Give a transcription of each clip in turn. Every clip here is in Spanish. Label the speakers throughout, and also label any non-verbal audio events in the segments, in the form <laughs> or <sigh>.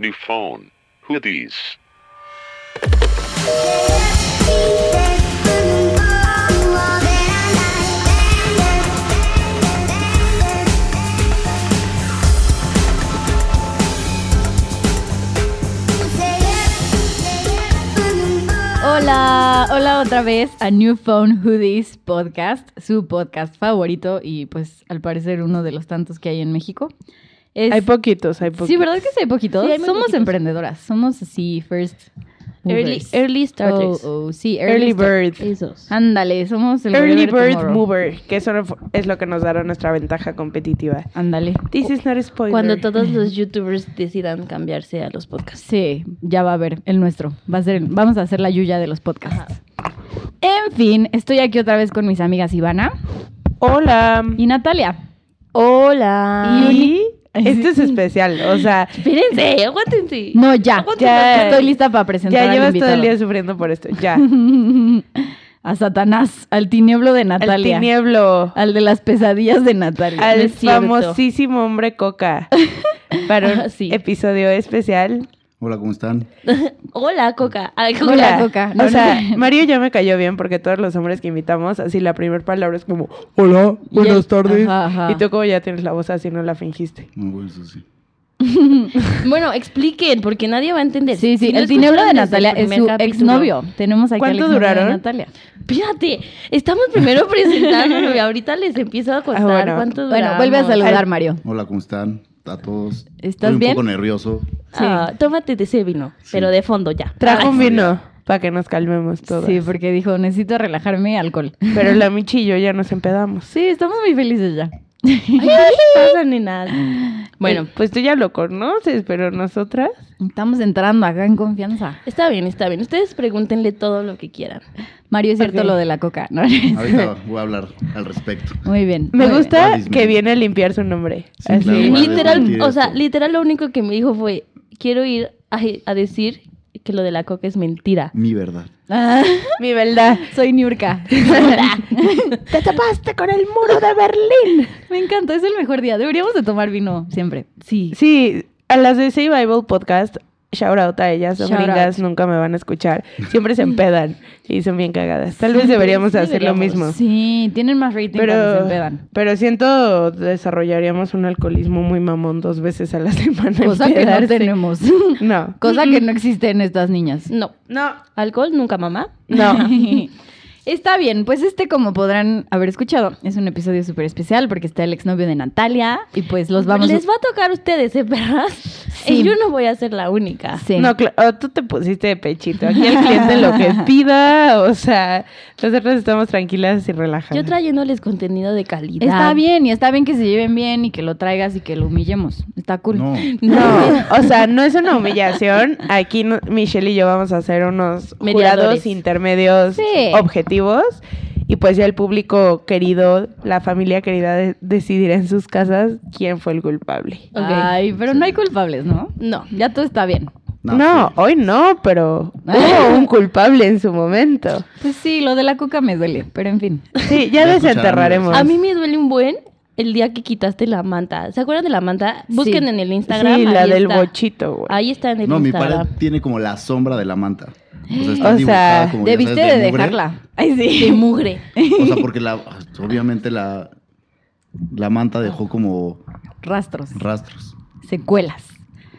Speaker 1: New phone. Who these?
Speaker 2: Hola, hola otra vez a New Phone Hoodies Podcast, su podcast favorito y pues al parecer uno de los tantos que hay en México. Es-
Speaker 3: Hay poquitos, hay poquitos.
Speaker 2: Sí, ¿verdad que sí hay poquitos?
Speaker 3: Sí, hay muy
Speaker 2: somos
Speaker 3: poquitos.
Speaker 2: emprendedoras, somos así, first
Speaker 4: Early,
Speaker 2: movers.
Speaker 4: early starters.
Speaker 2: Oh, oh, sí,
Speaker 3: Early
Speaker 2: early, bird.
Speaker 3: Bird.
Speaker 4: Esos.
Speaker 2: Ándale, somos el
Speaker 3: Early
Speaker 2: whatever
Speaker 3: Bird
Speaker 2: tomorrow.
Speaker 3: Mover, que eso es lo que nos dará nuestra ventaja competitiva.
Speaker 2: Ándale.
Speaker 3: This is not a spoiler.
Speaker 4: Cuando todos los youtubers decidan cambiarse a los podcasts.
Speaker 2: Sí, ya va a haber el nuestro. Va a ser, vamos a hacer la yuya de los podcasts. En fin, estoy aquí otra vez con mis amigas Ivana
Speaker 3: Hola.
Speaker 2: y Natalia.
Speaker 4: Hola.
Speaker 3: Y este es especial, o sea,
Speaker 4: Espérense, aguántense.
Speaker 2: No, ya,
Speaker 4: Aguántense.
Speaker 3: Ya.
Speaker 2: estoy lista para presentar
Speaker 3: ya
Speaker 2: al
Speaker 3: llevas todo
Speaker 2: invitado.
Speaker 3: el día sufriendo por esto. Ya.
Speaker 2: <laughs> a Satanás, al tinieblo de Natalia.
Speaker 3: Al tinieblo,
Speaker 2: Al de las pesadillas de Natalia.
Speaker 4: no
Speaker 3: al
Speaker 4: es cierto.
Speaker 3: famosísimo hombre Coca. Para un
Speaker 4: Ah, sí.
Speaker 3: episodio especial.
Speaker 5: Hola, ¿cómo están?
Speaker 4: <laughs> Hola, Coca. Ay, Coca.
Speaker 2: Hola, Coca. No,
Speaker 3: o sea,
Speaker 2: no.
Speaker 3: Mario ya me cayó bien porque todos los hombres que invitamos, así la primera palabra es como, hola, buenas
Speaker 2: él-
Speaker 3: tardes.
Speaker 2: ajá, ajá.
Speaker 3: Y tú como ya tienes la voz así, no la fingiste.
Speaker 5: Muy bueno, eso sí.
Speaker 4: Bueno, expliquen, porque nadie va a entender.
Speaker 2: Sí, sí,
Speaker 4: Si no
Speaker 2: el tinieblo de
Speaker 4: escucharon desde el
Speaker 2: Natalia es
Speaker 4: primer
Speaker 2: su
Speaker 4: capítulo-
Speaker 2: exnovio. Tenemos aquí al
Speaker 3: ¿Cuánto
Speaker 2: exnovio
Speaker 3: duraron?
Speaker 2: de Natalia.
Speaker 4: Espérate, estamos
Speaker 2: <laughs>
Speaker 4: primero presentándolo y ahorita les empiezo a contar
Speaker 3: Ah, bueno.
Speaker 4: cuánto
Speaker 2: Bueno, vuelve a
Speaker 4: duramos. Ah,
Speaker 2: saludar, Mario.
Speaker 5: Hola, ¿cómo están? A todos.
Speaker 2: ¿Estás
Speaker 5: Estoy un
Speaker 2: bien?
Speaker 5: poco nervioso.
Speaker 4: Ah, tómate de ese vino, pero de fondo ya.
Speaker 3: Trajo un
Speaker 5: Ay.
Speaker 3: vino para que nos calmemos todos.
Speaker 2: Sí, porque dijo, necesito relajarme alcohol.
Speaker 3: Pero la Michi y yo ya nos empedamos.
Speaker 2: Sí, estamos muy felices ya.
Speaker 4: <laughs> Ay, ¿Qué pasa, nenas?
Speaker 2: <laughs>
Speaker 4: Bueno,
Speaker 3: Eh, pues tú ya lo conoces, pero nosotras.
Speaker 2: Estamos entrando acá en confianza.
Speaker 4: está bien, está bien. Ustedes pregúntenle todo lo que quieran.
Speaker 2: Mario, es cierto
Speaker 3: Ok.
Speaker 2: lo de la coca, ¿no? <laughs> muy
Speaker 5: Ahorita voy a hablar al respecto.
Speaker 2: bien.
Speaker 3: Me
Speaker 2: muy
Speaker 3: gusta
Speaker 5: bien.
Speaker 3: que viene a limpiar su nombre.
Speaker 5: Sí,
Speaker 3: Así.
Speaker 5: claro. Vale,
Speaker 4: literal,
Speaker 5: mentira,
Speaker 4: o sea,
Speaker 5: esto.
Speaker 4: literal lo único que me dijo fue, quiero ir a, a decir que lo de la coca es mentira.
Speaker 5: Mi verdad.
Speaker 2: bien. Ah,
Speaker 3: Mi verdad.
Speaker 2: <laughs> soy Niurka.
Speaker 3: <laughs> Te tapaste con el muro de Berlín.
Speaker 2: <laughs> Me encanta, es el mejor día. Deberíamos de tomar vino siempre.
Speaker 4: Sí.
Speaker 3: Sí, a las de Say Bible Podcast, shout out a ellas, son
Speaker 2: Shout
Speaker 3: gringas, nunca me van a escuchar. Siempre <laughs> se empedan y son bien cagadas. Tal vez deberíamos
Speaker 4: sí
Speaker 3: hacer
Speaker 4: deberíamos.
Speaker 3: lo mismo.
Speaker 2: Sí, tienen más rating cuando se <laughs>
Speaker 3: Pero,
Speaker 2: empedan.
Speaker 3: pero siento desarrollaríamos un alcoholismo muy mamón dos veces a la <laughs> semana.
Speaker 2: Cosa que no
Speaker 3: empedarse.
Speaker 2: <laughs> tenemos.
Speaker 3: No.
Speaker 2: Cosa que no existe en estas <laughs> niñas.
Speaker 4: No.
Speaker 3: No.
Speaker 4: ¿Alcohol? Nunca, mamá.
Speaker 3: No.
Speaker 2: <laughs> Está bien, pues este, como podrán haber escuchado, es un episodio súper especial porque está el exnovio de Natalia y pues los vamos...
Speaker 4: Les va a tocar a ustedes, ¿eh, <laughs> perras?
Speaker 2: Sí.
Speaker 4: Y yo no voy a ser la única.
Speaker 2: Sí.
Speaker 3: No, cla- oh, tú te pusiste de pechito. Aquí el cliente lo que pida, o sea, nosotros estamos tranquilas y relajadas.
Speaker 4: Yo trayéndoles contenido de calidad.
Speaker 2: Está bien, y está bien que se lleven bien y que lo traigas y que lo humillemos. Está cool. <laughs>
Speaker 5: No.
Speaker 3: No, o sea, no es una humillación. Aquí no- Michelle y yo vamos a hacer unos
Speaker 4: Mediadores.
Speaker 3: jurados intermedios
Speaker 2: Sí.
Speaker 3: objetivos. Y pues ya el público querido, la familia querida de- decidirá en sus casas quién fue el culpable.
Speaker 4: Ok.
Speaker 5: Ah,
Speaker 2: Ay, pero no hay culpables, ¿no?
Speaker 4: No.
Speaker 2: Ya todo está bien.
Speaker 3: No,
Speaker 5: sí.
Speaker 3: hoy no,
Speaker 4: <laughs>
Speaker 3: pero hubo un culpable en su momento.
Speaker 2: Pues sí, lo de la coca me duele, pero en fin.
Speaker 3: Sí, ya,
Speaker 5: Ya escucharon,
Speaker 3: desenterraremos.
Speaker 4: A mí me duele un buen el día que quitaste la manta. ¿Se acuerdan de la manta?
Speaker 2: Sí.
Speaker 4: Busquen en el Instagram.
Speaker 3: Sí, la
Speaker 4: ahí
Speaker 3: del
Speaker 4: está.
Speaker 3: bochito, güey.
Speaker 4: Ahí está en el
Speaker 5: No, mi
Speaker 4: Instagram.
Speaker 5: pared tiene como la sombra de la manta. O sea, está
Speaker 3: O sea,
Speaker 5: dibujada como, ya
Speaker 2: Debiste
Speaker 5: sabes,
Speaker 2: de
Speaker 5: mugre.
Speaker 2: dejarla. Ay,
Speaker 4: <laughs> De
Speaker 2: sí. <laughs>
Speaker 4: mugre.
Speaker 5: O sea, porque la, obviamente la, la manta dejó como
Speaker 2: Rastros,
Speaker 5: rastros.
Speaker 2: secuelas.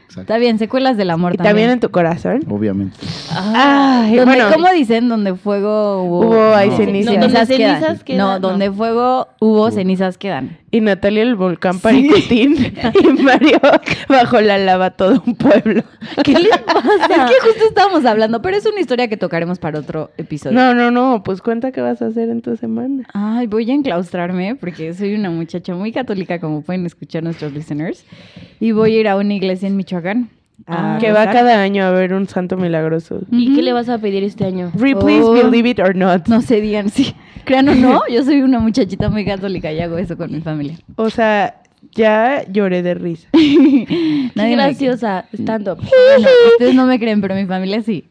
Speaker 5: Exacto.
Speaker 2: Está bien, secuelas del amor
Speaker 3: Y
Speaker 2: también.
Speaker 3: también en tu corazón.
Speaker 5: Obviamente.
Speaker 3: Ay,
Speaker 2: Donde-
Speaker 3: bueno,
Speaker 2: ¿Cómo dicen? Donde fuego hubo,
Speaker 3: hubo ahí
Speaker 5: No.
Speaker 3: cenizas.
Speaker 4: No, donde
Speaker 2: cenizas, quedan.
Speaker 4: cenizas quedan,
Speaker 2: No,
Speaker 4: no.
Speaker 2: donde fuego hubo cenizas
Speaker 3: <laughs>
Speaker 2: quedan.
Speaker 3: Y Natalia el volcán Paricutín y Mario bajo la lava todo un pueblo.
Speaker 2: ¿Qué les <laughs> pasa? es que justo estábamos hablando, pero es una historia que tocaremos para otro episodio.
Speaker 3: No, no, no, pues cuenta qué vas a hacer en tu semana.
Speaker 2: Ay, voy a enclaustrarme porque soy una muchacha muy católica, como pueden escuchar nuestros listeners. Y voy a ir a una iglesia en Michoacán. a
Speaker 3: Ah, que va
Speaker 2: rezar.
Speaker 3: cada año a ver un santo milagroso.
Speaker 4: ¿Y qué
Speaker 2: Ujú.
Speaker 4: le vas a pedir este año?
Speaker 3: Re, please
Speaker 2: Oh.
Speaker 3: believe it or not.
Speaker 2: No se digan, sí. <laughs> Crean o no, yo soy una muchachita muy católica y hago eso con mi familia.
Speaker 3: O sea, ya lloré de risa.
Speaker 2: Nadie
Speaker 4: Qué
Speaker 2: me-
Speaker 4: graciosa, stand up.
Speaker 2: Bueno, ustedes no me creen, pero mi familia sí.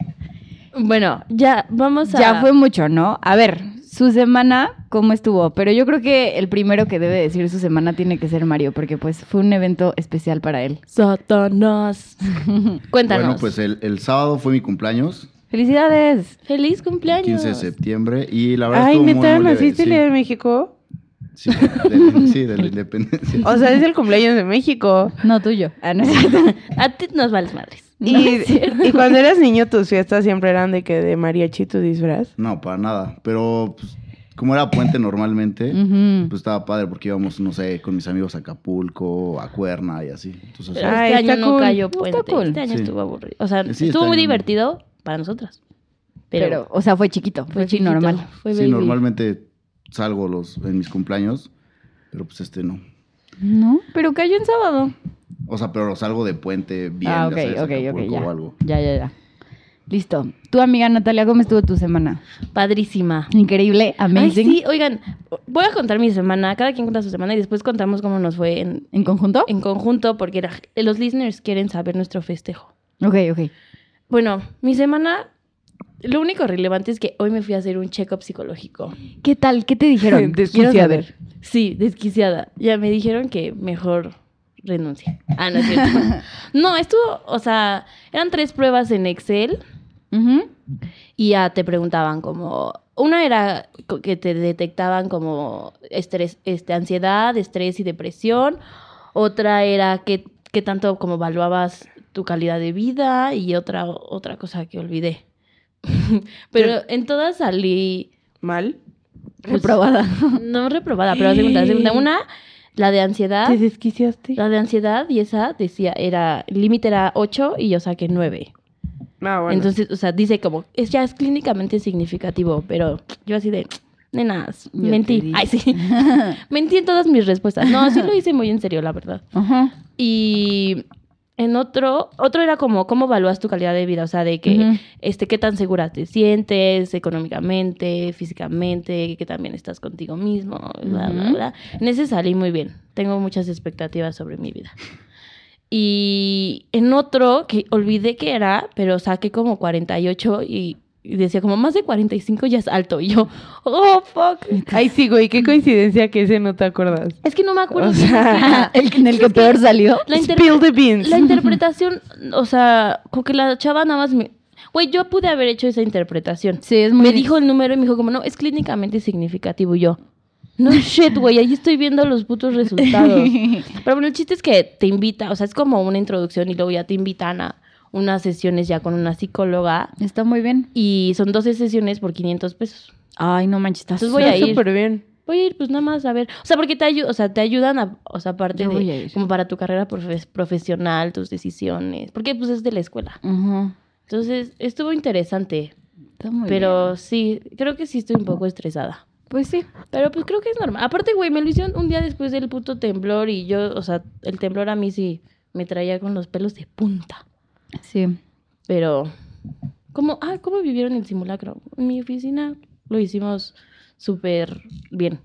Speaker 4: Bueno, ya vamos a.
Speaker 2: Ya fue mucho, ¿no? A ver, su semana, ¿cómo estuvo? Pero yo creo que el primero que debe decir su semana tiene que ser Mario, porque pues fue un evento especial para él.
Speaker 4: Satanás.
Speaker 2: <laughs>
Speaker 4: Cuéntanos.
Speaker 5: Bueno, pues el, el sábado fue mi cumpleaños,
Speaker 2: ¡Felicidades!
Speaker 4: Feliz cumpleaños.
Speaker 5: 15 de septiembre, y la verdad
Speaker 3: Ay,
Speaker 5: estuvo muy,
Speaker 3: neta,
Speaker 5: muy leve,
Speaker 3: ¿naciste
Speaker 5: sí.
Speaker 3: el día de México?
Speaker 5: Sí, de, sí, de la independencia.
Speaker 3: O sea, es el cumpleaños de México.
Speaker 2: No tuyo. Ah, no es cierto. <laughs>
Speaker 4: A ti nos vales madres.
Speaker 3: Y,
Speaker 4: <laughs> No es cierto.
Speaker 3: y cuando eras niño, tus fiestas siempre eran de que de mariachi tu disfraz.
Speaker 5: No, para nada. Pero pues, como era puente normalmente,
Speaker 2: Ujú.
Speaker 5: pues estaba padre porque íbamos, no sé, con mis amigos a Acapulco, a Cuerna y así. Entonces,
Speaker 4: Pero
Speaker 3: Ay,
Speaker 4: este
Speaker 3: está
Speaker 4: año no
Speaker 3: cool.
Speaker 4: cayó
Speaker 2: Está
Speaker 4: puente.
Speaker 2: cool.
Speaker 4: Este año
Speaker 5: Pues, Sí.
Speaker 4: estuvo aburrido. O sea,
Speaker 5: Sí, está
Speaker 4: estuvo muy
Speaker 5: bien.
Speaker 4: divertido para nosotras. Pero,
Speaker 2: Pero, o sea, fue chiquito, fue,
Speaker 4: chiquito,
Speaker 2: normal.
Speaker 4: Fue
Speaker 5: sí,
Speaker 4: baby.
Speaker 5: normalmente salgo los, en mis cumpleaños, pero pues este no.
Speaker 2: No, pero cayó en sábado.
Speaker 5: O sea, pero salgo de puente bien,
Speaker 2: ah,
Speaker 5: ya
Speaker 2: ok,
Speaker 5: sabes,
Speaker 2: ok, ok,
Speaker 5: Acapulco
Speaker 2: ya.
Speaker 5: o algo.
Speaker 2: Ya, ya, ya. Listo. Tu amiga Natalia, ¿cómo estuvo tu semana?
Speaker 4: Padrísima.
Speaker 2: Increíble,
Speaker 4: Ay,
Speaker 2: amazing.
Speaker 4: sí, oigan, voy a contar mi semana. Cada quien cuenta su semana y después contamos cómo nos fue en,
Speaker 2: ¿En conjunto?
Speaker 4: en conjunto porque la- los listeners quieren saber nuestro festejo.
Speaker 2: Ok, ok.
Speaker 4: Bueno, mi semana, lo único relevante es que hoy me fui a hacer un check-up psicológico.
Speaker 2: ¿Qué tal? ¿Qué te <laughs> dijeron? Quiero saber.
Speaker 4: Sí, desquiciada. Ya me dijeron que mejor renuncie. Ah, no es cierto. no, estuvo, o sea, eran tres pruebas en Excel
Speaker 2: Ujú.
Speaker 4: y ya te preguntaban como. Una era co- que te detectaban como estrés, este, ansiedad, estrés y depresión. Otra era que, que tanto como evaluabas tu calidad de vida y otra, otra cosa que olvidé. <laughs> Pero en todas salí
Speaker 3: ¿Mal?
Speaker 4: pues,
Speaker 2: Reprobada.
Speaker 4: <laughs> no reprobada, pero segunda, segunda. Una, la de ansiedad.
Speaker 3: ¿Te desquiciaste?
Speaker 4: La de ansiedad y esa decía, era, el límite era 8 y yo saqué 9.
Speaker 3: Ah, bueno.
Speaker 4: Entonces, o sea, dice como, es ya es clínicamente significativo, pero yo así de, nenas,
Speaker 2: Yo te
Speaker 4: mentí.
Speaker 2: dije. <laughs>
Speaker 4: Ay, sí. <laughs> mentí en todas mis respuestas. No, sí lo hice muy en serio, la verdad.
Speaker 2: <laughs> Ajá.
Speaker 4: Y en otro, otro era como, ¿cómo evalúas tu calidad de vida? O sea, de que,
Speaker 2: Ujú.
Speaker 4: este, qué tan segura te sientes económicamente, físicamente, que también estás contigo mismo, bla, bla,
Speaker 2: Ujú.
Speaker 4: bla. En ese salí muy bien. Tengo muchas expectativas sobre mi vida. Y en otro, que olvidé que era, pero saqué como 48 y, y decía como más de 45 ya es alto. Y yo, oh, fuck.
Speaker 3: Ay, sí, güey, qué coincidencia que ese no te acuerdas.
Speaker 4: Es que no me acuerdo.
Speaker 3: O
Speaker 4: bien
Speaker 3: sea, <laughs>
Speaker 4: así.
Speaker 2: el, en el que peor salió.
Speaker 4: La inter-
Speaker 3: Spill the
Speaker 2: <laughs>
Speaker 3: beans. <laughs>
Speaker 4: La interpretación, o sea, como que la chava nada más me... Güey, yo pude haber hecho esa interpretación.
Speaker 2: Sí, es muy...
Speaker 4: Me dijo el número y me dijo como, no, es clínicamente significativo. Y yo, no shit, güey, ahí estoy viendo los
Speaker 2: <laughs>
Speaker 4: putos resultados. Pero bueno, el chiste es que te invita, o sea, es como una introducción y luego ya te invitan a unas sesiones ya con una psicóloga.
Speaker 2: Está muy bien.
Speaker 4: Y son 12 sesiones por 500 pesos.
Speaker 2: Ay, no manches, estás
Speaker 4: Entonces voy a
Speaker 3: Está
Speaker 4: ir.
Speaker 3: súper bien.
Speaker 4: Voy a ir, pues nada más a ver. O sea, porque te, ayu- o sea, te ayudan a, o sea, aparte
Speaker 2: Yo
Speaker 4: de,
Speaker 2: voy a ir.
Speaker 4: como para tu carrera profe- profesional, tus decisiones. Porque pues es de la escuela.
Speaker 2: Ajá.
Speaker 4: Entonces, estuvo interesante.
Speaker 2: Está muy
Speaker 4: pero
Speaker 2: bien.
Speaker 4: sí, creo que sí estoy un poco estresada.
Speaker 2: Pues sí.
Speaker 4: Pero pues creo que es normal. Aparte, güey, me lo hicieron un día después del puto temblor y yo, o sea, el temblor a mí sí me traía con los pelos de punta.
Speaker 2: Sí.
Speaker 4: Pero, ¿cómo, ah, ¿cómo vivieron el simulacro? En mi oficina lo hicimos súper bien.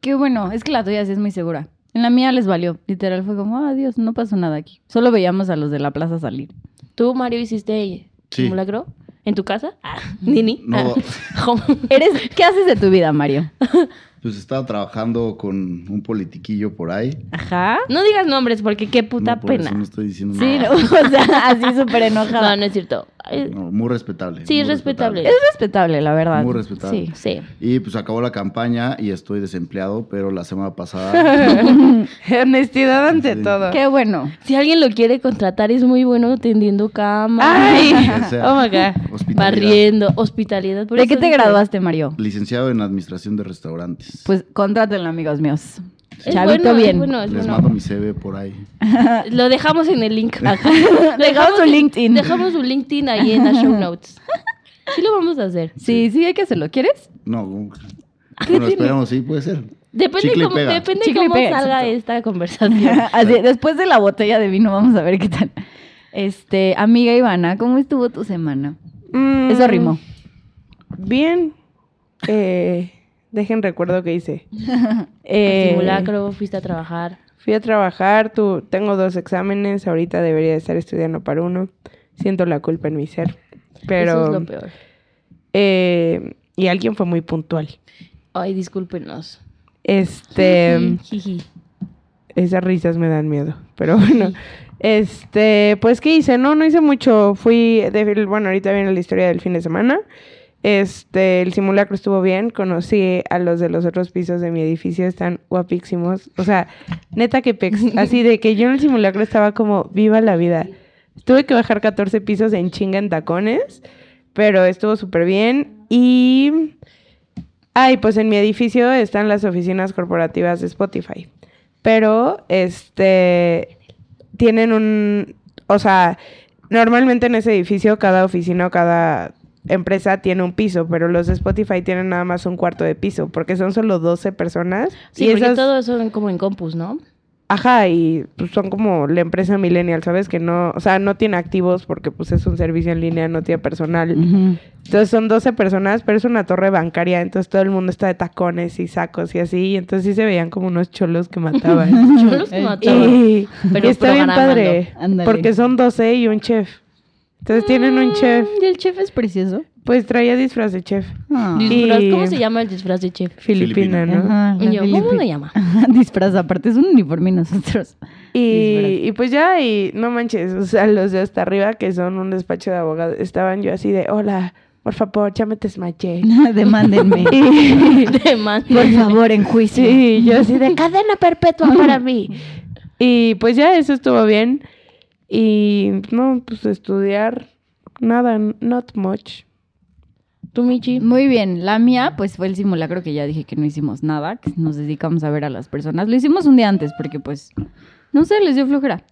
Speaker 2: Qué bueno. Es que la tuya sí es muy segura. En la mía les valió. Literal fue como, ah, Dios, no pasó nada aquí. Solo veíamos a los de la plaza salir.
Speaker 4: ¿Tú, Mario, hiciste
Speaker 5: Sí. Mm,
Speaker 4: simulacro? ¿En tu casa? Ah, Nini.
Speaker 5: No.
Speaker 4: Ah,
Speaker 5: <laughs>
Speaker 4: ¿cómo?
Speaker 2: Eres, ¿qué haces de tu vida, Mario?
Speaker 5: Pues estaba trabajando con un politiquillo por ahí.
Speaker 2: Ajá.
Speaker 4: No digas nombres porque qué puta
Speaker 5: No, por eso
Speaker 4: pena.
Speaker 5: no estoy
Speaker 2: <laughs>
Speaker 5: diciendo
Speaker 2: Sí, no, <laughs>
Speaker 5: nada.
Speaker 2: o sea, así súper enojada.
Speaker 4: No, no es cierto. Ay,
Speaker 5: No, muy respetable.
Speaker 4: Sí,
Speaker 5: muy
Speaker 4: es respetable.
Speaker 2: Es respetable, la verdad.
Speaker 5: Muy respetable.
Speaker 2: Sí.
Speaker 4: Sí.
Speaker 5: Y pues acabó la campaña y estoy desempleado, pero la semana pasada
Speaker 3: Honestidad ante
Speaker 5: Sí.
Speaker 3: todo.
Speaker 2: Qué bueno.
Speaker 4: Si alguien lo quiere contratar, es muy bueno tendiendo cama.
Speaker 3: Ay,
Speaker 5: O sea,
Speaker 3: oh my god.
Speaker 5: hospitalidad.
Speaker 4: Barriendo, hospitalidad. Por
Speaker 2: ¿De
Speaker 4: eso
Speaker 2: qué te
Speaker 4: dije,
Speaker 2: graduaste, Mario?
Speaker 5: Licenciado en administración de restaurantes.
Speaker 2: Pues contrátenlo, amigos míos.
Speaker 4: es
Speaker 2: Chavito
Speaker 4: bueno, es
Speaker 2: bien.
Speaker 4: bueno, es
Speaker 5: Les
Speaker 4: bueno. Ah,
Speaker 5: mando mi CV por ahí.
Speaker 4: Lo dejamos en el
Speaker 5: <laughs>
Speaker 4: link.
Speaker 2: Dejamos su LinkedIn.
Speaker 4: Dejamos su LinkedIn ahí en las show notes. Sí lo vamos a hacer.
Speaker 2: Sí, sí, hay que hacerlo. <laughs> ¿Quieres?
Speaker 5: No, como- bueno, esperamos, sí, puede ser.
Speaker 4: Depende
Speaker 5: Chicle y
Speaker 4: cómo,
Speaker 5: pega.
Speaker 4: depende
Speaker 2: Chicle y
Speaker 4: cómo
Speaker 2: pega,
Speaker 4: salga
Speaker 2: exacto.
Speaker 4: esta conversación.
Speaker 2: Así, después de la botella de vino, vamos a ver qué tal. Este, amiga Ivana, ¿cómo estuvo tu semana?
Speaker 3: Mm,
Speaker 2: Eso rimó.
Speaker 3: Bien. Eh, dejen recuerdo que
Speaker 4: <laughs>
Speaker 3: hice. Eh,
Speaker 4: Simulacro, fuiste a trabajar.
Speaker 3: Fui a trabajar, tu- tengo dos exámenes, ahorita debería estar estudiando para uno. Siento la culpa en mi ser. Pero
Speaker 4: Eso es lo peor.
Speaker 3: eh, y alguien fue muy puntual.
Speaker 4: Ay, discúlpenos.
Speaker 3: Este,
Speaker 4: <laughs> Jiji.
Speaker 3: esas risas me dan miedo, pero bueno. Este, pues ¿qué hice? No, no hice mucho. Fui, de, bueno, ahorita viene la historia del fin de semana. Este, el simulacro estuvo bien, conocí a los de los otros pisos de mi edificio, están guapísimos. O sea, neta que pex. Así de que yo en el simulacro estaba como viva la vida. Tuve que bajar 14 pisos en chinga en tacones, pero estuvo súper bien. Y. Ay, pues en mi edificio están las oficinas corporativas de Spotify. Pero, este. Tienen un. O sea, normalmente en ese edificio cada oficina o cada empresa tiene un piso, pero los de Spotify tienen nada más un cuarto de piso, porque son solo 12 personas.
Speaker 4: Sí,
Speaker 3: y
Speaker 4: porque
Speaker 3: esas-
Speaker 4: todo eso en- como en compus, ¿no?
Speaker 3: Ajá, y pues, son como la empresa millennial, ¿sabes? Que no, o sea, no tiene activos porque pues es un servicio en línea, no tiene personal.
Speaker 2: Ujú.
Speaker 3: Entonces son 12 personas, pero es una torre bancaria, entonces todo el mundo está de tacones y sacos y así, y entonces sí se veían como unos cholos que
Speaker 2: <laughs>
Speaker 3: mataban.
Speaker 4: Cholos que
Speaker 2: Eh,
Speaker 3: <laughs>
Speaker 4: mataban.
Speaker 3: y,
Speaker 4: Pero
Speaker 3: y está bien
Speaker 4: programándolo.
Speaker 3: padre,
Speaker 2: Ándale.
Speaker 3: porque son 12 y un chef. Entonces tienen un chef,
Speaker 2: Mm, Y el chef es precioso.
Speaker 3: pues traía disfraz de chef.
Speaker 2: Ah.
Speaker 4: Disfraz-
Speaker 3: Y-
Speaker 4: ¿Cómo se llama el disfraz de chef?
Speaker 3: Filipina, ¿no?
Speaker 2: Ajá, la
Speaker 4: Y yo, ¿cómo
Speaker 2: Filipi- <laughs>
Speaker 4: lo llama? <laughs>
Speaker 2: Disfraz, aparte es un uniforme y nosotros. <laughs>
Speaker 3: Y,
Speaker 2: Disfraz.
Speaker 3: y pues ya, y no manches, o sea, los de hasta arriba, que son un despacho de abogados, estaban yo así de, hola, por favor, ya
Speaker 2: <laughs>
Speaker 3: me desmayé.
Speaker 5: <laughs>
Speaker 2: Demándenme.
Speaker 3: y, <laughs>
Speaker 4: De man-
Speaker 2: Por favor, en juicio.
Speaker 3: sí, yo así de, cadena perpetua para mí.
Speaker 2: <laughs>
Speaker 3: Y pues ya, eso estuvo bien. Y no, pues estudiar, nada, not much.
Speaker 4: Tú, Michi.
Speaker 2: Muy bien, la mía pues fue el simulacro que ya dije que no hicimos nada, que nos dedicamos a ver a las personas. Lo hicimos un día antes porque pues, no sé, les dio flojera.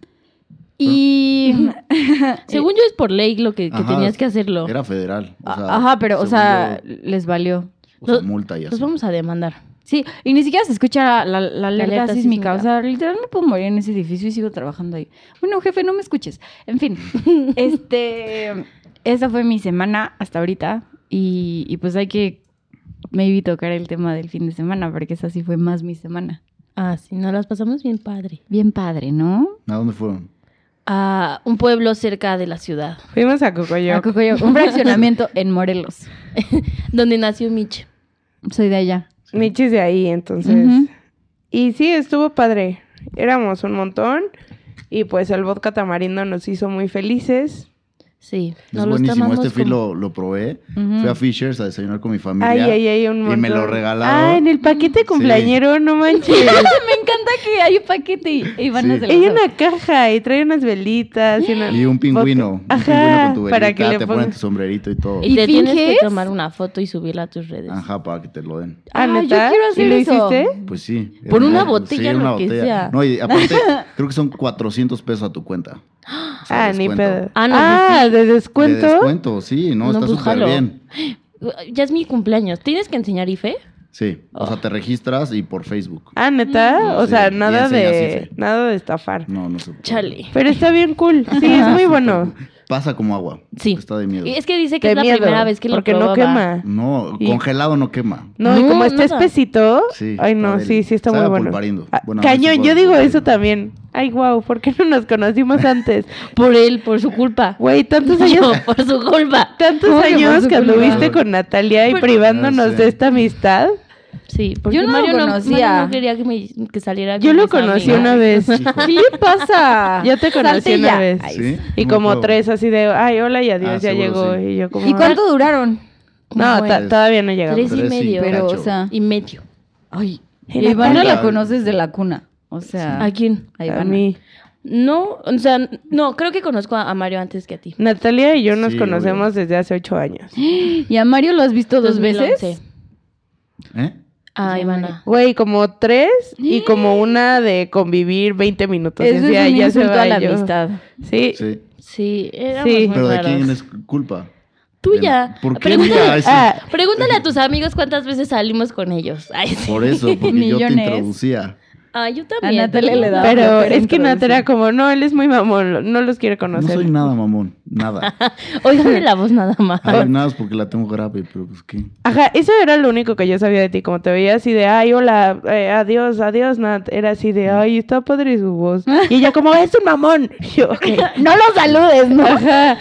Speaker 2: Y... <laughs>
Speaker 4: <laughs> Según yo es por ley lo que, que
Speaker 5: Ajá,
Speaker 4: tenías que hacerlo.
Speaker 5: Era federal. o sea,
Speaker 2: Ah, Ajá, pero o
Speaker 5: según
Speaker 2: sea,
Speaker 5: yo,
Speaker 2: les valió.
Speaker 5: o sea,
Speaker 4: los-
Speaker 5: multa y así.
Speaker 4: Nos vamos a demandar.
Speaker 2: Sí, y ni siquiera se escucha la, la- la alerta,
Speaker 4: alerta
Speaker 2: sísmica.
Speaker 4: sísmica.
Speaker 2: O sea, literal me puedo morir en ese edificio y sigo trabajando ahí. Bueno, jefe, no me escuches. En
Speaker 3: <laughs>
Speaker 2: fin, este, esa fue mi semana hasta ahorita. Y, y pues hay que maybe tocar el tema del fin de semana, porque esa sí fue más mi semana.
Speaker 4: Ah, sí, nos las pasamos bien padre.
Speaker 2: Bien padre, ¿no?
Speaker 5: ¿A dónde fueron?
Speaker 4: A un pueblo cerca de la ciudad,
Speaker 3: Fuimos a Cocoyoc.
Speaker 2: A Cocoyoc, un
Speaker 3: <laughs>
Speaker 2: fraccionamiento en Morelos.
Speaker 4: donde nació Michi.
Speaker 2: Soy de allá.
Speaker 3: Michi es de ahí, entonces.
Speaker 2: Ujú.
Speaker 3: Y sí, estuvo padre. Éramos un montón. Y pues el vodka tamarindo nos hizo muy felices.
Speaker 4: Sí,
Speaker 5: Es
Speaker 4: nos los
Speaker 5: buenísimo.
Speaker 4: tomamos
Speaker 5: Este fin
Speaker 4: como-
Speaker 5: lo, lo probé.
Speaker 2: Ujú.
Speaker 5: Fui a Fishers a desayunar con mi familia.
Speaker 3: Ay, ay, ay, un
Speaker 5: y me
Speaker 3: montón.
Speaker 5: lo regalaron.
Speaker 3: Ah, en el paquete cumpleañero, no manches.
Speaker 2: Me encanta que hay un paquete y, y van a
Speaker 5: Sí.
Speaker 2: hacer
Speaker 3: <laughs> hay una caja y trae unas velitas. Y, una-
Speaker 5: Y un pingüino.
Speaker 3: Ajá,
Speaker 5: un pingüino con tu velita,
Speaker 3: para que le
Speaker 5: te
Speaker 3: pongas-
Speaker 5: ponen tu sombrerito y todo.
Speaker 4: Y,
Speaker 2: ¿Y
Speaker 4: te tienes que
Speaker 2: finges?
Speaker 4: tomar una foto y subirla a tus redes.
Speaker 5: Ajá, para que te lo den.
Speaker 3: Ah,
Speaker 2: Ah, yo
Speaker 3: ¿neta?
Speaker 2: quiero
Speaker 3: ¿Y
Speaker 2: hacer
Speaker 3: lo
Speaker 2: eso.
Speaker 3: hiciste?
Speaker 5: Pues sí.
Speaker 4: Por
Speaker 5: era-
Speaker 4: una
Speaker 5: sí,
Speaker 4: botella,
Speaker 5: una
Speaker 4: lo que
Speaker 5: botella.
Speaker 4: sea.
Speaker 5: No,
Speaker 4: <laughs>
Speaker 5: y aparte, creo que son 400 pesos a tu cuenta. O sea,
Speaker 3: Ah, ni
Speaker 5: descuento.
Speaker 3: pedo.
Speaker 4: Ah, no,
Speaker 3: Ah,
Speaker 4: pues
Speaker 3: ¿de
Speaker 5: De
Speaker 3: descuento?
Speaker 5: descuento, sí, no,
Speaker 4: No,
Speaker 5: está
Speaker 4: pues,
Speaker 5: súper
Speaker 4: jalo.
Speaker 5: bien.
Speaker 4: Ya es mi cumpleaños. ¿Tienes que enseñar IFE?
Speaker 5: Sí, o
Speaker 4: Oh.
Speaker 5: sea, te registras y por Facebook.
Speaker 3: Ah,
Speaker 4: Mm,
Speaker 3: ¿neta? O
Speaker 5: Sí,
Speaker 3: sea,
Speaker 5: y
Speaker 3: nada
Speaker 5: enseñas
Speaker 3: de,
Speaker 5: ese.
Speaker 3: nada de estafar.
Speaker 5: No, no sé.
Speaker 4: Ah,
Speaker 5: <laughs>
Speaker 4: Chale.
Speaker 3: Pero está bien cool. Sí,
Speaker 4: <laughs>
Speaker 3: es muy bueno.
Speaker 5: Pasa como agua.
Speaker 4: Sí.
Speaker 5: Está de miedo.
Speaker 4: Y es que dice que
Speaker 3: de
Speaker 4: es la
Speaker 3: miedo,
Speaker 4: primera vez que lo
Speaker 3: porque no
Speaker 4: probaba.
Speaker 5: Mm.
Speaker 3: quema.
Speaker 5: No,
Speaker 3: Y-
Speaker 5: congelado no quema.
Speaker 3: No, y
Speaker 4: No,
Speaker 3: como está
Speaker 4: nada.
Speaker 3: espesito.
Speaker 5: Sí,
Speaker 3: ay,
Speaker 5: está
Speaker 3: no,
Speaker 5: del-
Speaker 3: sí, sí está
Speaker 5: sabe
Speaker 3: muy
Speaker 5: a
Speaker 3: bueno.
Speaker 5: pulparindo.
Speaker 3: Ah,
Speaker 5: Bueno, a mí sí
Speaker 3: cañón,
Speaker 5: sabe
Speaker 3: yo
Speaker 5: a
Speaker 3: digo
Speaker 5: pulparindo.
Speaker 3: eso también. Ay, wow, ¿por qué no nos
Speaker 5: <laughs>
Speaker 3: conocimos antes?
Speaker 4: Por él, por su culpa.
Speaker 3: Güey, tantos años,
Speaker 4: Yo, <laughs> por su culpa.
Speaker 3: tantos
Speaker 2: ¿Cómo que por
Speaker 3: años
Speaker 2: su
Speaker 3: que
Speaker 2: culpa?
Speaker 3: anduviste con Natalia y privándonos
Speaker 5: sé.
Speaker 3: de esta amistad.
Speaker 4: Sí, porque
Speaker 2: Yo no lo
Speaker 4: Mario, no,
Speaker 2: conocía.
Speaker 4: Mario no quería que, me, que saliera
Speaker 3: Yo
Speaker 4: con
Speaker 3: lo
Speaker 4: mis
Speaker 3: conocí
Speaker 4: amigas.
Speaker 3: una vez. <laughs>
Speaker 2: ¿Qué
Speaker 5: Hijo,
Speaker 2: le pasa?
Speaker 3: Yo te conocí
Speaker 2: Salte
Speaker 3: una
Speaker 2: ya.
Speaker 3: vez.
Speaker 5: ¿Sí?
Speaker 3: Y
Speaker 5: No
Speaker 3: como
Speaker 5: puedo.
Speaker 3: tres así de, ay, hola y adiós,
Speaker 5: Ah,
Speaker 3: ya
Speaker 5: seguro
Speaker 3: llegó.
Speaker 5: sí.
Speaker 3: Y yo como...
Speaker 2: ¿Y cuánto duraron?
Speaker 3: No,
Speaker 4: Bueno,
Speaker 3: ta- todavía no llegamos.
Speaker 4: Tres y medio.
Speaker 2: Pero, o
Speaker 5: cacho.
Speaker 2: sea,
Speaker 4: y medio.
Speaker 2: Ay,
Speaker 3: En la
Speaker 2: Ivana
Speaker 5: cuna.
Speaker 2: la conoces de la cuna. O sea,
Speaker 4: ¿A quién?
Speaker 2: a
Speaker 3: A
Speaker 2: Ivana.
Speaker 3: mí.
Speaker 4: No, o sea, no, creo que conozco a a Mario antes que a ti.
Speaker 3: Natalia y yo nos
Speaker 5: Sí,
Speaker 3: conocemos desde hace ocho años.
Speaker 2: ¿Y a Mario lo has visto dos
Speaker 4: 2011.
Speaker 2: veces?
Speaker 5: ¿Eh?
Speaker 4: A Ivana.
Speaker 3: Güey, como tres y como una de convivir 20 minutos. y
Speaker 2: Eso
Speaker 3: así,
Speaker 2: es
Speaker 3: "Ay,
Speaker 2: un
Speaker 3: ya se
Speaker 2: insulto
Speaker 3: va",
Speaker 2: a la
Speaker 3: y yo,
Speaker 2: amistad.
Speaker 3: Sí.
Speaker 5: Sí.
Speaker 4: Sí, éramos
Speaker 3: Sí.
Speaker 4: muy
Speaker 5: Pero ¿de
Speaker 4: raros.
Speaker 5: quién es culpa?
Speaker 4: Tuya.
Speaker 5: De- ¿Por qué
Speaker 4: Pregúntale, <laughs>
Speaker 5: mía? Ay, sí.
Speaker 3: Ah,
Speaker 4: pregúntale a tus amigos cuántas veces salimos con ellos. <laughs> Ay, sí.
Speaker 5: <laughs> Por e- eso, porque yo te
Speaker 2: Millones.
Speaker 5: introducía.
Speaker 4: Ay, yo también.
Speaker 2: A Natalia le da-
Speaker 3: pero
Speaker 2: pero
Speaker 3: es que
Speaker 2: introducir.
Speaker 3: Nat era como, no, él es muy mamón, lo- no los quiere
Speaker 5: No
Speaker 3: conocer.
Speaker 5: soy nada, mamón.
Speaker 4: <laughs>
Speaker 5: Nada.
Speaker 4: <laughs> Óigame la voz nada más.
Speaker 5: Ay, nada es porque la tengo grave, pero pues qué.
Speaker 3: Ajá, eso era lo único que yo sabía de ti, como te veía así de, ay, hola, eh, adiós, adiós, Nat. Era así de, ay, está padre su voz. Y ella como, es un mamón. <laughs> Y yo, "Ok".
Speaker 2: <laughs> No lo saludes, ¿no?
Speaker 3: Ajá.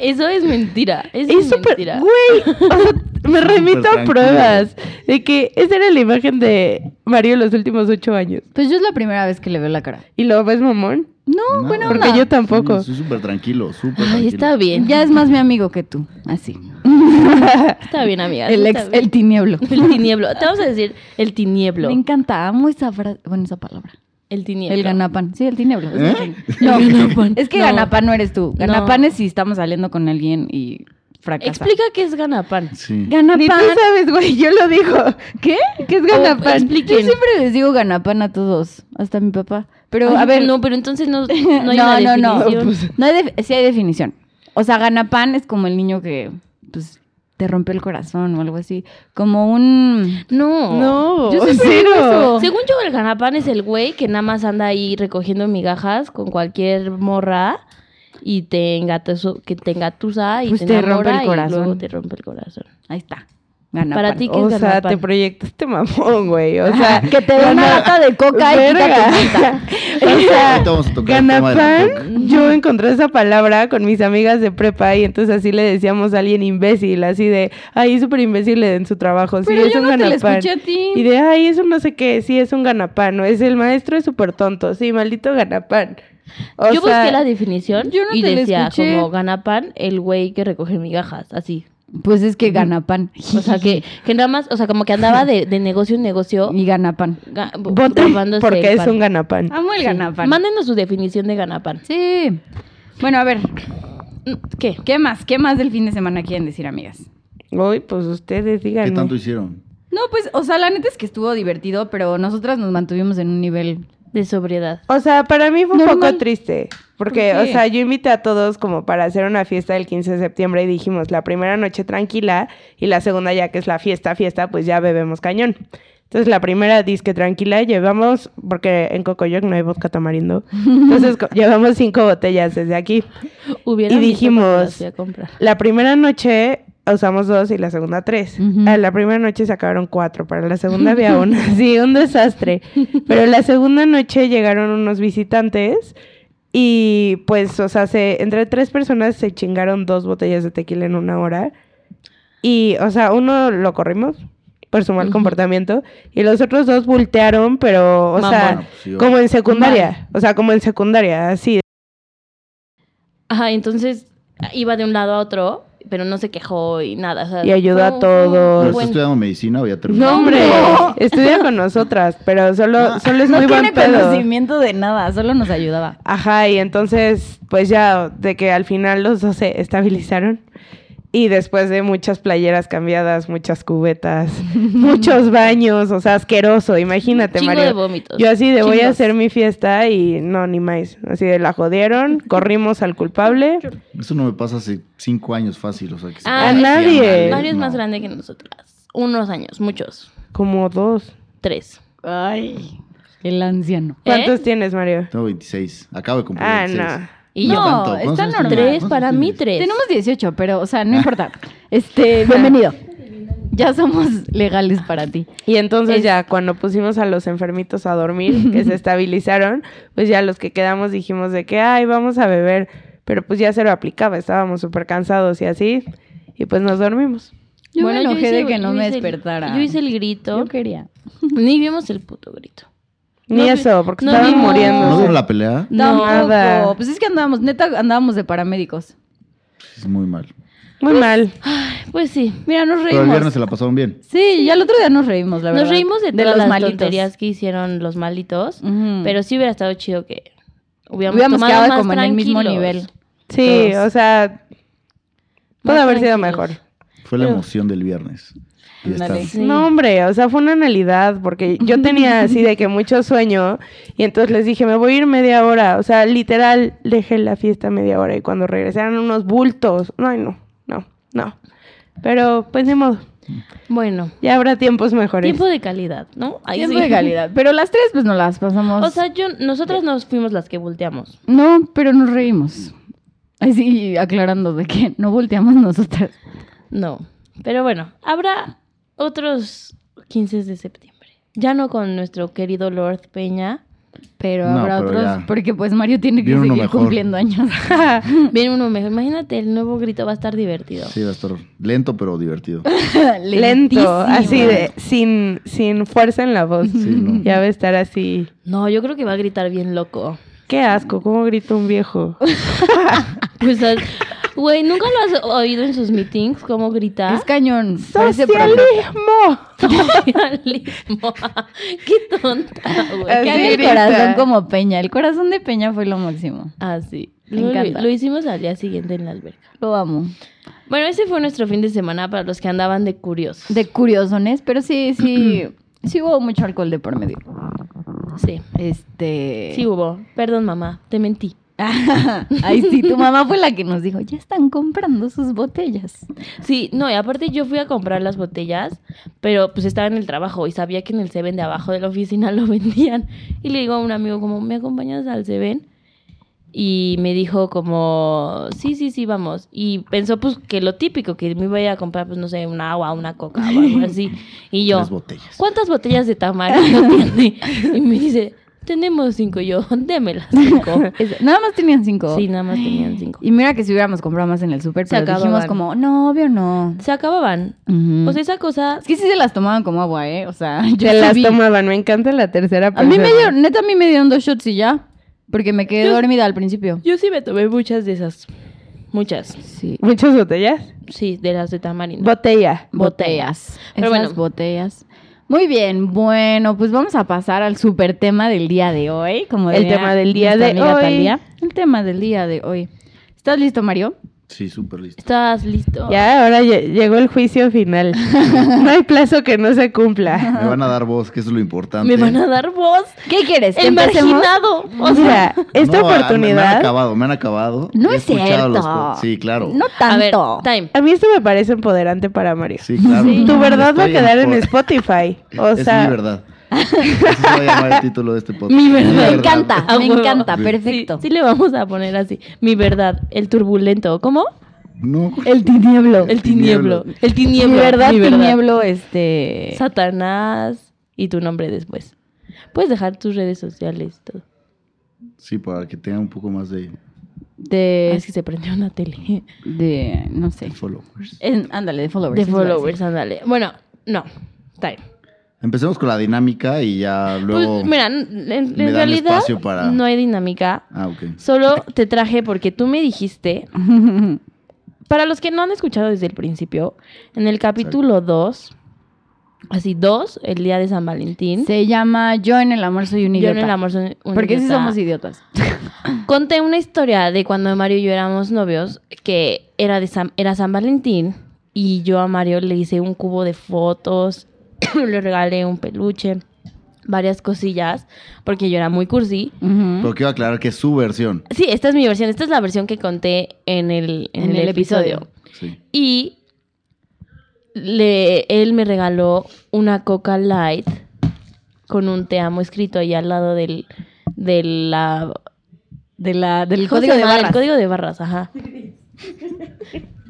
Speaker 4: Eso es mentira. Eso es,
Speaker 3: Es súper,
Speaker 4: mentira.
Speaker 3: güey, o sea, Me
Speaker 5: <laughs> Súper
Speaker 3: remito a
Speaker 5: tranquilo.
Speaker 3: pruebas de que esa era la imagen de Mario en los últimos ocho años.
Speaker 2: Pues yo es la primera vez que le veo la cara.
Speaker 3: ¿Y lo ves mamón?
Speaker 2: No,
Speaker 5: No,
Speaker 2: buena
Speaker 3: Porque
Speaker 2: onda.
Speaker 3: yo tampoco.
Speaker 5: Sí, soy súper tranquilo, súper
Speaker 4: Ay,
Speaker 5: tranquilo.
Speaker 4: está bien.
Speaker 2: Ya es más mi amigo que tú, así.
Speaker 4: Está bien, amiga.
Speaker 2: El
Speaker 4: está
Speaker 2: ex,
Speaker 4: bien.
Speaker 2: el tinieblo.
Speaker 4: <laughs> El tinieblo. Te vamos a decir el tinieblo.
Speaker 2: Me encanta, amo esa frase, bueno, esa palabra.
Speaker 4: El tinieblo.
Speaker 2: El ganapan, sí, el tinieblo.
Speaker 5: ¿Eh?
Speaker 2: No,
Speaker 4: El ganapan.
Speaker 2: es que
Speaker 4: No.
Speaker 2: ganapan no eres tú. Ganapan
Speaker 4: No.
Speaker 2: es si estamos saliendo con alguien y fracasa.
Speaker 4: Explica qué es ganapan.
Speaker 5: Sí.
Speaker 3: Ni tú
Speaker 2: Ganapan.
Speaker 3: sabes, güey, yo lo digo.
Speaker 2: ¿Qué? ¿Qué es
Speaker 4: Oh,
Speaker 2: ganapan?
Speaker 4: expliquen.
Speaker 2: Yo siempre les digo ganapan a todos, hasta a mi papá. Pero
Speaker 4: Ay,
Speaker 2: a ver,
Speaker 4: No, pero entonces no, no hay una
Speaker 2: <laughs> no, <laughs>
Speaker 4: definición.
Speaker 2: pues, no hay def- sí hay definición. O sea, ganapan es como el niño que pues te rompe el corazón o algo así, como un
Speaker 4: No.
Speaker 3: No,
Speaker 2: Yo siempre
Speaker 3: cero.
Speaker 2: digo eso.
Speaker 4: Según yo, el ganapán es el güey que nada más anda ahí recogiendo migajas con cualquier morra y te engatusa, que te engatusa y
Speaker 2: Pues
Speaker 4: te,
Speaker 2: te rompe
Speaker 4: enamora
Speaker 2: el
Speaker 4: y
Speaker 2: corazón.
Speaker 4: luego te rompe
Speaker 2: <laughs>
Speaker 4: el corazón.
Speaker 2: ahí está. Ganapan.
Speaker 4: Para ti, ¿qué
Speaker 3: O
Speaker 4: es
Speaker 3: sea,
Speaker 4: ganapán?
Speaker 3: te proyectaste mamón, güey. O sea,
Speaker 2: <laughs> que te dé una gata de coca y quita tu
Speaker 3: Verga. O sea,
Speaker 5: Ahorita vamos a tocar el tema de la coca.
Speaker 3: ganapán, yo encontré esa palabra con mis amigas de prepa y entonces así le decíamos a alguien imbécil, así de, ay, es súper imbécil en su trabajo, sí,
Speaker 2: Pero
Speaker 3: es
Speaker 2: yo
Speaker 3: un
Speaker 2: no te la
Speaker 3: ganapán.
Speaker 2: escuché a ti.
Speaker 3: Y de, ay, eso no sé qué, sí, es un ganapán, o es el maestro es súper tonto, sí, maldito ganapán. O
Speaker 4: yo
Speaker 3: sea,
Speaker 4: busqué la definición
Speaker 2: yo no
Speaker 4: y
Speaker 2: te la
Speaker 4: decía
Speaker 2: escuché.
Speaker 4: como ganapán el güey que recoge migajas, así.
Speaker 2: Pues es que ganapan.
Speaker 4: O
Speaker 2: <laughs>
Speaker 4: sea, que, que nada más, o sea, como que andaba de, de negocio en negocio.
Speaker 2: y ganapan.
Speaker 4: ga-
Speaker 3: voten
Speaker 4: robándose
Speaker 3: porque es
Speaker 4: el pan.
Speaker 3: un ganapán.
Speaker 2: Amo el
Speaker 4: Sí.
Speaker 2: ganapán.
Speaker 4: Mándenos su definición de ganapán.
Speaker 2: Sí. Bueno, a ver,
Speaker 4: ¿Qué?
Speaker 2: ¿qué más? ¿Qué más del fin de semana quieren decir, amigas?
Speaker 3: Hoy, pues ustedes
Speaker 5: ¿Qué tanto
Speaker 3: díganme.
Speaker 5: hicieron?
Speaker 2: No, pues, o sea, la neta es que estuvo divertido, pero nosotras nos mantuvimos en un nivel.
Speaker 4: De sobriedad.
Speaker 3: O sea, para mí fue un
Speaker 2: Normal.
Speaker 3: poco triste. Porque,
Speaker 2: ¿Por qué?
Speaker 3: o sea, yo invité a todos como para hacer una fiesta del 15 de septiembre y dijimos la primera noche tranquila y la segunda ya que es la fiesta, fiesta, pues ya bebemos cañón. Entonces la primera disque tranquila llevamos, porque en Cocoyoc no hay vodka tamarindo, entonces co- llevamos cinco botellas desde aquí.
Speaker 4: Hubiera
Speaker 3: Y
Speaker 4: visto cuando
Speaker 3: dijimos-
Speaker 4: las fui a comprar.
Speaker 3: La primera noche usamos dos y la segunda tres.
Speaker 2: Ujú.
Speaker 3: A la primera noche se acabaron cuatro, para la segunda había una. sí, un desastre. Pero la segunda noche llegaron unos visitantes y pues, o sea, se, entre tres personas se chingaron dos botellas de tequila en una hora. Y, o sea, uno lo corrimos por su mal
Speaker 4: Ujú.
Speaker 3: comportamiento y los otros dos voltearon, pero, o
Speaker 4: Ah,
Speaker 5: Bueno,
Speaker 3: sea,
Speaker 5: pues, sí,
Speaker 3: como en secundaria. O sea, como en secundaria, así.
Speaker 4: Ajá, entonces iba de un lado a otro, pero no se quejó y nada. o sea,
Speaker 3: Y ayudó a
Speaker 4: fue un-
Speaker 3: todos.
Speaker 4: fue
Speaker 5: Pero
Speaker 4: un
Speaker 5: está
Speaker 4: buen-
Speaker 5: estudiando medicina o ya terminó.
Speaker 3: No, hombre,
Speaker 2: No.
Speaker 3: estudia con nosotras, pero solo, solo es
Speaker 2: no
Speaker 3: muy
Speaker 2: tiene
Speaker 3: buen pedo.
Speaker 2: conocimiento de nada, solo nos ayudaba.
Speaker 3: Ajá, y entonces, pues ya, de que al final los dos se estabilizaron. Y después de muchas playeras cambiadas,
Speaker 2: <laughs>
Speaker 3: muchas cubetas, muchos baños, o sea, asqueroso, imagínate,
Speaker 4: Chingo de
Speaker 3: Mario.
Speaker 4: vómitos.
Speaker 3: Yo así de voy a
Speaker 4: Chingos.
Speaker 3: hacer mi fiesta y no, ni más. Así de la jodieron, corrimos
Speaker 2: <laughs>
Speaker 3: al culpable.
Speaker 5: Eso no me pasa hace cinco años fácil. O sea, que se
Speaker 4: Ah, a
Speaker 5: ponga así
Speaker 3: nadie.
Speaker 5: mal, ¿eh?
Speaker 4: Mario es
Speaker 5: No.
Speaker 4: más grande que nosotras. Unos años, muchos.
Speaker 3: Como dos.
Speaker 4: Tres.
Speaker 2: Ay, el anciano.
Speaker 3: ¿Cuántos
Speaker 4: ¿Eh?
Speaker 3: tienes, Mario?
Speaker 5: Tengo 26. Acabo de cumplir
Speaker 3: Ah,
Speaker 5: 26.
Speaker 3: no.
Speaker 4: Y
Speaker 2: No,
Speaker 4: yo.
Speaker 5: ¿Cuánto? ¿Cuántos
Speaker 2: está
Speaker 5: años tienes?
Speaker 2: normal.
Speaker 4: Tres,
Speaker 5: ¿Cuántos
Speaker 4: para
Speaker 5: años
Speaker 4: mí
Speaker 5: tienes?
Speaker 4: tres.
Speaker 2: Tenemos 18, pero, o
Speaker 4: Ah.
Speaker 2: sea, no importa.
Speaker 4: <laughs>
Speaker 2: Este, bienvenido. Ya somos legales para ti.
Speaker 3: Y entonces
Speaker 2: Es-
Speaker 3: ya cuando pusimos a los enfermitos a dormir, que se
Speaker 4: <laughs>
Speaker 3: estabilizaron, pues ya los que quedamos dijimos de que, ay, vamos a beber, pero pues ya se lo aplicaba, estábamos súper cansados y así, y pues nos dormimos.
Speaker 2: Yo
Speaker 4: Bueno,
Speaker 2: me enojé
Speaker 4: hice-
Speaker 2: de que no
Speaker 4: yo
Speaker 2: me
Speaker 4: hice el-
Speaker 2: despertara.
Speaker 4: yo hice el grito.
Speaker 2: Yo quería.
Speaker 4: Ni vimos el puto grito.
Speaker 3: Ni
Speaker 4: No vi-
Speaker 3: eso, porque
Speaker 4: no
Speaker 3: estaban
Speaker 4: vimos.
Speaker 5: ¿No
Speaker 3: muriendo.
Speaker 5: duró la pelea?
Speaker 4: No.
Speaker 3: Nada.
Speaker 2: Tampoco. Pues es que andábamos, neta, andábamos de paramédicos.
Speaker 5: Es muy mal.
Speaker 3: Muy mal.
Speaker 4: Pues sí.
Speaker 2: Mira, nos
Speaker 5: Pero el viernes
Speaker 2: reímos.
Speaker 5: se la pasaron bien.
Speaker 2: Sí, ya el otro día nos reímos, la verdad.
Speaker 4: Nos reímos de, todas las tonterías que hicieron los malitos.
Speaker 2: Ujú.
Speaker 4: Pero sí hubiera estado chido que hubiéramos,
Speaker 2: Mm. Hubiéramos
Speaker 4: tomado
Speaker 2: quedado
Speaker 4: más
Speaker 2: como en el mismo
Speaker 4: tranquilos.
Speaker 2: nivel.
Speaker 3: Sí,
Speaker 2: Todos.
Speaker 3: o sea, pudo
Speaker 4: Más
Speaker 3: haber sido
Speaker 4: tranquilos.
Speaker 3: mejor.
Speaker 5: Fue la
Speaker 4: Pero-
Speaker 5: emoción del viernes. Y ya
Speaker 2: Ándale.
Speaker 5: está.
Speaker 4: Sí.
Speaker 3: No, hombre, o sea, fue una realidad, porque
Speaker 2: <laughs>
Speaker 3: yo tenía así de que mucho sueño, y entonces les dije, me voy a ir media hora, o sea, literal, dejé la fiesta media hora, y cuando regresaron unos bultos, no, ay, no, no, no. Pero, pues, ni modo,
Speaker 4: Bueno,
Speaker 3: ya habrá tiempos mejores.
Speaker 4: tiempo de calidad, ¿no? Ahí
Speaker 2: Tiempo
Speaker 4: sí.
Speaker 2: de calidad. Pero las tres, pues no las pasamos.
Speaker 4: O sea, yo, nosotras nos fuimos las que volteamos.
Speaker 2: no, pero nos reímos. Así aclarando de que no volteamos nosotras.
Speaker 4: No. Pero bueno, habrá <laughs> otros 15 de septiembre. Ya no con nuestro querido Lord Peña,
Speaker 2: Pero
Speaker 5: No,
Speaker 2: habrá
Speaker 5: pero
Speaker 2: otros,
Speaker 5: ya.
Speaker 2: porque pues Mario tiene que
Speaker 5: Viene uno
Speaker 2: seguir
Speaker 5: mejor.
Speaker 2: cumpliendo años. <laughs>
Speaker 4: Viene uno mejor. Imagínate, el nuevo grito va a estar divertido.
Speaker 5: Sí, va a estar lento pero divertido.
Speaker 2: Lentísimo.
Speaker 3: Lento, así de, sin, sin fuerza en la voz.
Speaker 5: Sí, ¿no?
Speaker 3: Ya va a estar así.
Speaker 4: No, yo creo que va a gritar bien loco. <laughs>
Speaker 3: Qué asco, cómo grita un viejo.
Speaker 4: Pues, ah, güey, ¿nunca lo has oído en sus meetings cómo gritar?
Speaker 2: Es
Speaker 4: <laughs>
Speaker 2: cañón. <laughs> parece profeta.
Speaker 3: ¡Socialismo!
Speaker 4: Socialismo. <laughs> Qué tonta,
Speaker 2: Que
Speaker 4: güey.
Speaker 2: haga el
Speaker 3: grita.
Speaker 2: corazón como Peña. El corazón de Peña fue lo máximo.
Speaker 4: Ah, sí.
Speaker 2: Me
Speaker 4: Lo-
Speaker 2: encanta.
Speaker 4: Lo hicimos al día siguiente en la alberca.
Speaker 2: Lo amo.
Speaker 4: Bueno, ese fue nuestro fin de semana para los que andaban de curiosos.
Speaker 2: De curiosones, pero sí, sí, <clears throat> sí hubo mucho alcohol de por medio.
Speaker 4: Sí.
Speaker 2: Este.
Speaker 4: Sí hubo. Perdón, mamá. Te mentí.
Speaker 2: <laughs> Ay, sí, tu mamá fue la que nos dijo, ya están comprando sus botellas.
Speaker 4: Sí, no, y aparte yo fui a comprar las botellas, pero pues estaba en el trabajo y sabía que en el Seven de abajo de la oficina <laughs> lo vendían. Y le digo a un amigo como, ¿me acompañas al Seven? Y me dijo como, sí, sí, sí, vamos. Y pensó pues que lo típico, que me iba a ir a comprar pues no sé, un agua, una coca
Speaker 2: <laughs>
Speaker 4: o algo así. Y yo,
Speaker 5: Tres botellas.
Speaker 4: ¿cuántas botellas de tamarindo <laughs> tiene? Y me dice, tenemos cinco. Y yo, <laughs> démelas cinco.
Speaker 2: <laughs> Es- nada más tenían cinco.
Speaker 4: Sí, nada más tenían cinco.
Speaker 2: Y mira que si hubiéramos comprado más en el súper,
Speaker 4: Se
Speaker 2: pero dijimos
Speaker 4: acababan.
Speaker 2: como, no, obvio no.
Speaker 4: Se acababan.
Speaker 2: Ujú.
Speaker 4: O sea, esa cosa...
Speaker 2: es que sí se las tomaban como agua, ¿eh? O sea, <laughs> yo
Speaker 3: Se
Speaker 2: sí
Speaker 3: las
Speaker 2: vi.
Speaker 3: tomaban, me encanta la tercera
Speaker 2: A mí me
Speaker 3: persona.
Speaker 2: dieron, neta, a mí me dieron dos shots y ya. Porque me quedé
Speaker 4: Yo-
Speaker 2: dormida al principio.
Speaker 4: Yo sí me tomé muchas de esas. Muchas.
Speaker 2: Sí.
Speaker 3: ¿Muchas botellas?
Speaker 4: Sí, de las de tamarindo.
Speaker 3: Botella.
Speaker 2: Botellas.
Speaker 4: Pero
Speaker 2: Esas
Speaker 4: bueno.
Speaker 2: botellas. Muy bien, bueno, pues vamos a pasar al super tema del día de hoy. Como
Speaker 3: El
Speaker 2: diría
Speaker 3: tema del día
Speaker 2: nuestra
Speaker 3: de
Speaker 2: amiga
Speaker 3: hoy.
Speaker 2: Thalía. El tema del día de hoy. ¿Estás listo, Mario?
Speaker 5: Sí, súper listo.
Speaker 4: ¿Estás listo?
Speaker 3: Ya, ahora lle- llegó el juicio
Speaker 4: <laughs>
Speaker 3: final. No hay plazo que no se cumpla.
Speaker 5: Me van a dar voz, que eso es lo importante.
Speaker 4: Me van a dar voz.
Speaker 2: ¿Qué quieres? ¿Que
Speaker 4: El
Speaker 2: empecemos?
Speaker 4: marginado. O sea,
Speaker 3: Mira, esta
Speaker 5: No, a- Me han
Speaker 3: oportunidad...
Speaker 5: acabado, me han acabado.
Speaker 2: No
Speaker 5: He
Speaker 2: es
Speaker 5: escuchado los
Speaker 2: cierto.
Speaker 5: po- sí, claro.
Speaker 2: No
Speaker 4: a ver,
Speaker 2: tanto.
Speaker 4: time.
Speaker 3: A mí esto me parece empoderante para Mario.
Speaker 5: Sí, claro.
Speaker 4: Sí.
Speaker 3: Tu verdad va a
Speaker 5: Estoy
Speaker 3: quedar en
Speaker 5: empo-
Speaker 3: Spotify. O sea,
Speaker 5: Es mi verdad. Así se va a llamar el título de este podcast.
Speaker 4: Mi verdad.
Speaker 2: Me
Speaker 4: verdad.
Speaker 2: encanta,
Speaker 4: A
Speaker 2: me
Speaker 4: huevo.
Speaker 2: encanta,
Speaker 5: Sí.
Speaker 4: Sí,
Speaker 2: perfecto.
Speaker 4: sí le vamos a poner así. Mi verdad, el turbulento. ¿Cómo?
Speaker 5: No.
Speaker 3: el tinieblo.
Speaker 4: El tinieblo. El
Speaker 2: Mi
Speaker 4: tinieblo.
Speaker 2: verdad, mi nieblo, este...
Speaker 4: Satanás y tu nombre después. Puedes dejar tus redes sociales y todo.
Speaker 5: Sí, para que tenga un poco más de
Speaker 4: Ah,
Speaker 2: De...
Speaker 4: Es que se prendió una tele.
Speaker 2: De... No sé.
Speaker 5: followers.
Speaker 2: En- ándale, de followers.
Speaker 4: De
Speaker 2: eso iba a decir.
Speaker 4: followers, ándale. Bueno, no. Time.
Speaker 5: Empecemos con la dinámica y ya luego.
Speaker 4: Pues mira, en, en
Speaker 5: me dan
Speaker 4: realidad
Speaker 5: espacio para-
Speaker 4: no hay dinámica.
Speaker 5: Ah, ok.
Speaker 4: Solo te traje porque tú me dijiste, para los que no han escuchado desde el principio, en el capítulo 2, así 2, el día de San Valentín,
Speaker 2: Se llama Yo en el amor soy un
Speaker 4: yo
Speaker 2: idiota.
Speaker 4: en el amor soy un
Speaker 2: Porque sí
Speaker 4: idiota.
Speaker 2: somos idiotas.
Speaker 4: Conté una historia de cuando Mario y yo éramos novios, que era, de San, era San Valentín, y yo a Mario le hice un cubo de fotos, <clears throat> le regalé un peluche, varias cosillas, porque yo era muy cursi.
Speaker 2: Ujú.
Speaker 5: Pero quiero aclarar que es su versión.
Speaker 4: Sí, esta es mi versión. Esta es la versión que conté en el, en
Speaker 2: En
Speaker 4: el
Speaker 2: el
Speaker 4: episodio.
Speaker 2: episodio.
Speaker 5: Sí.
Speaker 4: Y le, él me regaló una Coca Light con un te amo escrito ahí al lado del, de la-
Speaker 2: De la, del
Speaker 4: ¿cómo se
Speaker 2: código de
Speaker 4: llama? Del
Speaker 2: barras.
Speaker 4: código de
Speaker 2: <laughs>
Speaker 4: barras, ajá.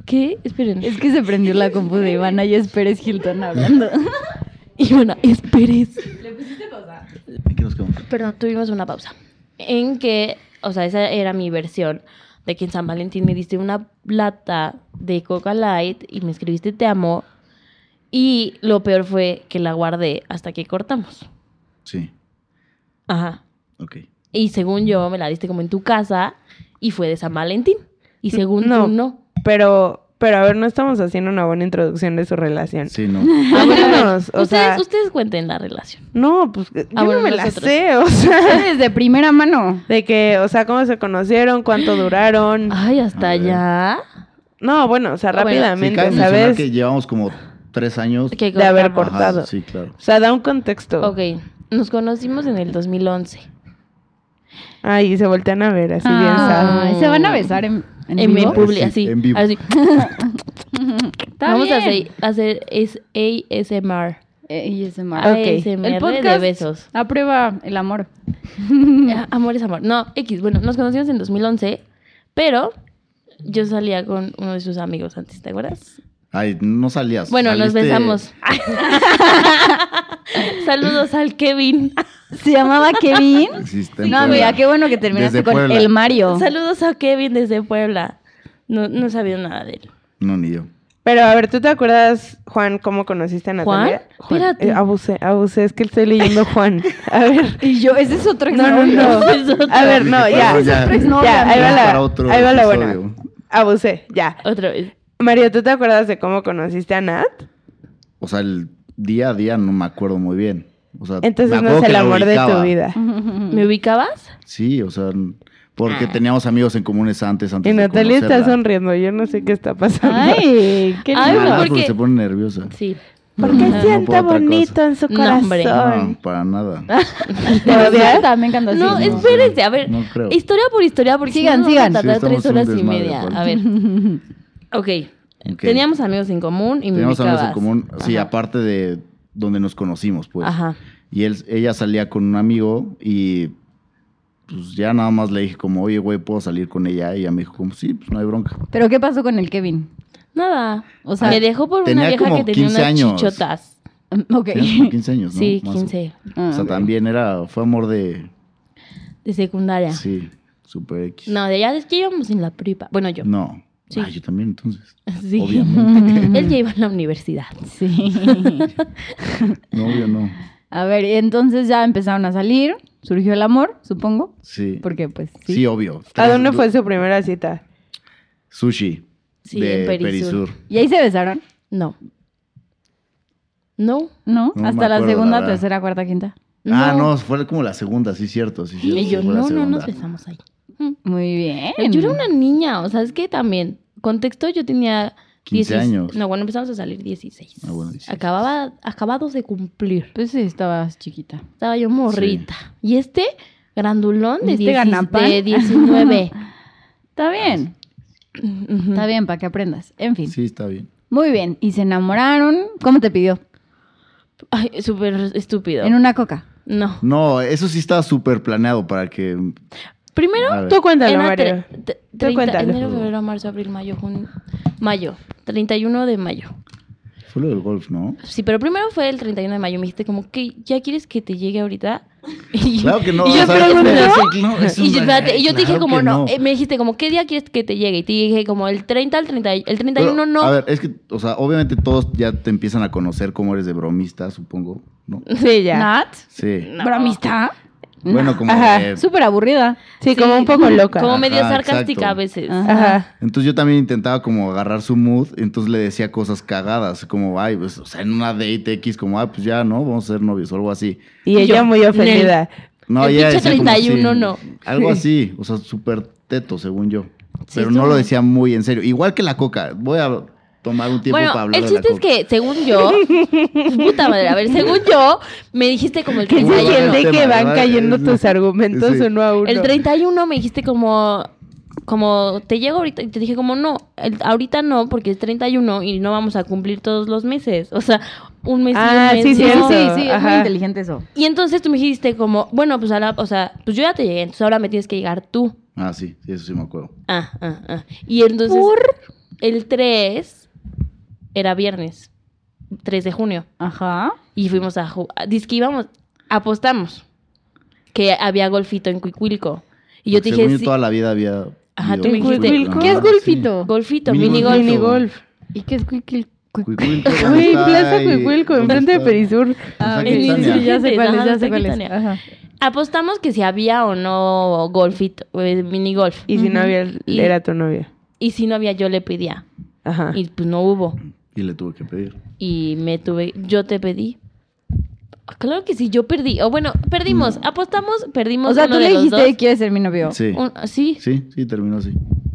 Speaker 4: ¿Qué? Esperen.
Speaker 2: Es que se prendió la compu de Ivana y es Pérez Hilton hablando. <laughs>
Speaker 4: Ivana, esperes.
Speaker 5: ¿En qué nos quedamos?
Speaker 4: Perdón, tuvimos una pausa. En que, o sea, esa era mi versión de que en San Valentín me diste una plata de Coca Light y me escribiste te amo. Y lo peor fue que la guardé hasta que cortamos.
Speaker 5: Sí.
Speaker 4: Ajá.
Speaker 5: Ok.
Speaker 4: Y según yo, me la diste como en tu casa y fue de San Valentín. Y según
Speaker 3: No.
Speaker 4: tú, no.
Speaker 3: Pero, pero a ver, no estamos haciendo una buena introducción de su relación.
Speaker 5: Sí,
Speaker 3: <laughs>
Speaker 5: no.
Speaker 4: Ah, bueno, a ver,
Speaker 3: Vámonos, o
Speaker 4: ustedes,
Speaker 3: sea-
Speaker 4: ustedes cuenten la relación.
Speaker 3: No, pues yo
Speaker 4: Ah, bueno,
Speaker 3: no me
Speaker 4: nosotros.
Speaker 3: la sé, o sea.
Speaker 2: Ustedes de primera mano.
Speaker 3: De que, o sea, cómo se conocieron, cuánto duraron.
Speaker 4: Ay, hasta
Speaker 5: A ver.
Speaker 4: allá.
Speaker 3: No, bueno, o sea,
Speaker 4: Ah. Bueno,
Speaker 5: Sí,
Speaker 3: rápidamente,
Speaker 5: cabe mencionar
Speaker 3: ¿sabes?
Speaker 5: que llevamos como tres años.
Speaker 4: Que
Speaker 3: De haber
Speaker 4: cortamos.
Speaker 5: Ajá,
Speaker 3: cortado.
Speaker 5: sí, claro.
Speaker 3: O sea, da un contexto.
Speaker 4: Ok, nos conocimos en el 2011.
Speaker 3: Ay, y se voltean a ver, así bien
Speaker 2: Ah,
Speaker 3: saben.
Speaker 4: sabe.
Speaker 2: se van a besar en, en,
Speaker 4: En
Speaker 2: vivo?
Speaker 4: vivo,
Speaker 5: vivo? Así,
Speaker 4: así.
Speaker 5: en vivo. <laughs>
Speaker 4: así.
Speaker 2: Está
Speaker 4: Vamos a hacer,
Speaker 2: bien.
Speaker 4: hacer es ASMR.
Speaker 2: Eh, y ese mar.
Speaker 3: Ah, ok.
Speaker 4: ASMR
Speaker 2: El
Speaker 4: de
Speaker 2: podcast
Speaker 4: besos.
Speaker 2: aprueba el amor.
Speaker 4: Ah, Amor es amor. No, X. Bueno, nos conocimos en 2011, pero yo salía con uno de sus amigos antes, ¿te acuerdas?
Speaker 5: Ay, no salías. <laughs>
Speaker 4: Bueno, nos
Speaker 5: saliste-
Speaker 4: besamos. Saludos al Kevin.
Speaker 2: <laughs> Se llamaba Kevin.
Speaker 5: Existe en
Speaker 2: No,
Speaker 5: Puebla.
Speaker 2: amiga, qué bueno que terminaste
Speaker 5: Desde
Speaker 2: con
Speaker 5: Puebla.
Speaker 2: el Mario.
Speaker 4: Saludos a Kevin desde Puebla. No, no he sabido nada de él.
Speaker 5: No, ni yo.
Speaker 3: Pero a ver, ¿tú te acuerdas, Juan, cómo conociste a Natalia?
Speaker 4: ¿Juan? Espérate.
Speaker 3: Eh, abusé, abusé, es que estoy leyendo Juan. A ver.
Speaker 2: Y yo, ese es otro
Speaker 3: No, no, no.
Speaker 4: <laughs> Es otro.
Speaker 3: A ver, no, ya.
Speaker 5: Perdón, ya.
Speaker 2: Sorpresa, <laughs> no,
Speaker 3: Ya, ahí va
Speaker 5: Es
Speaker 3: la,
Speaker 5: para otro
Speaker 3: ahí va la
Speaker 5: episodio.
Speaker 3: buena. Abusé, ya.
Speaker 4: Otra vez.
Speaker 3: Mario, ¿tú te acuerdas de cómo conociste a Nat?
Speaker 5: O sea, el día a día no me acuerdo muy bien. O sea, Ah, me
Speaker 3: Entonces no
Speaker 5: acuerdo
Speaker 3: es
Speaker 5: que
Speaker 3: el
Speaker 5: la
Speaker 3: amor de tu
Speaker 5: ubicaba. pues,
Speaker 3: vida.
Speaker 2: <laughs>
Speaker 4: ¿Me ubicabas?
Speaker 5: Sí, o sea,
Speaker 4: Ah.
Speaker 5: porque teníamos amigos en comunes antes. antes
Speaker 3: Y
Speaker 5: de
Speaker 3: Natalia está
Speaker 5: conocerla.
Speaker 3: sonriendo, yo no sé qué está pasando. <laughs>
Speaker 2: Ay, qué
Speaker 4: Ay,
Speaker 2: lindo.
Speaker 5: Ah,
Speaker 4: porque-
Speaker 5: porque se pone nerviosa.
Speaker 4: Sí.
Speaker 3: Porque
Speaker 5: No, no por
Speaker 3: sienta
Speaker 5: otra cosa.
Speaker 3: bonito en su
Speaker 4: No,
Speaker 3: corazón.
Speaker 4: hombre.
Speaker 5: No, para
Speaker 3: Ah,
Speaker 5: nada. <laughs>
Speaker 3: ¿Te
Speaker 2: me
Speaker 3: odias?
Speaker 2: encanta, me encanta.
Speaker 4: No,
Speaker 2: sí.
Speaker 5: es-
Speaker 4: espérense, a ver.
Speaker 5: No creo.
Speaker 4: Historia por historia, porque
Speaker 2: Sigan,
Speaker 4: si no,
Speaker 2: sigan.
Speaker 4: Nos vamos a
Speaker 5: Sí,
Speaker 4: tardar
Speaker 5: estamos
Speaker 4: tres horas
Speaker 5: un
Speaker 4: y
Speaker 5: desmadre,
Speaker 4: media.
Speaker 5: Juan.
Speaker 4: A ver. Ok.
Speaker 5: Ok.
Speaker 4: Teníamos amigos en común y me
Speaker 5: Teníamos amigos en
Speaker 4: ubicabas.
Speaker 5: común. Sí,
Speaker 4: Ajá.
Speaker 5: aparte de donde nos conocimos, pues.
Speaker 4: Ajá.
Speaker 5: Y él, ella salía con un amigo y pues ya nada más le dije como, oye, güey, ¿puedo salir con ella? Y ella me dijo como, sí, pues no hay bronca.
Speaker 2: Pero ¿qué pasó con el Kevin? <laughs>
Speaker 4: Nada.
Speaker 2: O sea,
Speaker 4: me dejó por una
Speaker 5: Ah, tenía
Speaker 4: vieja
Speaker 5: como
Speaker 4: que tenía
Speaker 5: 15
Speaker 4: unas
Speaker 5: años.
Speaker 4: chichotas.
Speaker 2: Ok.
Speaker 5: Tenías como 15 años, ¿no?
Speaker 4: Sí,
Speaker 5: Más o-
Speaker 4: 15.
Speaker 2: <laughs> Ah,
Speaker 5: O sea,
Speaker 2: ok.
Speaker 5: también era, fue amor de,
Speaker 4: De secundaria.
Speaker 5: sí, super X.
Speaker 4: No, de allá es que íbamos en la prepa. Bueno, yo.
Speaker 5: No.
Speaker 4: Sí.
Speaker 5: Ah, yo también, entonces.
Speaker 4: <laughs> Sí. <laughs>
Speaker 5: Obviamente.
Speaker 4: Él ya iba a la universidad.
Speaker 2: Sí. <laughs>
Speaker 5: No, obvio no.
Speaker 2: A ver, entonces ya empezaron a salir. Surgió el amor, supongo.
Speaker 5: Sí.
Speaker 2: Porque, pues,
Speaker 5: Sí,
Speaker 2: sí.
Speaker 5: obvio.
Speaker 3: ¿A dónde fue su primera cita?
Speaker 5: Sushi.
Speaker 4: Sí,
Speaker 5: de
Speaker 4: en Perisur.
Speaker 2: Y ahí se besaron,
Speaker 4: No. No.
Speaker 2: ¿no?
Speaker 5: No me
Speaker 2: Hasta la
Speaker 5: acuerdo, la
Speaker 2: segunda,
Speaker 5: verdad.
Speaker 2: tercera, cuarta, quinta.
Speaker 5: Ah,
Speaker 4: No.
Speaker 5: no, fue como la segunda, sí, cierto. Sí, cierto,
Speaker 4: Y yo,
Speaker 5: sí, fue la
Speaker 4: no, no
Speaker 5: segunda.
Speaker 4: nos besamos ahí.
Speaker 2: Muy bien.
Speaker 4: Yo era
Speaker 5: Em.
Speaker 4: una niña, o sea, es que también, contexto, yo tenía
Speaker 5: 15
Speaker 4: 16
Speaker 5: años.
Speaker 4: No, bueno, empezamos a salir 16.
Speaker 5: Ah, bueno, 16.
Speaker 4: Acababa, acabados de cumplir.
Speaker 2: Pues sí, estabas chiquita.
Speaker 4: Estaba yo morrita. Y este grandulón de,
Speaker 2: Este
Speaker 4: 16
Speaker 2: ganapán.
Speaker 3: <laughs>
Speaker 4: de 19.
Speaker 5: Ah,
Speaker 2: Está bien.
Speaker 4: Ujú.
Speaker 2: Está bien, para que aprendas. En fin.
Speaker 5: Sí, está bien.
Speaker 2: Muy bien. ¿Y se enamoraron? ¿Cómo te pidió?
Speaker 4: Ay, súper estúpido.
Speaker 2: En una coca.
Speaker 4: No.
Speaker 5: No, eso sí estaba súper planeado para que...
Speaker 4: Primero,
Speaker 5: a ver,
Speaker 3: Tú cuéntalo,
Speaker 4: era
Speaker 3: Mario.
Speaker 4: tre- te- 30
Speaker 3: cuéntalo.
Speaker 4: enero, febrero, marzo, abril, mayo, junio. Mayo, 31 de mayo.
Speaker 5: Fue lo del golf, ¿no?
Speaker 4: Sí, pero primero fue el 31 de mayo. Me dijiste como que ya quieres que te llegue ahorita. <laughs> Y-
Speaker 5: Claro que no.
Speaker 4: Y yo,
Speaker 5: o sea,
Speaker 4: pregunté-
Speaker 5: espérate, sí, claro, es
Speaker 4: y yo-
Speaker 5: un-
Speaker 4: espérate, y yo te dije
Speaker 5: claro
Speaker 4: como
Speaker 5: que
Speaker 4: no. eh, me dijiste como qué día quieres que te llegue. Y te dije como el 30 al 30, el 31
Speaker 5: Pero,
Speaker 4: no.
Speaker 5: A ver, es que, o sea, obviamente todos ya te empiezan a conocer cómo eres de bromista, supongo, ¿no?
Speaker 3: Sí, ya.
Speaker 2: ¿Nat?
Speaker 5: Sí.
Speaker 4: No.
Speaker 2: ¿Bromista?
Speaker 5: Bueno, como
Speaker 3: Ajá.
Speaker 5: de-
Speaker 2: Súper aburrida.
Speaker 3: Sí, como un poco loca.
Speaker 4: Como medio
Speaker 5: Ajá,
Speaker 4: sarcástica
Speaker 5: Ah, exacto.
Speaker 4: a veces.
Speaker 2: Ah.
Speaker 3: Ajá.
Speaker 5: Entonces yo también intentaba como agarrar su mood, entonces le decía cosas cagadas, como, ay, pues, o sea, en una date X, como, ay, pues ya, ¿no? Vamos a ser novios o algo así.
Speaker 3: Y ella
Speaker 4: yo,
Speaker 3: muy ofendida.
Speaker 5: No,
Speaker 4: El
Speaker 5: ella
Speaker 4: pinche
Speaker 5: decía como,
Speaker 4: 31
Speaker 5: sí,
Speaker 4: no.
Speaker 5: Algo así, o sea, súper teto, según yo.
Speaker 4: Sí,
Speaker 5: Pero
Speaker 4: estuvo-
Speaker 5: no lo decía muy en serio. Igual que la coca. Voy a tomar un tiempo
Speaker 4: Bueno,
Speaker 5: para hablar
Speaker 4: el
Speaker 5: de la
Speaker 4: chiste es
Speaker 5: coca.
Speaker 4: que,
Speaker 3: <laughs>
Speaker 4: según yo, puta madre, a ver, según yo, me dijiste como el
Speaker 3: Que
Speaker 5: Muy
Speaker 3: se
Speaker 5: bueno
Speaker 4: 31.
Speaker 5: el
Speaker 3: siente
Speaker 5: tema,
Speaker 3: que van
Speaker 5: ¿verdad?
Speaker 3: cayendo
Speaker 5: Es-
Speaker 3: tus argumentos
Speaker 5: sí.
Speaker 3: uno a uno.
Speaker 4: El 31 me dijiste como, como te llego ahorita y te dije como no, el- ahorita no porque es 31 y no vamos a cumplir todos los meses, o sea, un mes
Speaker 3: Ah,
Speaker 4: y un mes.
Speaker 3: sí,
Speaker 4: y
Speaker 2: Sí, sí,
Speaker 3: cierto.
Speaker 4: no.
Speaker 2: sí, es muy
Speaker 3: Ajá.
Speaker 2: inteligente eso.
Speaker 4: Y entonces tú me dijiste como, bueno, pues ahora, o sea, pues yo ya te llegué, entonces ahora me tienes que llegar tú.
Speaker 5: Ah, sí, sí, eso sí me acuerdo.
Speaker 4: Ah, ah, ah. Y entonces el 3 era viernes, 3 de junio,
Speaker 2: Ajá.
Speaker 4: y fuimos a jugar, dice que íbamos, apostamos que había golfito en Cuicuilco. Y yo te
Speaker 5: Porque
Speaker 4: dije,
Speaker 5: según
Speaker 4: sí,
Speaker 5: toda la vida había...
Speaker 4: Ajá,
Speaker 5: ido
Speaker 4: tú me
Speaker 5: a
Speaker 4: dijiste,
Speaker 5: Cuicuilco,
Speaker 2: ¿qué es
Speaker 5: ¿no?
Speaker 2: golfito?
Speaker 5: Ah, Sí.
Speaker 4: golfito,
Speaker 5: Mini
Speaker 4: mini
Speaker 5: golf.
Speaker 3: Mini golf.
Speaker 2: ¿Y qué es cuiquil? cuic-
Speaker 5: Cuicuilco, ¿dónde
Speaker 3: Uy,
Speaker 5: está?
Speaker 3: Plaza
Speaker 5: Y-
Speaker 3: Cuicuilco,
Speaker 5: ¿dónde
Speaker 3: enfrente de
Speaker 5: está?
Speaker 3: Perisur.
Speaker 5: Ah,
Speaker 2: ok,
Speaker 5: en
Speaker 2: sí,
Speaker 5: Tania.
Speaker 2: sí, ya sé cuál es,
Speaker 4: Ajá,
Speaker 2: ya sé
Speaker 4: aquí
Speaker 2: cuál es.
Speaker 4: Tania.
Speaker 2: Ajá.
Speaker 4: Apostamos que si había o no golfito, eh, mini golf.
Speaker 3: Y si
Speaker 2: Ujú.
Speaker 3: no había,
Speaker 4: Y-
Speaker 3: era tu novia.
Speaker 4: Y si no había, yo le pedía.
Speaker 3: Ajá.
Speaker 5: Ah.
Speaker 4: Y pues no hubo.
Speaker 5: Y le tuve que pedir.
Speaker 4: Y me tuve, yo te pedí. Ah, Claro que sí, yo perdí. O bueno, perdimos. Apostamos,
Speaker 2: Mm.
Speaker 4: perdimos.
Speaker 2: O sea,
Speaker 4: uno
Speaker 2: tú
Speaker 4: de
Speaker 2: le
Speaker 4: los
Speaker 2: dijiste
Speaker 4: dos.
Speaker 2: que quieres ser mi novio.
Speaker 5: Sí.
Speaker 4: Un- sí.
Speaker 5: Sí, sí, terminó así.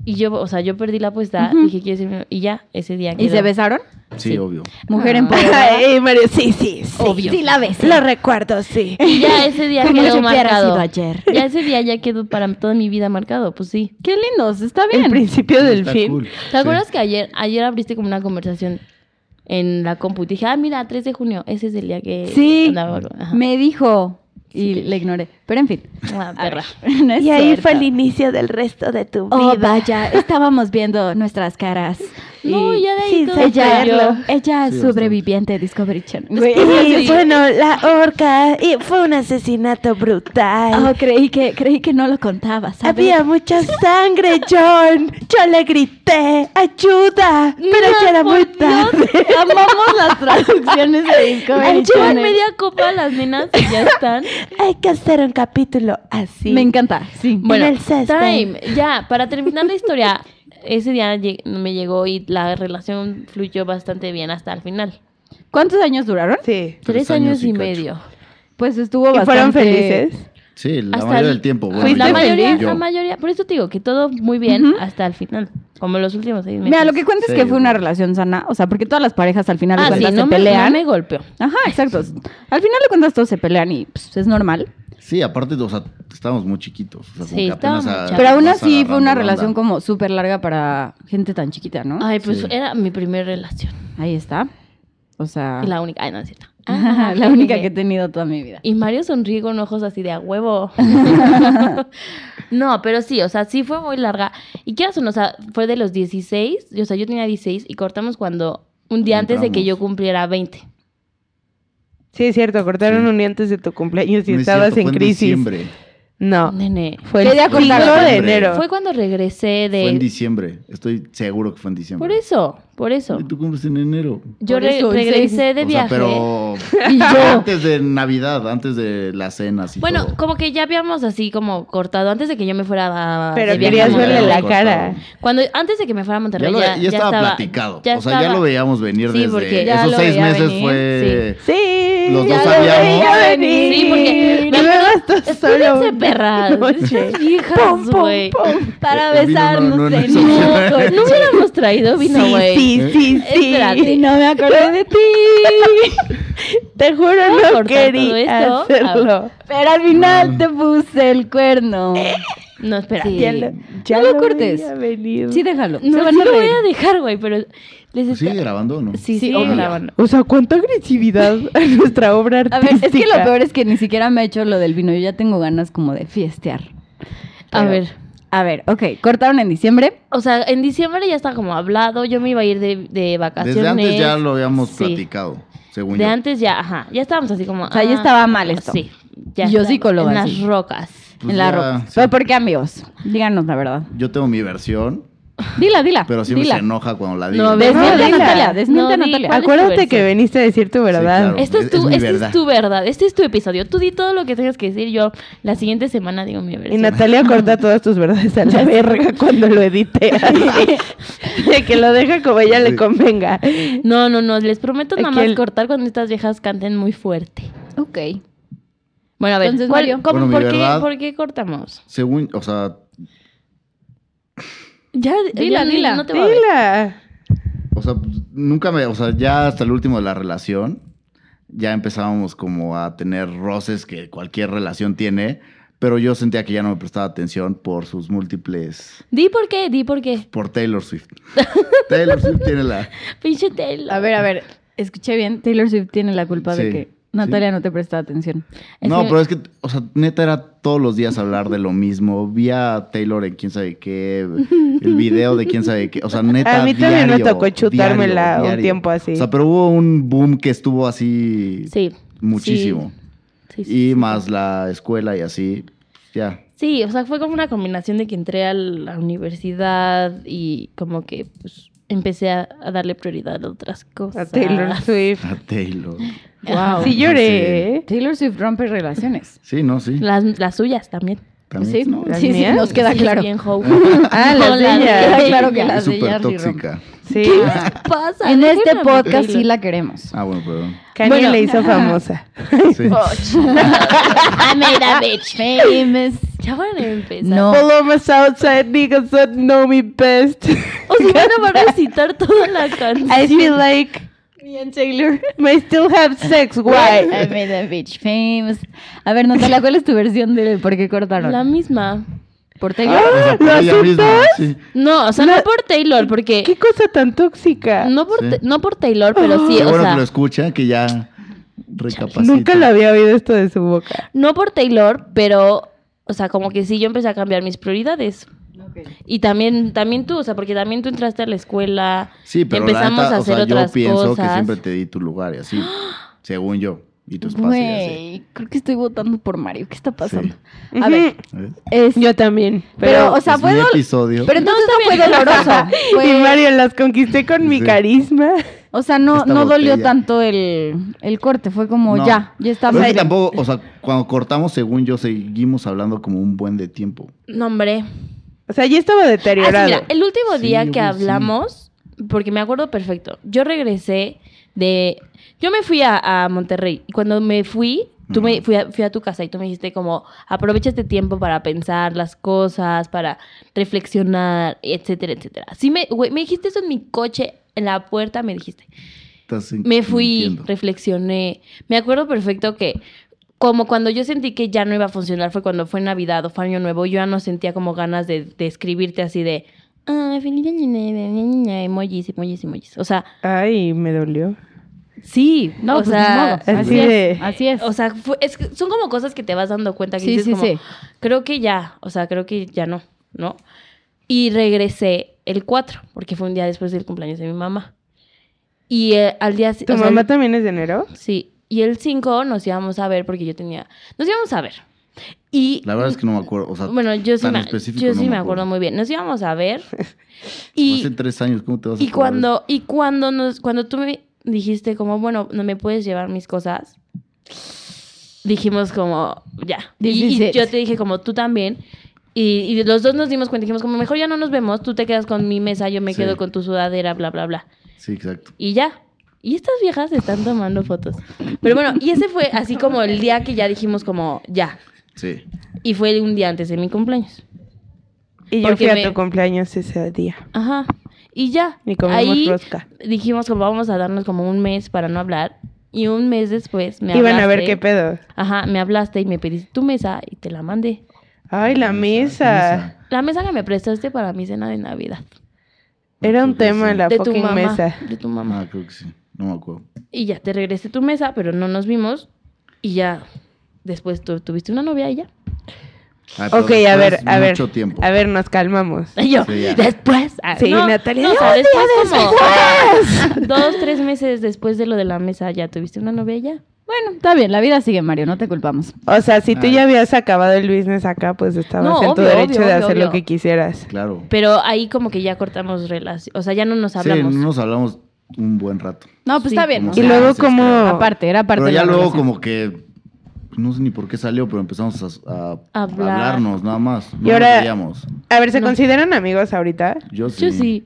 Speaker 4: Y yo, o sea, yo perdí la apuesta. Dije, ¿quieres irme? Y ya, ese día.
Speaker 2: ¿Y
Speaker 4: quedó.
Speaker 2: se besaron?
Speaker 5: Sí,
Speaker 4: Sí.
Speaker 5: obvio.
Speaker 2: Mujer ¿eh?
Speaker 4: Ah.
Speaker 2: empoderada.
Speaker 3: Ay, Mario, sí, sí, sí.
Speaker 2: Obvio. Sí, la ves.
Speaker 3: Lo recuerdo, sí.
Speaker 4: <laughs>
Speaker 2: <laughs>
Speaker 4: Y ya ese día
Speaker 2: Como si
Speaker 4: quedó
Speaker 2: hubiera
Speaker 4: marcado.
Speaker 2: sido ayer.
Speaker 4: Ya ese día ya quedó para toda mi vida marcado, pues sí.
Speaker 2: Qué lindos, está
Speaker 3: El
Speaker 2: bien.
Speaker 3: principio del
Speaker 5: Está
Speaker 3: fin.
Speaker 5: cool.
Speaker 4: ¿Te acuerdas que ayer, ayer abriste como una conversación en la compu? Y te dije, ah, mira, 3 de junio, ese es el día que
Speaker 2: Sí.
Speaker 4: andaba. Ajá.
Speaker 2: Me dijo y le ignoré. Pero en fin.
Speaker 4: Ah,
Speaker 2: A ver,
Speaker 4: perra.
Speaker 2: <laughs> no es
Speaker 3: Y ahí
Speaker 2: cierto.
Speaker 3: fue el inicio del resto de tu
Speaker 2: Oh,
Speaker 3: vida.
Speaker 2: vaya, estábamos viendo nuestras caras
Speaker 4: <laughs> No, ya de ahí
Speaker 3: sin
Speaker 4: todo
Speaker 3: saberlo.
Speaker 2: Ella, ella es
Speaker 5: Sí,
Speaker 2: sobreviviente de Discovery Channel. <laughs>
Speaker 3: Güey, y bueno, la horca y fue un asesinato brutal.
Speaker 2: Oh, creí que, creí que no lo contaba, ¿sabes?
Speaker 3: Había mucha sangre, John. Yo le grité, ayuda, pero
Speaker 4: No,
Speaker 3: ya era
Speaker 4: por
Speaker 3: muy
Speaker 4: Dios. <laughs>
Speaker 3: tarde.
Speaker 2: Amamos las traducciones <laughs> de Discovery
Speaker 4: Llevan
Speaker 2: Channel.
Speaker 4: media copa las nenas y ya están.
Speaker 3: Hay que hacer un capítulo así.
Speaker 2: Me encanta, sí.
Speaker 4: Bueno,
Speaker 3: el césped.
Speaker 4: time. Ya, para terminar la historia, <laughs> ese día lle- me llegó y la relación fluyó bastante bien hasta el final.
Speaker 2: ¿Cuántos años duraron?
Speaker 3: Sí.
Speaker 4: Tres, años, y,
Speaker 5: cacho.
Speaker 4: medio.
Speaker 2: Pues estuvo
Speaker 3: ¿Y
Speaker 2: bastante...
Speaker 3: fueron felices?
Speaker 5: Sí, la
Speaker 4: Hasta
Speaker 5: mayoría
Speaker 4: el-
Speaker 5: del tiempo. Bueno,
Speaker 3: Fuiste
Speaker 5: yo-
Speaker 4: la mayoría,
Speaker 5: yo.
Speaker 4: la mayoría, por eso te digo que todo muy bien
Speaker 2: Ujú.
Speaker 4: hasta el final, como los últimos seis meses.
Speaker 2: Mira, lo que cuenta es
Speaker 5: Sí,
Speaker 2: que fue una
Speaker 5: güey.
Speaker 2: relación sana. O sea, porque todas las parejas al final de
Speaker 4: ah, sí,
Speaker 2: cuentas
Speaker 4: no
Speaker 2: se
Speaker 4: me, no
Speaker 2: pelean.
Speaker 4: me golpeó.
Speaker 2: Ajá, exacto. Al final de cuentas todos se pelean y pues, es normal.
Speaker 5: Sí, aparte, o sea, estábamos muy chiquitos. o sea, como
Speaker 4: Sí,
Speaker 5: que apenas
Speaker 4: estábamos
Speaker 5: a-
Speaker 4: chavos.
Speaker 2: Pero aún
Speaker 5: vas
Speaker 2: así fue una
Speaker 5: agarrando la
Speaker 2: relación
Speaker 5: onda.
Speaker 2: como súper larga para gente tan chiquita, ¿no?
Speaker 4: Ay, pues
Speaker 5: Sí.
Speaker 4: era mi primera relación.
Speaker 2: Ahí está. O sea,
Speaker 4: Y la única, ay, no es cierto.
Speaker 2: <laughs>
Speaker 4: Ah,
Speaker 2: la única que he tenido toda mi vida.
Speaker 4: <laughs> Y Mario sonríe con ojos así de a huevo. <laughs> no, pero sí, o sea, sí fue muy larga. Y quieras o no, o sea, fue de los 16, y, o sea, yo tenía 16 y cortamos cuando un día antes de que
Speaker 5: Entramos.
Speaker 4: yo cumpliera 20.
Speaker 3: Sí, es cierto, cortaron
Speaker 5: Sí.
Speaker 3: un día antes de tu cumpleaños y
Speaker 5: No es
Speaker 3: estabas
Speaker 5: cierto,
Speaker 3: en
Speaker 5: fue
Speaker 3: crisis.
Speaker 5: diciembre.
Speaker 3: No,
Speaker 4: Nene.
Speaker 3: fue
Speaker 2: Quería
Speaker 3: el 5
Speaker 2: contar-
Speaker 3: de
Speaker 5: Ah. Fue-
Speaker 3: enero.
Speaker 4: Fue cuando regresé de...
Speaker 5: Fue en diciembre. Estoy seguro que fue en diciembre.
Speaker 4: Por eso, por eso.
Speaker 5: Y tú cumples en enero.
Speaker 4: Yo
Speaker 2: Por
Speaker 4: re-
Speaker 2: eso, el
Speaker 4: regresé
Speaker 2: seis.
Speaker 4: de
Speaker 5: O sea,
Speaker 4: viaje. <laughs>
Speaker 5: pero antes de Navidad, antes de las cenas y
Speaker 4: Bueno,
Speaker 5: todo.
Speaker 4: como que ya habíamos así como cortado antes de que yo me fuera a
Speaker 3: Pero
Speaker 4: de viaje a
Speaker 3: querías
Speaker 5: Ya
Speaker 3: verle
Speaker 5: lo
Speaker 3: la
Speaker 5: cortaron.
Speaker 3: cara.
Speaker 4: Cuando antes de que me fuera a Monterrey
Speaker 5: Ya,
Speaker 4: ya,
Speaker 5: lo- ya
Speaker 4: ya
Speaker 5: estaba, platicado.
Speaker 4: ya
Speaker 5: o sea, ya
Speaker 4: estaba-
Speaker 5: lo veíamos venir
Speaker 4: Sí, porque
Speaker 5: desde
Speaker 4: ya
Speaker 5: esos
Speaker 2: lo
Speaker 5: seis
Speaker 2: veía
Speaker 5: meses
Speaker 2: venir,
Speaker 5: fue.
Speaker 3: Sí.
Speaker 5: Los
Speaker 3: ya
Speaker 5: dos
Speaker 3: lo
Speaker 5: sabíamos.
Speaker 3: veía venir.
Speaker 4: Sí, porque-
Speaker 3: No me bastó solo.
Speaker 4: Espérense,
Speaker 3: una
Speaker 4: perras.
Speaker 3: noche.
Speaker 4: Estas Hijas,
Speaker 3: Pum, pum,
Speaker 4: güey.
Speaker 3: pum.
Speaker 2: Para
Speaker 5: Eh, El vino no-
Speaker 2: besarnos
Speaker 5: no- no
Speaker 2: en
Speaker 5: existe.
Speaker 2: un-
Speaker 4: No, güey, no hubiéramos traído vino,
Speaker 3: Sí,
Speaker 4: güey.
Speaker 3: sí, sí, sí.
Speaker 4: Espérate.
Speaker 2: No me acordé de ti.
Speaker 3: <laughs> Te juro,
Speaker 4: a
Speaker 3: no
Speaker 4: cortar todo
Speaker 3: quería
Speaker 4: esto?
Speaker 3: hacerlo.
Speaker 2: Pero al final te puse el cuerno.
Speaker 4: No, espera.
Speaker 2: Sí.
Speaker 3: Ya lo, ya
Speaker 2: No lo
Speaker 3: lo
Speaker 2: cortes.
Speaker 3: veía venir.
Speaker 2: Sí, déjalo.
Speaker 4: No,
Speaker 2: Se
Speaker 4: sí
Speaker 2: van a
Speaker 4: lo voy
Speaker 2: reír.
Speaker 4: a dejar, güey, pero les
Speaker 5: Pues, ¿Sigue
Speaker 4: está-
Speaker 5: grabando o no?
Speaker 4: Sí, sí,
Speaker 2: Sí,
Speaker 4: obvio.
Speaker 2: obvio.
Speaker 3: O sea, cuánta <laughs> agresividad en nuestra obra
Speaker 2: A
Speaker 3: artística.
Speaker 2: ver, es que lo peor es que ni siquiera me he hecho lo del vino. Yo ya tengo ganas como de fiestear.
Speaker 4: A
Speaker 2: Pero-
Speaker 4: ver.
Speaker 2: A ver, ok. Cortaron en diciembre.
Speaker 4: O sea, en diciembre ya está como hablado, yo me iba a ir de, de vacaciones.
Speaker 5: Desde antes ya lo habíamos
Speaker 4: Sí.
Speaker 5: platicado, según
Speaker 4: De
Speaker 5: yo.
Speaker 4: antes ya, ajá, ya estábamos así como...
Speaker 2: O sea, ya
Speaker 4: ah,
Speaker 2: estaba mal esto.
Speaker 4: Sí.
Speaker 2: Y yo
Speaker 4: estábamos
Speaker 2: psicóloga,
Speaker 4: En las
Speaker 2: sí.
Speaker 4: rocas.
Speaker 5: Pues
Speaker 2: en la
Speaker 5: ya,
Speaker 2: ropa.
Speaker 5: sí.
Speaker 2: ¿Pero por qué, amigos? Díganos la verdad.
Speaker 5: Yo tengo mi versión,
Speaker 2: Dila, dila.
Speaker 5: pero siempre
Speaker 2: dila.
Speaker 5: se enoja cuando la digo.
Speaker 4: Ah, No,
Speaker 5: Sí,
Speaker 4: ¿ves?
Speaker 2: Desmiente
Speaker 3: No,
Speaker 2: a
Speaker 3: dila.
Speaker 2: Natalia. Desmiente a
Speaker 4: No, di
Speaker 2: Natalia.
Speaker 4: cuál-
Speaker 3: Acuérdate que
Speaker 4: versión?
Speaker 3: veniste a decir tu verdad.
Speaker 5: claro.
Speaker 4: Esta es,
Speaker 5: Es-
Speaker 4: tu,
Speaker 5: es
Speaker 4: esta
Speaker 5: mi
Speaker 4: es
Speaker 5: verdad.
Speaker 4: tu verdad, este es tu episodio. Tú di todo lo que tengas que decir, yo la siguiente semana digo mi
Speaker 3: Y
Speaker 4: versión.
Speaker 3: Natalia corta todas tus verdades a la verga cuando lo edite. así. De que lo deja como ella le
Speaker 5: Sí.
Speaker 3: convenga.
Speaker 4: No, no, no, les prometo nada más
Speaker 3: Aquel-
Speaker 4: cortar cuando estas viejas canten muy fuerte.
Speaker 2: Ok.
Speaker 4: Bueno, a ver,
Speaker 2: Entonces,
Speaker 4: ¿cuál-
Speaker 2: Mario.
Speaker 4: cómo-
Speaker 5: Bueno, mi
Speaker 4: por, qué,
Speaker 5: verdad-
Speaker 4: por qué cortamos?
Speaker 5: Según, o sea,
Speaker 4: Ya,
Speaker 2: Dila,
Speaker 4: ya ni-
Speaker 2: dila,
Speaker 4: no te voy a ver.
Speaker 3: Dila.
Speaker 5: o sea, nunca me, o sea, ya hasta el último de la relación, ya empezábamos como a tener roces que cualquier relación tiene, pero yo sentía que ya no me prestaba atención por sus múltiples,
Speaker 4: Di por qué, di por qué.
Speaker 5: por Taylor
Speaker 3: <laughs>
Speaker 5: Swift. Taylor Swift tiene la,
Speaker 4: Pinche Taylor.
Speaker 2: A ver, a ver. Escuché bien. Taylor Swift tiene la culpa de
Speaker 5: Sí,
Speaker 2: que
Speaker 5: sí.
Speaker 2: Natalia no te prestó atención.
Speaker 4: Es
Speaker 5: No,
Speaker 4: que-
Speaker 5: pero es que, o sea, neta era todos los días hablar de lo mismo. Vi a Taylor en quién sabe qué, el video de quién sabe qué. O sea, neta.
Speaker 3: A mí también me
Speaker 5: diario,
Speaker 3: tocó chutármela un tiempo así.
Speaker 5: O sea, pero hubo un boom que estuvo así
Speaker 4: Sí.
Speaker 5: muchísimo.
Speaker 4: Sí, sí, sí.
Speaker 5: y más la escuela y así. Ya.
Speaker 4: Sí, o sea, fue como una combinación de que entré a la universidad y como que pues, empecé a, a darle prioridad a otras
Speaker 3: A
Speaker 4: cosas.
Speaker 3: Taylor Swift.
Speaker 5: A Taylor.
Speaker 2: Wow.
Speaker 3: Sí lloré. ¿eh?
Speaker 2: Taylor Swift rompe relaciones.
Speaker 5: Sí, no, sí.
Speaker 4: Las, las suyas también.
Speaker 5: También,
Speaker 2: sí,
Speaker 5: ¿no?
Speaker 3: ¿Las
Speaker 2: sí, sí,
Speaker 3: mías?
Speaker 2: nos queda
Speaker 4: Sí,
Speaker 2: claro.
Speaker 4: bien
Speaker 2: <laughs>
Speaker 4: hoe.
Speaker 3: Ah,
Speaker 4: No,
Speaker 3: las
Speaker 4: las
Speaker 3: de
Speaker 4: de-
Speaker 3: ella.
Speaker 2: Queda claro que
Speaker 4: Y
Speaker 2: las de
Speaker 5: Súper
Speaker 2: ella sí rompen.
Speaker 5: tóxica.
Speaker 3: Sí.
Speaker 4: Pasa,
Speaker 2: En este
Speaker 4: déjenme
Speaker 2: podcast
Speaker 4: Taylor.
Speaker 2: sí la queremos.
Speaker 5: Ah, bueno, perdón.
Speaker 3: Kanye
Speaker 2: Bueno.
Speaker 3: le hizo famosa.
Speaker 5: Sí.
Speaker 4: <laughs> I made a Ah, bitch famous. Ya van a empezar.
Speaker 2: No.
Speaker 3: All of us outside niggas that know me best.
Speaker 4: O sea, van a recitar toda la canción.
Speaker 3: I feel like
Speaker 2: Me and Taylor.
Speaker 3: may still have sex.
Speaker 2: I
Speaker 3: Why?
Speaker 2: made a bitch famous. A ver, Natalia, ¿cuál es tu versión de por qué cortaron?
Speaker 4: La misma.
Speaker 2: Por
Speaker 3: Ah,
Speaker 2: Taylor.
Speaker 5: O sea, por
Speaker 3: ¿Lo
Speaker 5: ella misma,
Speaker 3: aceptas?
Speaker 5: sí.
Speaker 4: No, o sea,
Speaker 3: La-
Speaker 4: no por Taylor, porque...
Speaker 3: Qué cosa tan tóxica.
Speaker 4: No por,
Speaker 5: Sí.
Speaker 4: Ta- no por Taylor, pero sí,
Speaker 5: Qué
Speaker 4: o
Speaker 5: bueno
Speaker 4: sea...
Speaker 5: que lo escucha, que ya recapacita.
Speaker 3: Nunca lo había oído esto de su boca.
Speaker 4: No por Taylor, pero... O sea, como que sí, yo empecé a cambiar mis prioridades. Y también, también tú, o sea, porque también tú entraste a la escuela.
Speaker 5: Sí, pero
Speaker 4: Empezamos
Speaker 5: la neta,
Speaker 4: a hacer
Speaker 5: o sea,
Speaker 4: otras
Speaker 5: yo pienso
Speaker 4: cosas.
Speaker 5: que siempre te di tu lugar y así, según yo, y tu espacio y así.
Speaker 2: Güey, creo que estoy votando por Mario. ¿Qué está pasando?
Speaker 3: Ujú.
Speaker 2: A ver,
Speaker 5: ¿Ves?
Speaker 2: es-
Speaker 3: Yo también.
Speaker 2: pero,
Speaker 3: Pero,
Speaker 2: o sea,
Speaker 5: Es
Speaker 2: fue
Speaker 5: mi
Speaker 2: dol-
Speaker 5: episodio.
Speaker 2: Pero entonces no fue doloroso. fue-
Speaker 3: <laughs> Y Mario, las conquisté con mi
Speaker 5: Sí.
Speaker 3: carisma.
Speaker 2: o sea, no,
Speaker 5: Esta
Speaker 2: no dolió
Speaker 5: botella.
Speaker 2: tanto el, el corte. Fue como
Speaker 5: No.
Speaker 2: ya, ya está.
Speaker 5: Pero es que
Speaker 2: padre.
Speaker 5: tampoco, o sea, cuando cortamos, según yo, seguimos hablando como un buen de tiempo.
Speaker 4: No, hombre.
Speaker 3: O sea, ya estaba
Speaker 4: Ah, sí,
Speaker 3: deteriorado.
Speaker 4: mira, el último
Speaker 5: Sí,
Speaker 4: día
Speaker 5: hubo-
Speaker 4: que
Speaker 5: sí.
Speaker 4: hablamos, porque me acuerdo perfecto, yo regresé de... Yo me fui a, a Monterrey y cuando me fui, tú me
Speaker 5: Ujú.
Speaker 4: fui a, fui a tu casa y tú me dijiste como, aprovecha este tiempo para pensar las cosas, para reflexionar, etcétera, etcétera. Sí, me, güey, me dijiste eso en mi coche, en la puerta me dijiste.
Speaker 5: Estás
Speaker 4: Me fui,
Speaker 5: mintiendo.
Speaker 4: reflexioné. Me acuerdo perfecto que como cuando yo sentí que ya no iba a funcionar fue cuando fue Navidad o fue Año Nuevo, yo ya no sentía como ganas de, de escribirte así de "Ah, feliz año nuevo", emojis, emojis, emojis. O sea,
Speaker 3: Ay, me dolió.
Speaker 4: sí,
Speaker 2: No,
Speaker 4: o
Speaker 2: pues,
Speaker 4: sea,
Speaker 2: ni modo. Así
Speaker 3: así de-
Speaker 2: es. Así es.
Speaker 4: o sea, fue- es que son como cosas que te vas dando cuenta que
Speaker 2: sí,
Speaker 4: dices
Speaker 2: sí,
Speaker 4: como,
Speaker 2: sí.
Speaker 4: creo que ya, o sea, creo que ya no, ¿no? Y regresé el 4, porque fue un día después del cumpleaños de mi mamá. Y eh, al día
Speaker 3: ¿Tu
Speaker 4: o sea,
Speaker 3: mamá también es de enero?
Speaker 4: Sí, y el 5 nos íbamos a ver porque yo tenía... Nos íbamos a ver. Y...
Speaker 5: La verdad es que no me acuerdo, o sea,
Speaker 4: bueno, yo sí,
Speaker 5: tan
Speaker 4: me,
Speaker 5: específico
Speaker 4: yo
Speaker 5: no
Speaker 4: sí
Speaker 5: me
Speaker 4: me acuerdo
Speaker 5: acuerdo.
Speaker 4: muy bien. Nos íbamos a
Speaker 5: <laughs>
Speaker 4: ver. Y,
Speaker 5: hace tres años, ¿cómo te vas a
Speaker 4: y
Speaker 5: acordar de eso?
Speaker 4: cuando y cuando nos cuando tú me dijiste como, bueno, no me puedes llevar mis cosas. Dijimos como, ya. Y,
Speaker 2: This is
Speaker 4: y
Speaker 2: it.
Speaker 4: yo te dije como, tú también. Y, y los dos nos dimos cuenta, dijimos como, mejor ya no nos vemos, tú te quedas con mi mesa, yo me
Speaker 5: Sí.
Speaker 4: quedo con tu sudadera, bla, bla, bla.
Speaker 5: Sí, exacto.
Speaker 4: Y ya. Y estas viejas están tomando fotos. Pero bueno, y ese fue así como el día que ya dijimos como ya.
Speaker 5: Sí.
Speaker 4: Y fue un día antes de mi cumpleaños.
Speaker 3: Y yo
Speaker 4: Porque
Speaker 3: fui
Speaker 4: me-
Speaker 3: a tu cumpleaños ese día.
Speaker 4: Ajá. Y ya.
Speaker 3: Y comimos rosca.
Speaker 4: dijimos como vamos a darnos como un mes para no hablar. Y un mes después me hablaste.
Speaker 3: Iban a ver qué pedo.
Speaker 4: Ajá, me hablaste y me pediste tu mesa y te la mandé.
Speaker 3: Ay, la mesa.
Speaker 4: La mesa que me prestaste para mi cena de Navidad.
Speaker 3: Era un
Speaker 5: Creo que
Speaker 3: tema
Speaker 5: sí.
Speaker 3: la
Speaker 4: de tu
Speaker 3: fucking
Speaker 4: mamá.
Speaker 3: mesa.
Speaker 4: De tu mamá.
Speaker 5: Ah, creo que sí. No me acuerdo.
Speaker 4: Y ya te regresé tu mesa, pero no nos vimos. Y ya después tú tuviste una novia y ya.
Speaker 5: Ah, pero
Speaker 3: Ok, a ver,
Speaker 5: después
Speaker 3: a ver.
Speaker 5: Mucho tiempo.
Speaker 3: A ver, nos
Speaker 4: <laughs>
Speaker 3: calmamos.
Speaker 4: Y yo,
Speaker 5: Sí, ya.
Speaker 4: después. ah,
Speaker 3: Sí, Natalia,
Speaker 4: no, o
Speaker 3: ¡un
Speaker 4: sea,
Speaker 3: día
Speaker 4: después
Speaker 3: <laughs>
Speaker 4: como dos, tres meses después de lo de la mesa, ¿ya tuviste una novia ya?
Speaker 2: Bueno, está bien, la vida sigue, Mario, no te culpamos.
Speaker 3: O sea, si tú
Speaker 5: Ah.
Speaker 3: ya habías acabado el business acá, pues estabas
Speaker 4: No,
Speaker 3: en tu
Speaker 4: obvio,
Speaker 3: derecho
Speaker 4: obvio,
Speaker 3: de
Speaker 4: obvio,
Speaker 3: hacer
Speaker 4: obvio.
Speaker 3: lo que quisieras.
Speaker 5: Claro.
Speaker 4: Pero ahí como que ya cortamos relación, o sea, ya no nos hablamos.
Speaker 5: Sí, no nos hablamos un buen rato.
Speaker 2: No, pues
Speaker 4: Sí.
Speaker 2: está bien.
Speaker 5: Como
Speaker 2: o
Speaker 3: Y
Speaker 2: sea,
Speaker 5: sea,
Speaker 3: luego
Speaker 5: sí,
Speaker 3: como-
Speaker 5: claro.
Speaker 2: Aparte, era parte
Speaker 5: Pero
Speaker 2: de
Speaker 5: ya
Speaker 2: la
Speaker 5: luego
Speaker 2: relación.
Speaker 5: como que no sé ni por qué salió, pero empezamos a, a
Speaker 4: Hablar.
Speaker 5: hablarnos nada más. No
Speaker 3: Y ahora-
Speaker 5: nos veíamos.
Speaker 3: A ver, ¿se
Speaker 4: No.
Speaker 3: consideran amigos ahorita?
Speaker 5: Yo sí.
Speaker 4: Yo sí.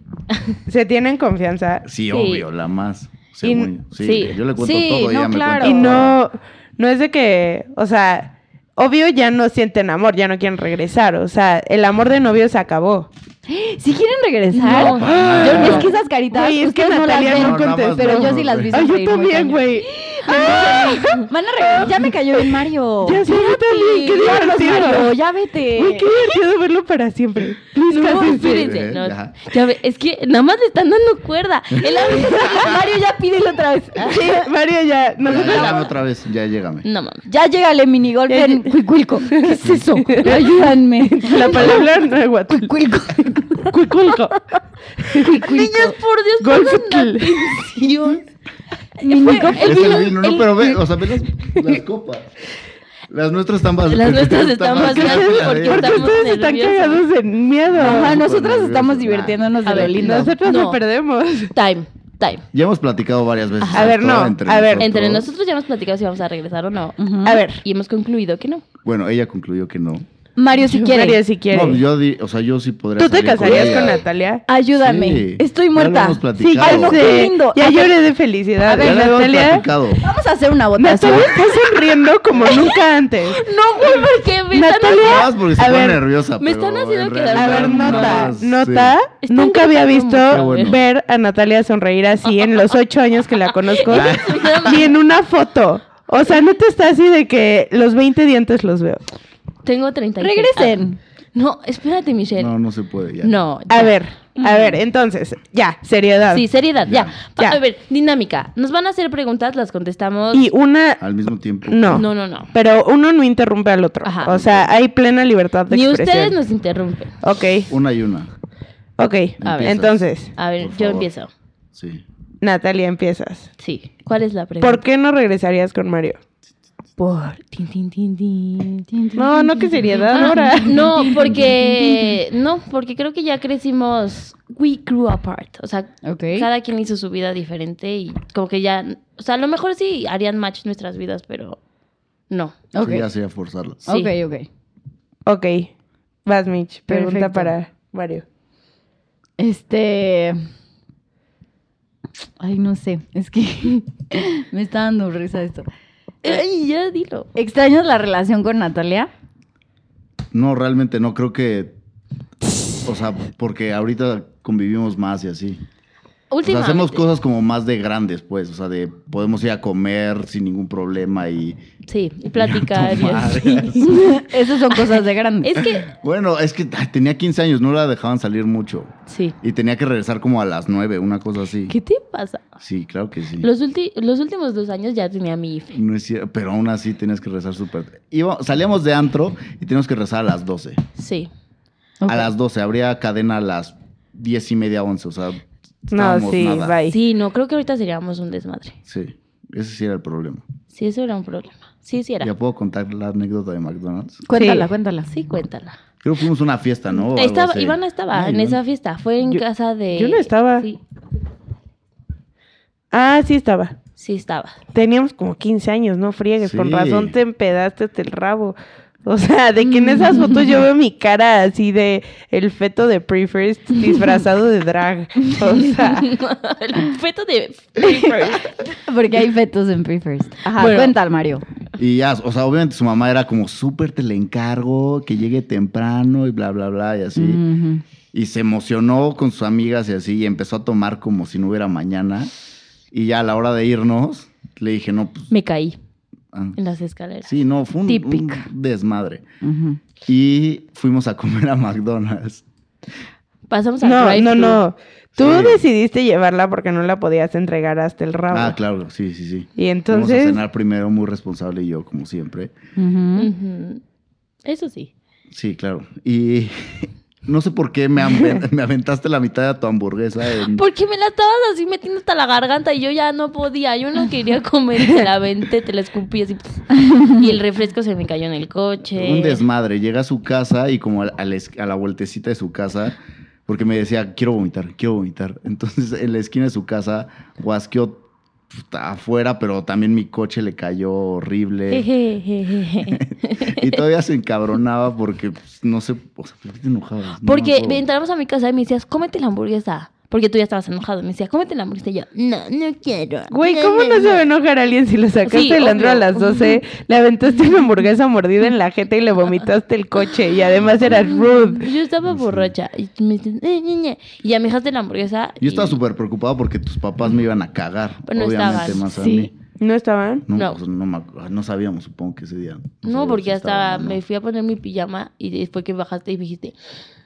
Speaker 3: ¿Se tienen confianza?
Speaker 5: Sí, obvio, la más. según yo. sí,
Speaker 4: sí.
Speaker 5: yo le cuento
Speaker 2: Sí,
Speaker 5: todo y
Speaker 2: no,
Speaker 5: ella me
Speaker 2: claro.
Speaker 5: cuenta.
Speaker 3: Y
Speaker 5: todo.
Speaker 3: no, no es de que, o sea, obvio ya no sienten amor, ya no quieren regresar. O sea, el amor de novio se acabó.
Speaker 2: Si quieren regresar,
Speaker 4: No,
Speaker 5: para
Speaker 2: yo-
Speaker 5: nada.
Speaker 2: es que esas caritas,
Speaker 3: Güey, es que
Speaker 2: ustedes no las
Speaker 3: Natalia
Speaker 2: ven,
Speaker 3: no contestó.
Speaker 2: pero yo sí las vi.
Speaker 3: Ay, yo
Speaker 2: sonreír muy
Speaker 3: también,
Speaker 2: cañón.
Speaker 3: güey.
Speaker 2: Van a regresar. Ya me cayó bien Mario.
Speaker 3: Ya sé, yo también. Qué
Speaker 2: Carlos
Speaker 3: divertido.
Speaker 2: Mario, ya vete.
Speaker 3: Uy, qué divertido verlo para siempre. Luis,
Speaker 4: No,
Speaker 3: cásense.
Speaker 4: espérense.
Speaker 5: ¿Eh?
Speaker 4: no.
Speaker 5: Ajá.
Speaker 4: Ya ve, es que nada más le están dando cuerda. El amigo-
Speaker 2: Mario, ya pídelo otra vez.
Speaker 3: Sí, Mario ya,
Speaker 5: Ya,
Speaker 3: nosotros
Speaker 5: llégame otra vez, ya llégame.
Speaker 4: <laughs> No mames.
Speaker 2: Ya llégale minigolf
Speaker 3: Ya
Speaker 2: en
Speaker 3: lle-
Speaker 2: Cuicuilco. ¿Qué es eso? Ayúdanme.
Speaker 3: la palabra no es guato.
Speaker 2: Cuicuilco.
Speaker 3: Cuiculco.
Speaker 4: Niños, por Dios,
Speaker 3: Golf
Speaker 4: pongan
Speaker 3: kill.
Speaker 4: atención.
Speaker 2: Minigolf.
Speaker 5: Es el vino, no,
Speaker 4: el-
Speaker 5: pero ve, o sea, ve las, las copas. Las nuestras están más <laughs>
Speaker 4: Las nuestras están más grandes porque
Speaker 3: Porque
Speaker 4: Estamos
Speaker 3: ustedes están
Speaker 4: nerviosos.
Speaker 3: cagados en miedo.
Speaker 2: Ajá, nosotras
Speaker 5: nervioso,
Speaker 2: estamos
Speaker 5: nah.
Speaker 2: divirtiéndonos de
Speaker 4: A
Speaker 2: lo
Speaker 4: ver,
Speaker 2: lindo.
Speaker 3: Nosotros
Speaker 4: No.
Speaker 3: nos perdemos.
Speaker 4: Time, time.
Speaker 5: Ya hemos platicado varias veces.
Speaker 3: A ver,
Speaker 5: todo
Speaker 3: no, a ver.
Speaker 4: Entre nosotros ya hemos platicado si vamos a regresar o no.
Speaker 2: Ujú.
Speaker 3: A ver,
Speaker 4: Y hemos concluido que no.
Speaker 5: Bueno, ella concluyó que no.
Speaker 2: Mario, si
Speaker 3: Mario,
Speaker 2: quieres,
Speaker 3: si quiere.
Speaker 5: No, yo, di- o sea, yo sí
Speaker 3: ¿Tú
Speaker 5: podría
Speaker 3: te
Speaker 5: salir
Speaker 3: casarías
Speaker 5: ella.
Speaker 3: con Natalia?
Speaker 2: ayúdame.
Speaker 5: Sí,
Speaker 2: Estoy
Speaker 5: ya lo
Speaker 2: muerta.
Speaker 5: hemos platicado.
Speaker 3: Sí,
Speaker 2: Ay, no, qué
Speaker 3: ya sé.
Speaker 2: lindo.
Speaker 3: Ya
Speaker 2: A ver,
Speaker 3: lloré de felicidad. ¿eh,
Speaker 2: a ver,
Speaker 5: Ya lo hemos
Speaker 3: Natalia.
Speaker 5: platicado.
Speaker 2: Vamos a hacer una votación.
Speaker 3: Natalia está sonriendo como nunca antes.
Speaker 4: No, güey, porque me están
Speaker 3: Natalia,
Speaker 5: Más porque se
Speaker 3: A
Speaker 5: pone
Speaker 3: ver,
Speaker 5: nerviosa.
Speaker 4: me están
Speaker 5: pero
Speaker 4: haciendo
Speaker 5: en
Speaker 4: quedar
Speaker 5: realidad
Speaker 3: A ver,
Speaker 4: Claro,
Speaker 5: nada
Speaker 3: nota,
Speaker 5: más,
Speaker 3: nota.
Speaker 4: Está
Speaker 3: Nunca había
Speaker 4: encantando mucho.
Speaker 5: Qué
Speaker 3: visto
Speaker 5: bueno.
Speaker 3: ver a Natalia sonreír así en los ocho años que la conozco,
Speaker 5: Ah.
Speaker 4: una
Speaker 3: ni en una foto. O sea, neta está así de que los 20 dientes los veo.
Speaker 4: Tengo 30.
Speaker 2: Regresen.
Speaker 4: Ah, No, espérate,
Speaker 5: sí.
Speaker 4: Michelle.
Speaker 5: No, no se puede ya.
Speaker 4: No.
Speaker 3: A
Speaker 4: ya.
Speaker 3: ver, A ver, entonces, ya, seriedad.
Speaker 4: Sí, seriedad, ya.
Speaker 5: Ya.
Speaker 4: Pa-
Speaker 3: Ya.
Speaker 4: A ver, dinámica. Nos van a hacer preguntas, las contestamos.
Speaker 3: Y una,
Speaker 5: Al mismo tiempo.
Speaker 3: no,
Speaker 4: No, no, no.
Speaker 3: Pero uno no interrumpe al otro.
Speaker 4: Ajá.
Speaker 3: o sea, hay plena libertad de
Speaker 4: Ni ustedes
Speaker 3: expresión.
Speaker 4: nos interrumpen.
Speaker 3: Ok,
Speaker 5: Una y una.
Speaker 3: ok.
Speaker 4: A ver.
Speaker 3: Entonces,
Speaker 4: A ver,
Speaker 5: Por
Speaker 4: yo
Speaker 5: favor.
Speaker 4: empiezo.
Speaker 5: Sí.
Speaker 3: Natalia, empiezas.
Speaker 4: Sí. ¿Cuál es la pregunta?
Speaker 3: ¿Por qué no regresarías con Mario?
Speaker 4: Por. Tin, tin, tin, tin.
Speaker 3: No, no que seriedad
Speaker 4: Ah,
Speaker 3: ahora.
Speaker 4: <laughs> No, porque. No, porque creo que ya crecimos. We grew apart. O sea,
Speaker 2: Ok.
Speaker 4: cada quien hizo su vida diferente y como que ya. O sea, a lo mejor sí harían match nuestras vidas, pero. No.
Speaker 2: Ok.
Speaker 5: Sí, ya sería forzarlo.
Speaker 4: Sí.
Speaker 2: Ok, ok.
Speaker 3: Ok, vas Mitch, pregunta
Speaker 2: Perfecto.
Speaker 3: para Mario.
Speaker 2: Este. Ay, no sé. Es que <laughs> me está dando risa esto.
Speaker 4: Eh, Ay, ya dilo.
Speaker 2: ¿Extrañas la relación con Natalia?
Speaker 5: No, realmente no creo que. O sea, porque ahorita convivimos más y así. O sea,
Speaker 4: Última.
Speaker 5: hacemos cosas como más de grandes, pues. O sea, de podemos ir a comer sin ningún problema y.
Speaker 4: Sí, y platicar. y
Speaker 5: Tomar.
Speaker 4: así.
Speaker 2: Esas son cosas de grandes.
Speaker 4: Es que.
Speaker 5: Bueno, es que ay, tenía 15 años, no la dejaban salir mucho.
Speaker 4: Sí.
Speaker 5: Y tenía que regresar como a las 9, una cosa así.
Speaker 4: ¿Qué te pasa?
Speaker 5: Sí, claro que sí.
Speaker 4: Los, ulti- los últimos dos años ya tenía mi IFE.
Speaker 5: No es cier- pero aún así tenías que rezar súper. Iba- Salíamos de antro y teníamos que rezar a las 12.
Speaker 4: Sí.
Speaker 2: Ok.
Speaker 5: A las 12, habría cadena a las 10 y media, 11. O sea,
Speaker 3: No,
Speaker 5: estábamos
Speaker 3: sí,
Speaker 5: nada.
Speaker 3: bye.
Speaker 4: Sí, no, creo que ahorita seríamos un desmadre.
Speaker 5: Sí, ese sí era el problema.
Speaker 4: Sí, eso era un problema. Sí, sí era.
Speaker 5: ¿Ya puedo contar la anécdota de McDonald's?
Speaker 2: Cuéntala,
Speaker 3: Sí.
Speaker 2: cuéntala.
Speaker 4: Sí, cuéntala.
Speaker 5: Creo que fuimos a una fiesta, ¿no? O Oh, algo
Speaker 4: Estaba,
Speaker 5: así.
Speaker 4: Ivana estaba
Speaker 5: Ah,
Speaker 4: en
Speaker 5: Iván.
Speaker 4: esa fiesta. Fue en
Speaker 3: Yo-
Speaker 4: casa de.
Speaker 3: yo no estaba.
Speaker 4: Sí,
Speaker 3: Ah, sí estaba.
Speaker 4: sí estaba. <laughs>
Speaker 3: Teníamos como 15 años, no friegues, con
Speaker 5: Sí.
Speaker 3: razón te empedaste hasta el rabo. O sea, de que en esas fotos
Speaker 4: <laughs>
Speaker 3: yo veo mi cara así de el feto de
Speaker 4: <laughs>
Speaker 3: Prefirst disfrazado de drag. O sea,
Speaker 4: El feto de.
Speaker 2: Porque hay fetos en Prefirst. Ajá,
Speaker 3: Bueno.
Speaker 2: cuéntala, Mario.
Speaker 5: Y ya, o sea, obviamente su mamá era como súper te le encargo, que llegue temprano y bla, bla, bla, y así.
Speaker 4: Mm.
Speaker 2: Ujú.
Speaker 5: Y se emocionó con sus amigas y así, y empezó a tomar como si no hubiera mañana. Y ya a la hora de irnos, le dije, no, pues.
Speaker 4: Me caí
Speaker 5: ah,
Speaker 4: en las escaleras.
Speaker 5: Sí, no, fue un,
Speaker 2: Típica.
Speaker 5: un desmadre.
Speaker 2: Ujú.
Speaker 5: Y fuimos a comer a McDonald's.
Speaker 4: Pasamos <laughs> al
Speaker 3: no, no,
Speaker 4: drive-thru.
Speaker 3: no. Tú
Speaker 5: Sí.
Speaker 3: decidiste llevarla porque no la podías entregar hasta el rabo.
Speaker 5: Ah, claro, sí, sí, sí.
Speaker 3: Y
Speaker 5: Fuimos a
Speaker 3: entonces,
Speaker 5: cenar primero, muy responsable y yo, como siempre.
Speaker 2: Ujú.
Speaker 4: Ujú. Eso sí.
Speaker 5: Sí, claro. Y <laughs> no sé por qué me, aven- me aventaste la mitad de tu hamburguesa. en-
Speaker 4: Porque me la estabas así metiendo hasta la garganta y yo ya no podía. Yo no quería comer. y Te la aventé, te la escupí así. Y el refresco se me cayó en el coche.
Speaker 5: Un desmadre. Llega a su casa y como a la, a la es- a la vueltecita de su casa, porque me decía, quiero vomitar, quiero vomitar. <laughs> Entonces, en la esquina de su casa, guasqueó puta, afuera, pero también mi coche le cayó horrible.
Speaker 4: Jejejeje.
Speaker 5: <laughs> y todavía se encabronaba porque, pues, no sé, o sea, ¿por qué te enojabas? No me
Speaker 4: Porque
Speaker 5: acuerdo.
Speaker 4: entramos a mi casa y me decías, cómete la hamburguesa. Porque tú ya estabas enojado. Me decía, cómete la hamburguesa. Y yo, no, no quiero.
Speaker 3: güey, ¿cómo no se va a enojar a alguien si le sacaste
Speaker 4: Sí,
Speaker 3: el andro a
Speaker 4: obvio.
Speaker 3: las 12, le aventaste una hamburguesa mordida en la jeta y le vomitaste el coche? Y además eras
Speaker 4: Mm.
Speaker 3: rude.
Speaker 4: Yo estaba borracha. Y tú me dices, "Eh, ñe, ñe". Y ya me dejaste la hamburguesa.
Speaker 5: Yo estaba
Speaker 4: y-
Speaker 5: súper preocupado porque tus papás me iban a cagar.
Speaker 4: Pero no
Speaker 5: obviamente,
Speaker 4: estabas,
Speaker 5: más a
Speaker 4: sí.
Speaker 5: mí.
Speaker 3: ¿No estaban?
Speaker 5: No,
Speaker 4: No.
Speaker 5: o sea, no, me acu- ah, no sabíamos, supongo que ese día.
Speaker 4: No,
Speaker 5: sabíamos
Speaker 4: porque
Speaker 5: si
Speaker 4: ya estaba.
Speaker 5: o no.
Speaker 4: Me fui a poner mi pijama y después que bajaste y me dijiste,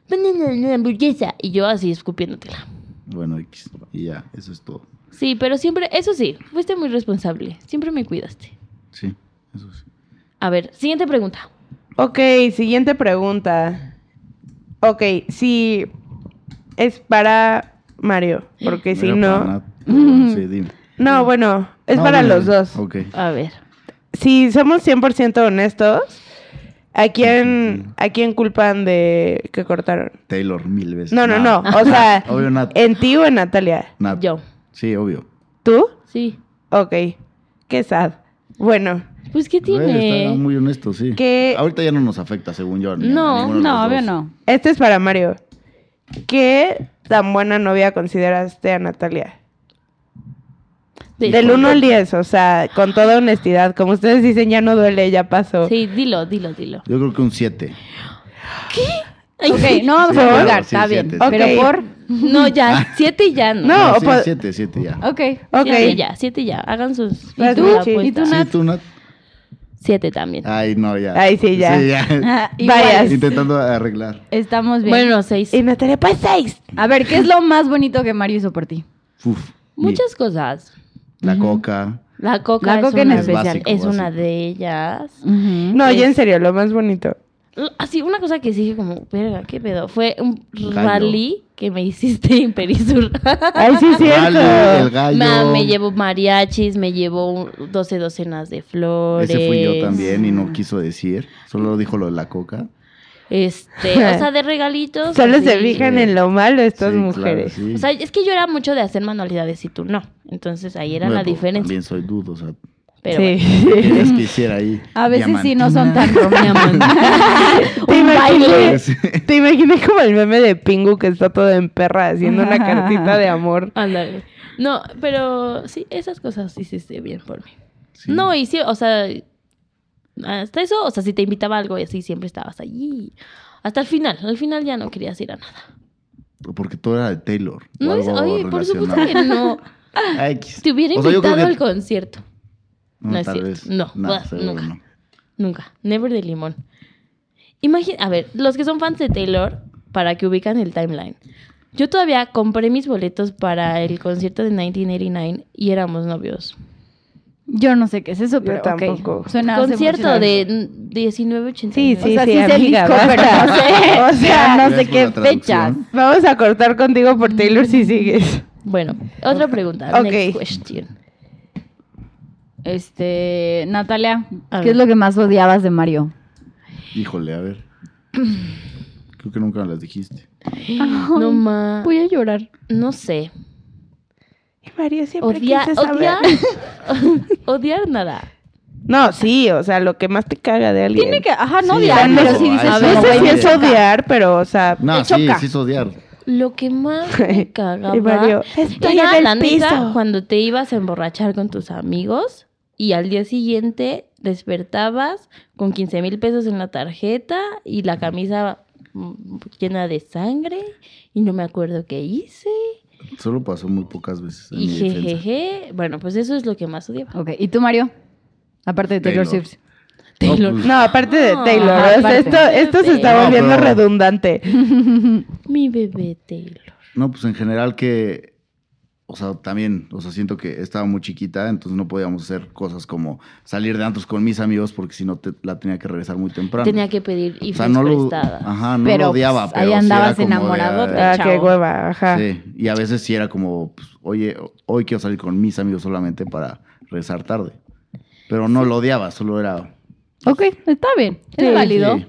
Speaker 4: ponte la, la hamburguesa. Y yo así escupiéndotela.
Speaker 5: Bueno, X, y ya, eso es todo.
Speaker 4: Sí, pero siempre, eso sí, fuiste muy responsable. Siempre me cuidaste.
Speaker 5: Sí, eso sí.
Speaker 4: A ver, siguiente pregunta.
Speaker 3: Ok, siguiente pregunta. Ok, si es para Mario, porque si
Speaker 5: era para
Speaker 3: no...
Speaker 4: <laughs>
Speaker 5: nada, pero bueno, sí, dime.
Speaker 3: No, bueno, es
Speaker 5: No,
Speaker 3: para
Speaker 5: dime,
Speaker 3: los
Speaker 5: dime.
Speaker 3: dos.
Speaker 5: Ok.
Speaker 4: A ver.
Speaker 3: Si somos 100% honestos, ¿a quién, ¿a quién culpan de que cortaron?
Speaker 5: Taylor, mil veces.
Speaker 3: No, no, no.
Speaker 5: Nat.
Speaker 3: O sea, eh,
Speaker 5: Nat, <laughs> obvio, Nat.
Speaker 3: ¿en ti o en Natalia?
Speaker 5: Nat.
Speaker 4: Yo.
Speaker 5: Sí, obvio.
Speaker 3: ¿Tú?
Speaker 4: Sí.
Speaker 3: Ok, qué sad. Bueno,
Speaker 4: Pues, ¿qué
Speaker 5: Güey,
Speaker 4: tiene?
Speaker 5: está muy honesto, sí.
Speaker 3: ¿Qué?
Speaker 5: Ahorita ya no nos afecta, según yo. ni a
Speaker 4: No,
Speaker 5: ninguno de los
Speaker 2: No, obvio
Speaker 5: dos.
Speaker 2: no.
Speaker 3: este es para Mario. ¿Qué tan buena novia consideraste a Natalia?
Speaker 4: Sí.
Speaker 3: Del 1 al 10, o sea, con toda honestidad. Como ustedes dicen, ya no duele, ya pasó.
Speaker 4: Sí, dilo, dilo, dilo.
Speaker 5: Yo creo que un 7.
Speaker 4: <laughs>
Speaker 2: Ok, no vamos a
Speaker 5: claro,
Speaker 2: juzgar,
Speaker 5: sí,
Speaker 2: está
Speaker 5: siete,
Speaker 2: bien.
Speaker 3: sí.
Speaker 2: Pero
Speaker 3: Ok.
Speaker 2: por.
Speaker 4: No, ya, Ah. siete ya no.
Speaker 3: No,
Speaker 5: sí,
Speaker 3: pues-
Speaker 5: 7, 7 ya.
Speaker 2: Ok.
Speaker 3: Ok.
Speaker 4: Siete ya, siete ya. Hagan sus.
Speaker 3: Las
Speaker 4: sus
Speaker 3: michis.
Speaker 4: apuestas.
Speaker 2: Pues, ¿Y tú,
Speaker 5: Sí,
Speaker 2: Nat?
Speaker 5: tú, Nat.
Speaker 4: Siete también.
Speaker 5: Ay, no, ya.
Speaker 3: Ay, sí, ya.
Speaker 2: <laughs> Ah,
Speaker 3: <laughs> Vaya.
Speaker 5: Intentando arreglar.
Speaker 2: Estamos bien.
Speaker 4: Bueno, seis.
Speaker 3: Y Natalia, pues seis.
Speaker 2: a ver, ¿qué es lo más bonito que Mario hizo por ti?
Speaker 5: Uf,
Speaker 4: Muchas cosas.
Speaker 5: mi- La coca.
Speaker 4: La coca,
Speaker 2: La
Speaker 4: es,
Speaker 2: coca en
Speaker 4: una,
Speaker 5: Es especial. básico,
Speaker 4: es una
Speaker 5: básico.
Speaker 4: de ellas.
Speaker 3: No, ya en serio, lo más bonito.
Speaker 4: L- Así, una cosa que sí dije como, verga, qué pedo. Fue un
Speaker 5: Gallo.
Speaker 4: rally que me <laughs> hiciste en Perisur.
Speaker 3: Ay, sí, es Ah, cierto.
Speaker 5: Rally, el gallo.
Speaker 4: Ma, me llevó mariachis, me llevó un- 12 docenas de flores.
Speaker 5: Ese fui yo también y no quiso decir. Solo dijo lo de la coca. <laughs>
Speaker 4: Este, o sea, de regalitos.
Speaker 3: Solo se
Speaker 4: así.
Speaker 3: fijan en lo malo estas
Speaker 5: Sí, claro,
Speaker 3: mujeres.
Speaker 5: sí.
Speaker 4: O sea, es que yo era mucho de hacer manualidades y tú no. Entonces ahí era
Speaker 5: Bueno,
Speaker 4: la
Speaker 5: pero
Speaker 4: diferencia.
Speaker 5: También soy dudo, o sea,
Speaker 4: Pero bueno.
Speaker 3: <laughs> sí.
Speaker 5: ¿qué querías que hiciera ahí?
Speaker 2: A veces sí no son tan
Speaker 5: Diamantina.
Speaker 3: <laughs>
Speaker 4: <laughs>
Speaker 3: Te imaginé,
Speaker 5: <laughs> Sí.
Speaker 3: <laughs> te imaginé como el meme de Pingu que está todo en perra haciendo <laughs> una cartita de amor.
Speaker 4: Ándale. No, pero sí, esas cosas hiciste bien por mí.
Speaker 5: Sí.
Speaker 4: No, y sí, o sea, hasta eso, o sea, si te invitaba a algo y así, siempre estabas allí. Hasta el final, al final ya no querías ir a nada.
Speaker 5: Porque todo era de Taylor. o
Speaker 4: No es,
Speaker 5: algo
Speaker 4: ay, por supuesto
Speaker 5: relacionado.
Speaker 4: que no.
Speaker 5: <laughs> Ah, X.
Speaker 4: Te hubiera
Speaker 5: O sea, yo creo
Speaker 4: invitado al
Speaker 5: que-
Speaker 4: concierto. no es
Speaker 5: tal
Speaker 4: cierto.
Speaker 5: vez.
Speaker 4: No, bah,
Speaker 5: seguro
Speaker 4: nunca.
Speaker 5: no.
Speaker 4: Nunca. Never de limón. Imagina, a ver, los que son fans de Taylor, para que ubican el timeline. Yo todavía compré mis boletos para el concierto de 1989 y éramos novios.
Speaker 2: Yo no sé qué es eso,
Speaker 3: Yo
Speaker 2: pero ok.
Speaker 3: tampoco.
Speaker 2: Suena hace
Speaker 4: concierto
Speaker 2: mucho
Speaker 4: de
Speaker 2: tiempo.
Speaker 4: mm, 1989.
Speaker 3: Sí, sí,
Speaker 2: O sea,
Speaker 3: sí,
Speaker 2: sí sé el
Speaker 3: amiga,
Speaker 2: disco,
Speaker 3: <laughs>
Speaker 2: pero
Speaker 3: basta.
Speaker 2: no sé.
Speaker 3: O <laughs> sea, no
Speaker 5: Gracias
Speaker 3: sé
Speaker 5: por
Speaker 3: qué
Speaker 5: la traducción.
Speaker 3: fechas. Vamos a cortar contigo por Taylor si sigues.
Speaker 4: Bueno, otra pregunta.
Speaker 3: Ok.
Speaker 4: Next question.
Speaker 2: Este, Natalia,
Speaker 4: A
Speaker 2: ¿qué
Speaker 4: ver.
Speaker 2: es lo que más odiabas de Mario?
Speaker 5: Híjole, a ver. Creo que nunca me las dijiste.
Speaker 4: No ma.
Speaker 2: Voy a llorar.
Speaker 4: No sé.
Speaker 3: Y Mario siempre
Speaker 4: Odia,
Speaker 3: quise saber.
Speaker 4: odiar. <laughs> odiar nada.
Speaker 3: No, sí, o sea, lo que más te caga de alguien.
Speaker 2: Tiene que, ajá, no
Speaker 5: Sí,
Speaker 2: odiar,
Speaker 5: algo,
Speaker 2: pero sí
Speaker 5: algo,
Speaker 2: dices,
Speaker 3: A
Speaker 5: algo.
Speaker 2: "No,
Speaker 3: veces
Speaker 2: güey,
Speaker 3: sí
Speaker 5: me
Speaker 3: es
Speaker 5: choca.
Speaker 3: odiar, pero, o sea,
Speaker 5: No,
Speaker 3: te
Speaker 5: sí,
Speaker 3: choca.
Speaker 5: sí es odiar.
Speaker 4: Lo
Speaker 3: <laughs>
Speaker 4: que más me cagaba.
Speaker 3: Y Mario, estoy
Speaker 4: Era,
Speaker 3: en
Speaker 4: la
Speaker 3: el
Speaker 4: neta,
Speaker 3: piso.
Speaker 4: cuando te ibas a emborrachar con tus amigos y al día siguiente despertabas con 15 mil pesos en la tarjeta y la camisa mm, llena de sangre y no me acuerdo qué hice
Speaker 5: Solo pasó muy pocas veces en
Speaker 4: y
Speaker 5: mi defensa.
Speaker 4: jejeje bueno pues eso es lo que más odiaba
Speaker 2: Ok, ¿y tú, Mario? Aparte de Taylor,
Speaker 5: Taylor.
Speaker 2: Swift.
Speaker 5: Taylor.
Speaker 3: No, aparte de
Speaker 4: Ah,
Speaker 3: Taylor. o sea,
Speaker 2: aparte.
Speaker 3: esto, esto se está
Speaker 5: No,
Speaker 3: volviendo
Speaker 5: pero-
Speaker 3: redundante.
Speaker 4: mi bebé Taylor
Speaker 5: No, pues en general que, o sea, también, o sea, siento que estaba muy chiquita, entonces no podíamos hacer cosas como salir de antros con mis amigos porque si no te- la tenía que regresar muy temprano.
Speaker 4: tenía que pedir
Speaker 5: o
Speaker 4: y
Speaker 5: sea, no lo,
Speaker 4: prestadas
Speaker 5: ajá, no
Speaker 2: Pero,
Speaker 5: lo odiaba,
Speaker 2: pues,
Speaker 5: pero
Speaker 2: ahí
Speaker 5: sí era
Speaker 2: andabas
Speaker 5: como de,
Speaker 2: enamorado,
Speaker 5: ah,
Speaker 2: pero-
Speaker 3: Ah, qué
Speaker 4: chavo.
Speaker 3: hueva, ajá.
Speaker 5: Sí, y a veces sí era como, pues, oye, hoy quiero salir con mis amigos solamente para regresar tarde. Pero no lo odiaba, solo era...
Speaker 2: Ok, está bien, es
Speaker 4: Sí,
Speaker 2: válido.
Speaker 5: sí,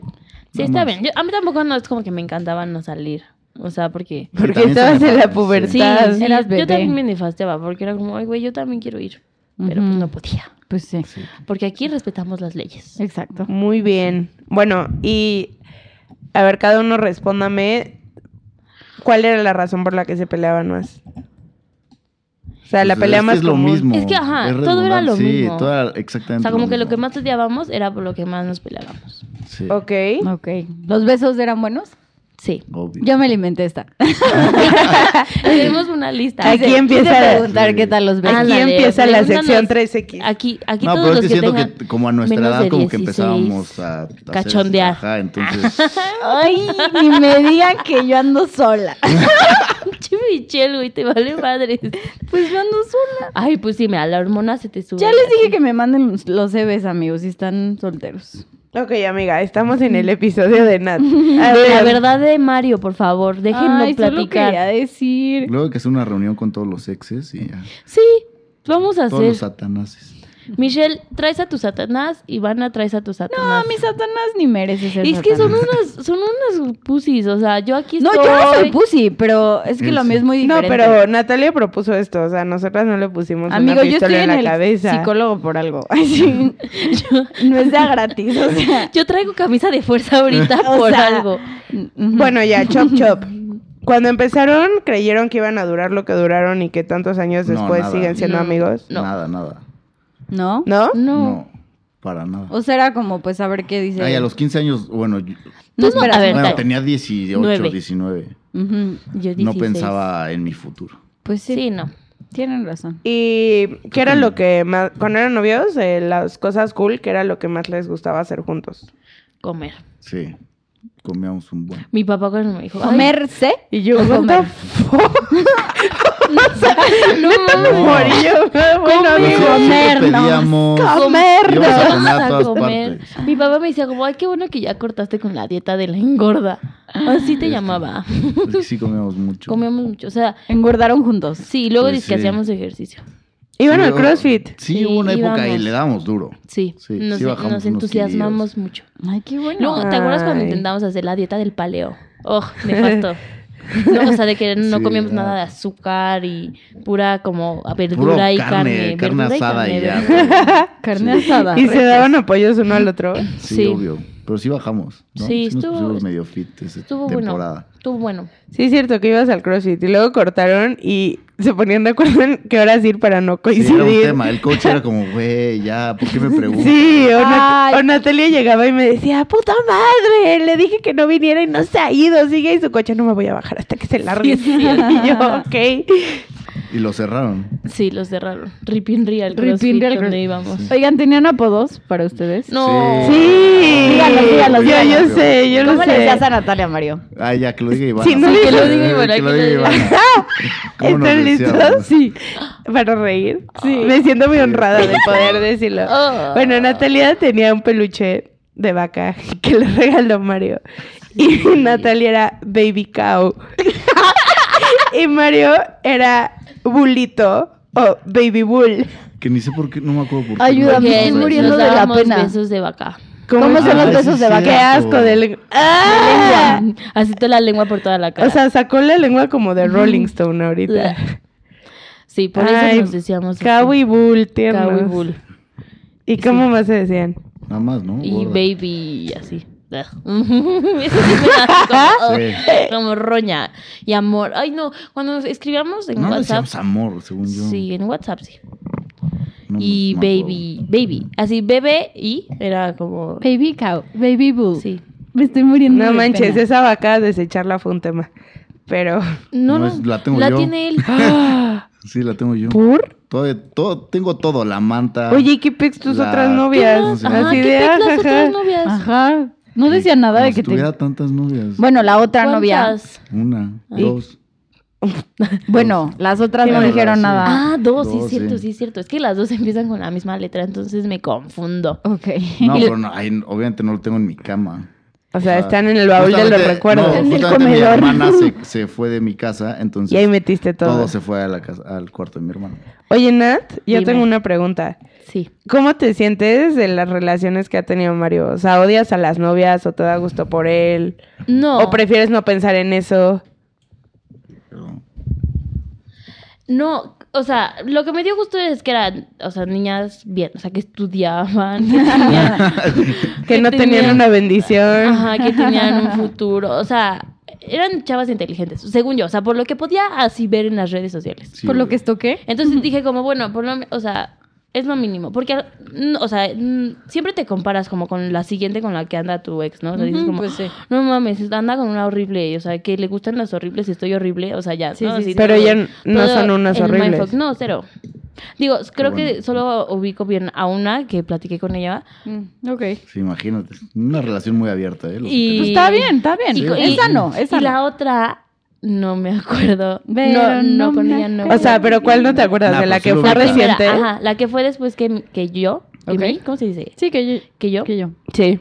Speaker 4: sí está
Speaker 5: vamos.
Speaker 4: bien Yo- a mí tampoco no es como que me encantaba no salir o sea porque
Speaker 5: Sí,
Speaker 3: Porque
Speaker 5: también se
Speaker 3: estabas
Speaker 5: me
Speaker 3: en la
Speaker 5: pasa, sí.
Speaker 4: Sí,
Speaker 3: pubertad.
Speaker 4: sí,
Speaker 2: Eras bebé.
Speaker 4: yo también me nefasteaba porque era como, ay, güey, yo también quiero ir. Pero pues
Speaker 2: Ujú.
Speaker 4: no podía.
Speaker 2: Pues sí,
Speaker 4: Porque aquí respetamos las leyes.
Speaker 2: exacto.
Speaker 3: Muy bien. Bueno, y a ver, cada uno respóndame cuál era la razón por la que se peleaban más. O sea, la
Speaker 5: Pues,
Speaker 3: pelea
Speaker 5: es que
Speaker 3: más
Speaker 5: es lo
Speaker 3: común.
Speaker 5: mismo.
Speaker 4: Es que, ajá,
Speaker 5: es
Speaker 4: todo era lo
Speaker 5: redundante,
Speaker 4: mismo.
Speaker 5: Sí, todo era
Speaker 4: O
Speaker 5: exactamente
Speaker 4: sea, como que lo
Speaker 5: mismo.
Speaker 4: que más odiábamos era por lo que más nos peleábamos.
Speaker 5: Sí,
Speaker 3: Ok.
Speaker 2: Ok, ¿los besos eran buenos? <laughs>
Speaker 4: Sí. <laughs>
Speaker 5: obvio.
Speaker 2: Yo me alimenté esta.
Speaker 4: Tenemos una lista.
Speaker 3: Aquí
Speaker 2: Quise-
Speaker 3: empieza
Speaker 2: quise
Speaker 3: la-
Speaker 2: preguntar qué tal los besos.
Speaker 3: Aquí
Speaker 4: Ándale,
Speaker 3: empieza la
Speaker 4: pregúntanos-
Speaker 3: sección 3X.
Speaker 4: Aquí, aquí
Speaker 5: no,
Speaker 4: todos
Speaker 5: pero es
Speaker 4: los
Speaker 5: que
Speaker 4: que,
Speaker 5: siento
Speaker 4: tengan
Speaker 5: que como a nuestra
Speaker 4: menos
Speaker 5: edad
Speaker 4: de
Speaker 5: como que
Speaker 4: 16.
Speaker 5: empezábamos a... a hacer eso.
Speaker 4: Cachondear. <laughs>
Speaker 5: Ajá, entonces...
Speaker 2: Ay, ni me digan que yo ando <laughs> sola.
Speaker 4: <laughs> Pinche Michelle, güey, te vale madre.
Speaker 2: <laughs> Pues yo ando sola.
Speaker 4: Ay, pues sí, mira, la hormona se te sube.
Speaker 2: Ya les dije
Speaker 4: así.
Speaker 2: que me manden los- los CVs, amigos, si están solteros.
Speaker 3: Ok, amiga, estamos en el episodio de Nat. A
Speaker 4: De La
Speaker 3: ver,
Speaker 4: verdad de Mario, por favor, déjenlo
Speaker 2: Ay, solo quería
Speaker 4: platicar.
Speaker 2: decir.
Speaker 5: Luego hay que hacer una reunión con todos los exes y ya.
Speaker 4: Sí, vamos a
Speaker 5: Todos los
Speaker 4: hacer.
Speaker 5: satanases.
Speaker 4: Michelle, traes a tu Satanás, Ivana, traes a tu Satanás.
Speaker 2: No, mi Satanás ni merece ser
Speaker 4: Y es que son
Speaker 2: Satanás.
Speaker 4: unas, son unas pussies, o sea, yo aquí
Speaker 2: No,
Speaker 4: estoy.
Speaker 2: yo no
Speaker 4: <laughs>
Speaker 2: soy pussy, pero es que
Speaker 5: Él
Speaker 2: lo
Speaker 5: sí.
Speaker 2: mío es muy
Speaker 3: no,
Speaker 2: diferente.
Speaker 3: pero Natalia propuso esto, o sea, nosotras no le pusimos
Speaker 2: Amigo,
Speaker 3: una
Speaker 2: yo estoy
Speaker 3: pistola
Speaker 2: en,
Speaker 3: en la
Speaker 2: el
Speaker 3: cabeza.
Speaker 2: psicólogo por algo. <laughs> Ay, sí. no es de a gratis, o sea.
Speaker 4: Yo traigo camisa de fuerza ahorita
Speaker 2: <laughs> O
Speaker 4: por
Speaker 2: sea,
Speaker 4: algo.
Speaker 2: <laughs> ujú.
Speaker 3: Bueno, ya, chop chop. Cuando empezaron, creyeron que iban a durar lo que duraron y que tantos años
Speaker 5: No,
Speaker 3: después
Speaker 5: nada.
Speaker 3: siguen siendo
Speaker 4: No.
Speaker 3: amigos.
Speaker 4: No.
Speaker 5: Nada, nada.
Speaker 2: ¿No?
Speaker 3: ¿No?
Speaker 4: No.
Speaker 5: No, para nada.
Speaker 2: O sea, era como, pues, a ver qué dice.
Speaker 5: Ay, a los 15 años, bueno, yo-
Speaker 2: No,
Speaker 4: Tú no-
Speaker 2: espera,
Speaker 4: a ver,
Speaker 5: bueno
Speaker 4: dale.
Speaker 5: tenía 18,
Speaker 4: Nueve.
Speaker 5: 19.
Speaker 2: Ujú.
Speaker 4: Yo
Speaker 5: No
Speaker 4: 16.
Speaker 5: pensaba en mi futuro.
Speaker 2: Pues sí.
Speaker 4: Sí, no.
Speaker 2: Tienen razón.
Speaker 3: ¿Y qué era lo que más, cuando eran novios, eh, las cosas cool, qué era lo que más les gustaba hacer juntos?
Speaker 4: Comer.
Speaker 5: Sí. Comíamos un buen.
Speaker 4: Mi papá cuando me dijo, ay,
Speaker 2: ¿Comerse?
Speaker 3: Y yo,
Speaker 4: Comer.
Speaker 3: what the fuck? O sea, neta me
Speaker 5: No.
Speaker 3: morí, <laughs> yo, bueno,
Speaker 4: Comer.
Speaker 3: digo,
Speaker 5: Nosotros siempre
Speaker 4: comernos.
Speaker 3: Comernos.
Speaker 5: pedíamos- íbamos a comer
Speaker 4: Vamos
Speaker 5: a
Speaker 4: a
Speaker 5: todas
Speaker 4: comer.
Speaker 5: partes.
Speaker 4: Mi papá me decía como, ay, qué bueno que ya cortaste con la dieta de la engorda. Así te
Speaker 5: Este.
Speaker 4: llamaba.
Speaker 5: Es que sí comíamos mucho.
Speaker 4: Comíamos mucho. O sea,
Speaker 2: Engordaron juntos.
Speaker 4: sí, luego
Speaker 5: Pues
Speaker 4: dice que
Speaker 5: sí.
Speaker 4: hacíamos ejercicio.
Speaker 3: iban al
Speaker 5: Luego-
Speaker 3: CrossFit.
Speaker 5: oh, Sí,
Speaker 4: Sí,
Speaker 5: hubo una época y
Speaker 4: íbamos.
Speaker 5: le dábamos duro.
Speaker 4: Sí,
Speaker 5: Sí,
Speaker 4: nos,
Speaker 5: sí bajamos
Speaker 4: nos
Speaker 5: unos
Speaker 4: entusiasmamos mucho.
Speaker 2: Ay, qué bueno.
Speaker 4: Luego, ¿te acuerdas cuando
Speaker 3: Ay.
Speaker 4: intentamos hacer la dieta del paleo?
Speaker 2: <laughs>
Speaker 4: Oh, nefasto. No, o sea, de que no
Speaker 5: Sí,
Speaker 4: comíamos
Speaker 5: ah.
Speaker 4: nada de azúcar y pura como
Speaker 5: Puro
Speaker 4: verdura y carne.
Speaker 5: carne, carne
Speaker 4: verdura
Speaker 5: asada y
Speaker 4: carne,
Speaker 5: ya.
Speaker 2: Carne
Speaker 5: Sí.
Speaker 2: asada.
Speaker 3: Y se daban apoyos uno al otro.
Speaker 5: Sí,
Speaker 4: Sí.
Speaker 5: obvio. Pero sí bajamos. ¿no?
Speaker 4: Sí,
Speaker 5: Sí, nos
Speaker 4: estuvo-
Speaker 5: pusimos medio fit esa <laughs>
Speaker 4: Estuvo bueno.
Speaker 5: temporada.
Speaker 4: Estuvo bueno.
Speaker 3: Sí, es cierto que ibas al CrossFit y luego cortaron y se ponían de acuerdo en qué horas ir para no
Speaker 5: Sí,
Speaker 3: coincidir.
Speaker 5: era un tema. El coach era como, güey, ya, ¿por qué me preguntas?
Speaker 3: Sí, o, Nat-
Speaker 4: Ay.
Speaker 3: o Natalia llegaba y me decía, puta madre, le dije que no viniera y no se ha ido, sigue en su coche, no me voy a bajar hasta que se largue. y yo, ok.
Speaker 5: Y lo cerraron.
Speaker 4: Sí, los cerraron. Ripin Real
Speaker 2: Rip in
Speaker 4: CrossFit,
Speaker 2: Real
Speaker 4: donde
Speaker 2: Cro-
Speaker 4: íbamos.
Speaker 2: Oigan, ¿tenían apodos para ustedes?
Speaker 4: No.
Speaker 3: Sí,
Speaker 2: Díganos, díganos,
Speaker 3: yo,
Speaker 5: díganos.
Speaker 3: yo sé, yo lo
Speaker 2: ¿Cómo le
Speaker 3: sé.
Speaker 2: decías a Natalia, Mario?
Speaker 5: Ah, ya, que lo diga Iván.
Speaker 3: Sí, no Sí, que lo
Speaker 4: diga Ivana,
Speaker 5: Que lo
Speaker 4: que lo
Speaker 5: diga
Speaker 4: diga.
Speaker 5: Ivana. ¿Cómo nos
Speaker 3: ¿Están listos?
Speaker 5: deseamos?
Speaker 3: Sí. ¿Para reír? Sí. Me siento muy honrada
Speaker 5: Este,
Speaker 3: de poder decirlo.
Speaker 4: Oh.
Speaker 3: Bueno, Natalia tenía un peluche de vaca <laughs> que le regaló Mario. Y Natalia era Baby Cow. <laughs> y Mario era Bulito o Baby Bull.
Speaker 5: Que ni sé por qué, no me acuerdo por qué.
Speaker 2: Ayúdame,
Speaker 5: no me
Speaker 2: estoy
Speaker 5: acuerdo.
Speaker 2: muriendo
Speaker 4: nos
Speaker 2: de la
Speaker 4: dábamos
Speaker 2: pena.
Speaker 4: besos de vaca.
Speaker 2: ¿Cómo son
Speaker 5: Ah,
Speaker 2: los
Speaker 5: sí,
Speaker 2: besos de
Speaker 5: sí,
Speaker 2: vaca?
Speaker 3: ¡Qué asco! De lengua. ¡Ah!
Speaker 4: Así toda la lengua por toda la cara.
Speaker 3: O sea, sacó la lengua como de Rolling Stone ahorita.
Speaker 4: sí, por
Speaker 3: Ay,
Speaker 4: eso nos decíamos. así.
Speaker 3: Cow y Bull, tiernos.
Speaker 4: Cow y bull.
Speaker 3: ¿Y cómo más se decían?
Speaker 5: Nada más, ¿no?
Speaker 4: Y
Speaker 5: Gorda.
Speaker 4: baby y así. <laughs> Eso sí me da como,
Speaker 5: Sí.
Speaker 4: como roña y amor. Ay, no, cuando nos escribíamos en
Speaker 5: No le
Speaker 4: WhatsApp.
Speaker 5: decíamos amor, según yo.
Speaker 4: Sí, en WhatsApp sí.
Speaker 5: No,
Speaker 4: y
Speaker 5: no me acuerdo.
Speaker 4: baby, baby. Así, bebé y era como.
Speaker 2: Baby cow, baby boo.
Speaker 4: Sí.
Speaker 2: Me estoy muriendo.
Speaker 3: No
Speaker 2: de
Speaker 3: manches,
Speaker 2: pena.
Speaker 3: esa vaca desecharla fue un tema. Pero,
Speaker 4: No,
Speaker 5: No,
Speaker 4: no.
Speaker 5: es- la tengo yo. <laughs>
Speaker 4: tiene él.
Speaker 5: Sí, la tengo yo.
Speaker 3: ¿por?
Speaker 5: Todo, todo, tengo todo, la manta.
Speaker 3: <gasps> Oye, ¿qué pex tus
Speaker 5: la-
Speaker 3: otras
Speaker 4: Ah,
Speaker 3: novias?
Speaker 5: ¿Qué más?
Speaker 4: Ajá,
Speaker 3: Así
Speaker 4: ¿qué
Speaker 3: de,
Speaker 4: tal las otras
Speaker 3: ajaja.
Speaker 4: novias?
Speaker 2: Ajá. No decía nada
Speaker 5: Como
Speaker 2: de
Speaker 5: si
Speaker 2: que te...
Speaker 5: tuviera tantas novias.
Speaker 2: Bueno, la otra novia.
Speaker 4: ¿Cuántas?
Speaker 5: Una, dos.
Speaker 2: Bueno, las otras
Speaker 5: Sí,
Speaker 2: no
Speaker 5: bueno,
Speaker 2: dijeron
Speaker 5: sí.
Speaker 2: nada.
Speaker 4: Ah, dos, sí,
Speaker 5: Dos,
Speaker 4: es cierto,
Speaker 5: sí.
Speaker 4: sí, es cierto. Es que las dos <laughs> empiezan con la misma letra, entonces me confundo.
Speaker 2: Ok.
Speaker 5: No,
Speaker 2: Y-
Speaker 5: pero no, ay, obviamente no lo tengo en mi cama.
Speaker 3: O sea, están en el baúl de los
Speaker 5: Justamente-
Speaker 3: recuerdos.
Speaker 5: no,
Speaker 2: En el
Speaker 5: justamente Mi
Speaker 2: comedor.
Speaker 5: hermana se, se fue de mi casa, entonces
Speaker 3: y ahí metiste
Speaker 5: todo.
Speaker 3: todo.
Speaker 5: se fue a la casa, al cuarto de mi hermano.
Speaker 3: Oye, Nat, yo
Speaker 4: Dime.
Speaker 3: tengo una pregunta.
Speaker 4: Sí.
Speaker 3: ¿Cómo te sientes de las relaciones que ha tenido Mario? O sea, ¿odias a las novias o te da gusto por él?
Speaker 4: No.
Speaker 3: ¿O prefieres no pensar en eso?
Speaker 5: Pero-
Speaker 4: No, o sea, lo que me dio gusto es que eran, o sea, niñas bien, o sea, que estudiaban, que tenían,
Speaker 3: Que no tenían una bendición.
Speaker 4: ajá, que tenían un futuro, o sea, eran chavas inteligentes, según yo, o sea, por lo que podía así ver en las redes sociales.
Speaker 5: sí,
Speaker 2: Por lo que estoqué.
Speaker 4: Entonces dije como, bueno, por lo, mi- o sea, es lo mínimo, porque, mm, o sea, mm, siempre te comparas como con la siguiente con la que anda tu ex, ¿no? O sea, dices
Speaker 2: Ujú,
Speaker 4: como,
Speaker 2: pues sí.
Speaker 4: no mames, anda con una horrible, o sea, que le gustan las horribles, estoy horrible, o sea, ya.
Speaker 2: Sí,
Speaker 4: ¿no?
Speaker 2: sí,
Speaker 4: Así
Speaker 2: sí.
Speaker 3: Pero
Speaker 4: todo-
Speaker 3: ya n- no
Speaker 4: todo
Speaker 3: son unas
Speaker 4: el
Speaker 3: horribles.
Speaker 4: mindfuck. No, cero. Digo, creo
Speaker 5: bueno.
Speaker 4: que solo ubico bien a una que platiqué con ella.
Speaker 2: Mm, Ok.
Speaker 5: Sí, imagínate. Una relación muy abierta, ¿eh? Lo que
Speaker 4: Y-
Speaker 2: Pues está bien, está bien.
Speaker 4: Y-
Speaker 2: es
Speaker 4: y-
Speaker 2: sano, es
Speaker 4: Y
Speaker 2: sano.
Speaker 4: la otra, no me acuerdo.
Speaker 2: Pero
Speaker 4: no, no,
Speaker 2: no
Speaker 4: con
Speaker 2: me
Speaker 4: ella no.
Speaker 2: acuerdo.
Speaker 3: O sea, pero ¿cuál no te acuerdas?
Speaker 5: Nah,
Speaker 3: ¿De la
Speaker 5: pues
Speaker 3: que
Speaker 5: solo
Speaker 3: fue
Speaker 5: vi la
Speaker 4: primera,
Speaker 3: reciente?
Speaker 4: ajá, la que fue después que, que yo. que
Speaker 2: Ok.
Speaker 4: mí, ¿Cómo se dice?
Speaker 2: Sí, que yo.
Speaker 4: Que yo.
Speaker 2: Que yo.
Speaker 3: Sí.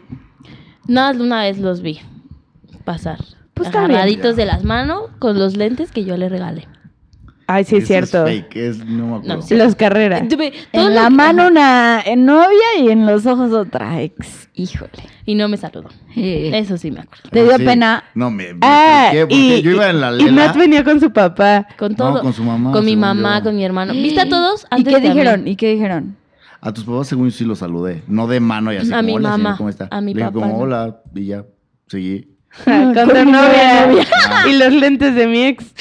Speaker 4: Nada, más una vez los vi pasar.
Speaker 2: Pues está bien.
Speaker 4: agarraditos de las manos con los lentes que yo le regalé.
Speaker 3: Ay, sí, es
Speaker 5: Eso
Speaker 3: cierto.
Speaker 5: fake, es, no me acuerdo.
Speaker 4: No, sí.
Speaker 3: Los carreras.
Speaker 4: Tuve todo
Speaker 2: En
Speaker 4: lo
Speaker 2: la
Speaker 4: que-
Speaker 2: mano una eh, novia y en los ojos otra ex. Híjole.
Speaker 4: Y no me saludó.
Speaker 2: Eh,
Speaker 4: Eso sí me acuerdo.
Speaker 2: Te
Speaker 5: Ah,
Speaker 2: dio
Speaker 5: sí.
Speaker 2: pena.
Speaker 5: No, me. me
Speaker 3: Ah,
Speaker 5: ¿por qué? Porque
Speaker 3: y,
Speaker 5: yo iba en la
Speaker 3: y
Speaker 5: lela.
Speaker 3: Nat venía con su papá.
Speaker 4: Con
Speaker 5: No,
Speaker 4: todo.
Speaker 5: con su mamá,
Speaker 4: Con mi
Speaker 5: según
Speaker 4: mamá,
Speaker 5: yo.
Speaker 4: con mi hermano. ¿Viste a todos?
Speaker 2: ¿Y
Speaker 4: Antes
Speaker 2: qué
Speaker 4: que a mí.
Speaker 2: dijeron? ¿Y qué
Speaker 4: <laughs>
Speaker 2: dijeron?
Speaker 5: A tus papás, según yo, sí los saludé. No de mano y así.
Speaker 4: A
Speaker 5: como,
Speaker 4: mi
Speaker 5: "Hola, señor,
Speaker 4: mamá,
Speaker 5: ¿Cómo está?
Speaker 4: a mi
Speaker 5: Le dije
Speaker 4: papá,
Speaker 5: como,
Speaker 4: no.
Speaker 5: hola, y ya. Seguí.
Speaker 3: Con tu novia. Y los lentes de mi ex.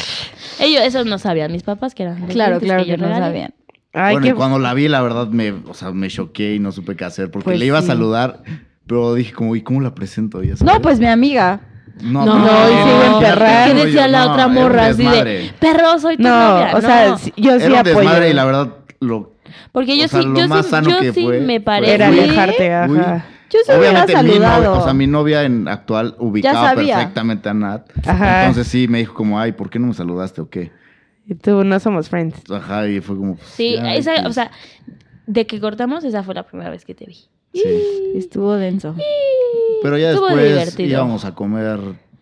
Speaker 4: Ellos, eso no sabían. Mis papás que eran. los
Speaker 2: <laughs> Claro,
Speaker 4: lentes
Speaker 2: claro
Speaker 4: yo
Speaker 2: que no
Speaker 4: regalé.
Speaker 2: sabían.
Speaker 3: Ay,
Speaker 5: bueno,
Speaker 3: qué
Speaker 5: y cuando la vi, la verdad, me, o sea, me choqué y no supe qué hacer. Porque
Speaker 2: Pues
Speaker 5: le iba
Speaker 2: sí.
Speaker 5: a saludar, pero dije como, ¿y cómo la presento? Ya sabes.
Speaker 2: No, pues mi amiga.
Speaker 5: No,
Speaker 4: No,
Speaker 3: no, y sigo en perrar.
Speaker 4: ¿Qué decía la otra morra? Así de, perro, soy tu
Speaker 3: No,
Speaker 4: novia".
Speaker 3: o sea, sí- yo sí
Speaker 5: Era un desmadre y la
Speaker 3: apoyo.
Speaker 5: verdad lo
Speaker 4: Porque yo
Speaker 5: o sea,
Speaker 4: sí,
Speaker 5: lo
Speaker 4: yo
Speaker 5: más
Speaker 4: sí,
Speaker 5: sano
Speaker 4: yo
Speaker 5: que
Speaker 4: sí
Speaker 5: fue,
Speaker 4: me
Speaker 5: fue
Speaker 4: paré.
Speaker 3: Era
Speaker 5: Uy.
Speaker 3: alejarte, ajá.
Speaker 4: Yo sí hubiera
Speaker 5: Obviamente mi novia,
Speaker 4: saludado.
Speaker 5: o sea, mi novia en actual ubicaba
Speaker 4: sabía.
Speaker 5: perfectamente a Nat.
Speaker 3: Ajá.
Speaker 5: Entonces sí me dijo como, "Ay, ¿por qué no me saludaste o qué?"
Speaker 3: Y tú, no somos friends.
Speaker 5: Ajá, y fue como pues,
Speaker 4: Sí,
Speaker 5: ya,
Speaker 4: esa,
Speaker 5: X.
Speaker 4: o sea, de que cortamos, esa fue la primera vez que te vi.
Speaker 5: Sí.
Speaker 2: Estuvo denso.
Speaker 5: Pero ya
Speaker 4: Estuvo
Speaker 5: después
Speaker 4: divertido.
Speaker 5: íbamos a comer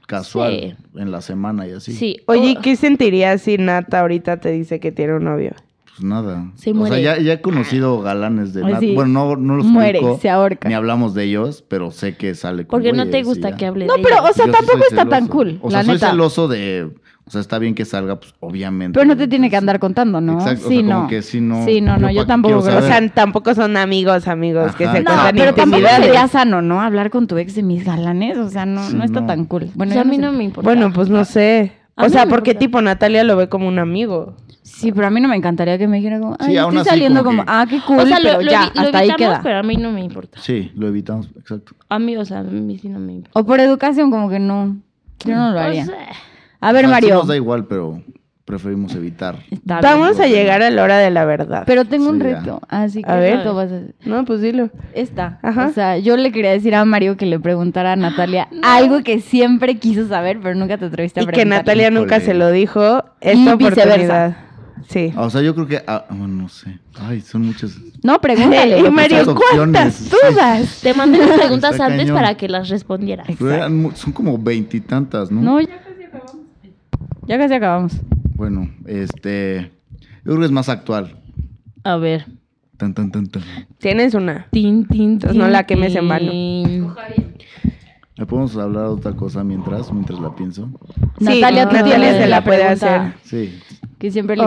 Speaker 5: casual
Speaker 4: Sí.
Speaker 5: en la semana y así.
Speaker 4: Sí.
Speaker 3: Oye, ¿y
Speaker 4: Oh,
Speaker 3: ¿qué sentirías si Nata ahorita te dice que tiene un novio?
Speaker 5: Pues nada.
Speaker 4: Se
Speaker 5: O
Speaker 4: muere.
Speaker 5: sea, ya, ya he conocido galanes de
Speaker 2: Ay,
Speaker 5: Nat.
Speaker 2: sí.
Speaker 5: Bueno, no, no los
Speaker 2: Muere,
Speaker 5: ubico,
Speaker 2: se ahorca.
Speaker 5: Ni hablamos de ellos, pero sé que sale con
Speaker 4: Porque no te
Speaker 5: güeyes y
Speaker 4: gusta
Speaker 5: ya.
Speaker 4: que hable
Speaker 2: No,
Speaker 4: de
Speaker 2: pero,
Speaker 4: ella.
Speaker 2: o sea,
Speaker 5: Yo sí soy
Speaker 2: tampoco está tan
Speaker 5: celoso.
Speaker 2: cool,
Speaker 5: O sea,
Speaker 2: la
Speaker 5: soy
Speaker 2: neta.
Speaker 5: celoso de. O sea, está bien que salga, pues obviamente.
Speaker 2: Pero no te tiene que
Speaker 5: Sí.
Speaker 2: andar contando, ¿no?
Speaker 5: Exacto, o
Speaker 2: sí,
Speaker 5: sea,
Speaker 2: no.
Speaker 5: como que sí, no.
Speaker 2: Sí, no, no, yo
Speaker 5: pa' qué
Speaker 2: tampoco
Speaker 5: quiero
Speaker 2: creo.
Speaker 3: O
Speaker 5: saber.
Speaker 3: sea, tampoco son amigos, amigos que
Speaker 5: Ajá.
Speaker 3: se
Speaker 5: No,
Speaker 2: No,
Speaker 3: cuentan
Speaker 2: pero tampoco
Speaker 3: intimidades.
Speaker 2: sería sano, ¿no? Hablar con tu ex de mis galanes, o sea, no,
Speaker 5: Sí,
Speaker 2: no está
Speaker 5: no.
Speaker 2: tan cool.
Speaker 4: O
Speaker 2: Bueno,
Speaker 4: sea,
Speaker 2: yo
Speaker 4: a mí
Speaker 2: sé.
Speaker 4: no me importa.
Speaker 3: Bueno, pues no sé.
Speaker 4: A
Speaker 3: O
Speaker 4: mí
Speaker 3: sea,
Speaker 4: no me
Speaker 3: porque
Speaker 4: importa.
Speaker 3: tipo Natalia lo ve como un amigo.
Speaker 2: Sí, pero a mí no me encantaría que me dijera como,
Speaker 5: Sí,
Speaker 2: ay,
Speaker 5: aún
Speaker 2: estoy
Speaker 5: así,
Speaker 2: saliendo
Speaker 5: como
Speaker 2: como,
Speaker 5: que-
Speaker 2: ah, qué cool,
Speaker 4: o sea,
Speaker 2: pero
Speaker 4: lo, lo
Speaker 2: ya,
Speaker 4: evi- lo
Speaker 2: hasta ahí
Speaker 4: evitamos,
Speaker 2: queda.
Speaker 4: pero a mí no me importa.
Speaker 5: Sí, lo evitamos, exacto.
Speaker 4: A mí, o sea, a mí sí no me importa.
Speaker 2: O por educación, como que no, yo no lo haría.
Speaker 4: O sea,
Speaker 2: a ver,
Speaker 5: O sea, sí
Speaker 2: Mario,
Speaker 5: nos da igual, pero
Speaker 2: <laughs>
Speaker 5: preferimos evitar.
Speaker 2: está bien.
Speaker 3: Vamos a llegar a la hora de la verdad.
Speaker 2: pero tengo un
Speaker 5: Sí, ya.
Speaker 2: reto, así que
Speaker 3: A ver.
Speaker 2: reto vas a hacer?
Speaker 3: No, pues dilo.
Speaker 2: Esta.
Speaker 3: Ajá.
Speaker 2: O sea, yo le quería decir a Mario que le preguntara a Natalia algo que siempre quiso saber, pero nunca te atreviste a
Speaker 3: Y que
Speaker 2: preguntar.
Speaker 3: Natalia nunca
Speaker 5: Híjole.
Speaker 3: se lo dijo. Esta
Speaker 2: Y
Speaker 3: oportunidad.
Speaker 2: viceversa.
Speaker 3: Sí.
Speaker 5: O sea, yo creo que. ah, bueno, no sé. Ay, son muchas.
Speaker 2: No, pregúntale.
Speaker 3: Y
Speaker 5: muchas
Speaker 3: Mario, ¿cuántas
Speaker 5: opciones.
Speaker 3: dudas?
Speaker 4: te mandé las preguntas
Speaker 5: <laughs> Está
Speaker 4: antes
Speaker 5: cañón.
Speaker 4: para que las respondieras.
Speaker 5: Pero eran mu- son como veintitantas, ¿no?
Speaker 2: No, ya casi acabamos. Ya casi acabamos.
Speaker 5: Bueno, este. Yo creo que es más actual.
Speaker 4: A ver.
Speaker 5: Tan, tan, tan, tan.
Speaker 3: Tienes una.
Speaker 4: Tin, tin,
Speaker 3: Entonces, no la quemes en vano.
Speaker 4: tin.
Speaker 5: ¿Le podemos hablar de otra cosa mientras, mientras la pienso?
Speaker 3: Sí,
Speaker 2: Natalia, tú
Speaker 4: Natalia
Speaker 2: no
Speaker 4: se
Speaker 3: la puede
Speaker 2: pregunta
Speaker 3: hacer.
Speaker 5: Sí.
Speaker 2: Que siempre le...
Speaker 3: Oh.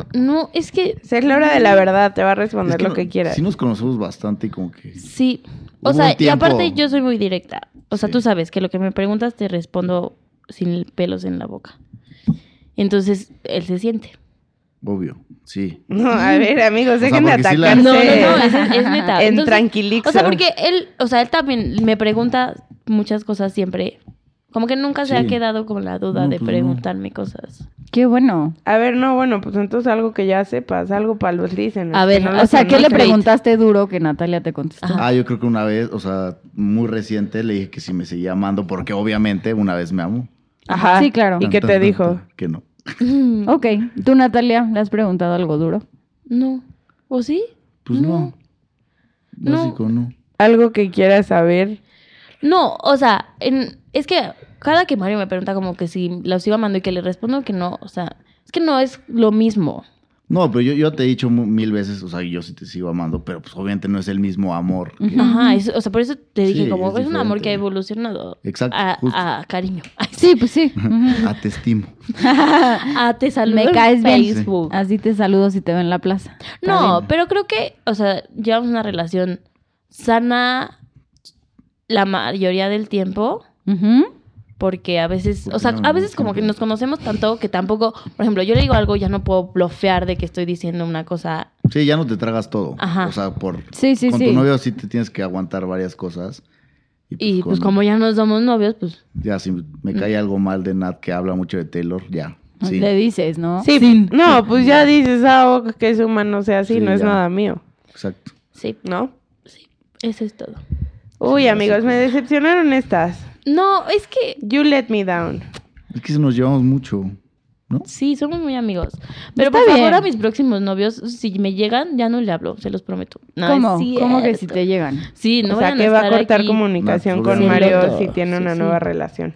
Speaker 4: Ah, no, es que
Speaker 3: Si es la hora de la verdad, te va a responder
Speaker 5: Es que
Speaker 3: lo
Speaker 5: no-
Speaker 3: que quieras.
Speaker 5: Sí nos conocemos bastante y como que...
Speaker 4: sí.
Speaker 5: Hubo
Speaker 4: O
Speaker 5: un
Speaker 4: sea, y
Speaker 5: tiempo-
Speaker 4: aparte yo soy muy directa. O sea,
Speaker 5: Sí.
Speaker 4: tú sabes que lo que me preguntas te respondo sin pelos en la boca. Entonces, él se siente.
Speaker 5: Obvio, sí.
Speaker 3: No, a ver, amigos,
Speaker 5: sea,
Speaker 3: dejen de
Speaker 5: porque sí la-
Speaker 3: atacarse.
Speaker 4: No, no, no,
Speaker 3: <laughs>
Speaker 4: es, es neta.
Speaker 3: Ah, En
Speaker 4: Entonces,
Speaker 3: tranquilixo.
Speaker 4: O sea, porque él, o sea, él también me pregunta muchas cosas siempre. Como que nunca se
Speaker 5: Sí.
Speaker 4: ha quedado con la duda
Speaker 5: No,
Speaker 4: de
Speaker 5: pues, no.
Speaker 4: preguntarme cosas. <laughs>
Speaker 2: Qué bueno.
Speaker 3: A ver, no, bueno, pues entonces algo que ya sepas, algo para los listeners.
Speaker 4: A ver,
Speaker 3: que no
Speaker 2: o
Speaker 3: los
Speaker 2: sea, ¿qué le
Speaker 3: conocen.
Speaker 2: preguntaste duro que Natalia te contestó?
Speaker 4: Ajá.
Speaker 5: Ah, yo creo que una vez, o sea, muy reciente, le dije que si me seguía amando, porque obviamente una vez me amó.
Speaker 3: Ajá.
Speaker 2: Sí, claro.
Speaker 3: ¿Y
Speaker 5: Tan,
Speaker 3: qué
Speaker 5: tan,
Speaker 3: te
Speaker 5: tan,
Speaker 3: dijo?
Speaker 5: tan, Que no.
Speaker 2: Ok. ¿Tú, Natalia, le has preguntado algo duro?
Speaker 4: No. ¿O sí?
Speaker 5: Pues no.
Speaker 4: No.
Speaker 5: Básico, no.
Speaker 3: Algo que quieras saber.
Speaker 4: No, o sea, en- es que cada que Mario me pregunta como que si la sigo amando y que le respondo que no, o sea, es que no es lo mismo.
Speaker 5: No, pero yo, yo te he dicho mu- mil veces, o sea, yo sí te sigo amando, pero pues obviamente no es el mismo amor. que-
Speaker 4: Ajá, es- o sea, por eso te dije
Speaker 5: Sí,
Speaker 4: como
Speaker 5: es
Speaker 4: es, un amor que ha
Speaker 5: diferente.
Speaker 4: evolucionado.
Speaker 5: Exacto, justo.
Speaker 4: A, a cariño. <laughs>
Speaker 2: Sí, pues sí.
Speaker 5: Ah, te estimo.
Speaker 4: A te saludo
Speaker 2: Me
Speaker 4: en
Speaker 2: caes bien.
Speaker 4: Facebook.
Speaker 2: Así te saludo si te veo en la plaza.
Speaker 4: No, pero creo que, o sea, llevamos una relación sana la mayoría del tiempo.
Speaker 2: Ujú.
Speaker 4: Porque a veces, o
Speaker 5: Porque
Speaker 4: sea,
Speaker 5: no,
Speaker 4: a
Speaker 5: no
Speaker 4: veces como que
Speaker 5: siempre.
Speaker 4: nos conocemos tanto que tampoco, por ejemplo, yo le digo algo, ya no puedo blofear de que estoy diciendo una cosa
Speaker 5: Sí, ya no te tragas todo.
Speaker 4: Ajá.
Speaker 5: O sea, por...
Speaker 2: Sí, sí,
Speaker 5: con
Speaker 2: sí.
Speaker 5: tu novio sí te tienes que aguantar varias cosas.
Speaker 4: Y pues
Speaker 5: con-
Speaker 4: como ya no somos novios, pues
Speaker 5: Ya, si me cae algo mal de Nat que habla mucho de Taylor, ya. Sí.
Speaker 2: Ah, Le dices, ¿no?
Speaker 3: Sí. No, pues ya dices, ah, oh, que es humano, sea así,
Speaker 5: Sí,
Speaker 3: no es
Speaker 5: ya.
Speaker 3: nada mío,
Speaker 5: Exacto.
Speaker 4: sí,
Speaker 3: ¿no?
Speaker 4: eso es todo.
Speaker 3: Uy,
Speaker 5: Sí,
Speaker 3: amigos,
Speaker 5: así
Speaker 3: me
Speaker 5: como-
Speaker 3: decepcionaron estas.
Speaker 4: No, es que
Speaker 3: You let me down.
Speaker 5: Es que nos llevamos mucho, ¿no?
Speaker 4: sí, somos muy amigos. Pero
Speaker 2: Está
Speaker 4: por favor
Speaker 2: bien.
Speaker 4: a mis próximos novios, si me llegan, ya no le hablo, se los prometo. No,
Speaker 2: ¿Cómo?
Speaker 4: es
Speaker 2: ¿Cómo que si
Speaker 4: cierto.
Speaker 2: te llegan?
Speaker 4: Sí, no
Speaker 3: o sea,
Speaker 4: vayan a
Speaker 3: que va a
Speaker 4: estar
Speaker 3: cortar
Speaker 4: aquí.
Speaker 3: comunicación
Speaker 5: No,
Speaker 3: con
Speaker 5: sí,
Speaker 3: Mario
Speaker 4: doctor.
Speaker 3: si tiene
Speaker 4: Sí,
Speaker 3: una
Speaker 4: sí.
Speaker 3: nueva relación.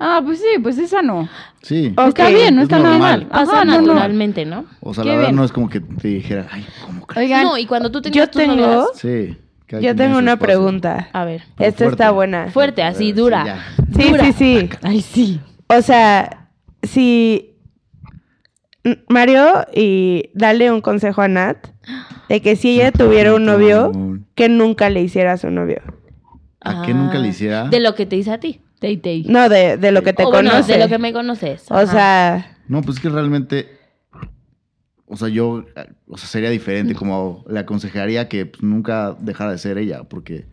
Speaker 2: Ah, pues sí, pues es sano.
Speaker 5: Sí.
Speaker 3: Ok.
Speaker 2: Está bien, no
Speaker 5: Es
Speaker 2: está nada
Speaker 5: normal.
Speaker 2: mal.
Speaker 4: Pasa
Speaker 3: Ah,
Speaker 2: Ajá, no, no.
Speaker 4: naturalmente, ¿no?
Speaker 5: O sea,
Speaker 2: qué
Speaker 5: la verdad
Speaker 2: bien.
Speaker 5: no es como que te dijera, ay, ¿cómo crees?
Speaker 2: Oigan,
Speaker 4: No, y cuando tú tenías
Speaker 3: yo
Speaker 4: tus
Speaker 3: tengo-
Speaker 4: novias-
Speaker 5: Sí. cada
Speaker 3: Yo
Speaker 5: quien tiene
Speaker 3: tengo
Speaker 5: su
Speaker 3: una
Speaker 5: espacio.
Speaker 3: pregunta.
Speaker 4: a ver,
Speaker 5: Pero
Speaker 3: Esta está
Speaker 5: fuerte.
Speaker 3: buena.
Speaker 4: fuerte, así,
Speaker 5: Sí,
Speaker 4: dura.
Speaker 5: ya.
Speaker 3: Sí,
Speaker 4: Dura.
Speaker 3: sí, sí.
Speaker 2: Ay, sí.
Speaker 3: O sea, si N- Mario y dale un consejo a Nat de que si ella tuviera un novio, que nunca le hiciera a su novio.
Speaker 5: ¿A qué nunca le
Speaker 4: Ah,
Speaker 5: hiciera?
Speaker 4: De lo que te hice a ti.
Speaker 2: Tei, tei.
Speaker 3: No, de, de lo que te
Speaker 4: O bueno,
Speaker 3: conoce.
Speaker 4: de lo que me conoces.
Speaker 3: O
Speaker 4: ajá.
Speaker 3: sea,
Speaker 5: No, pues es que realmente. O sea, yo. eh, O sea, sería diferente. Como le aconsejaría que pues, nunca dejara de ser ella, porque.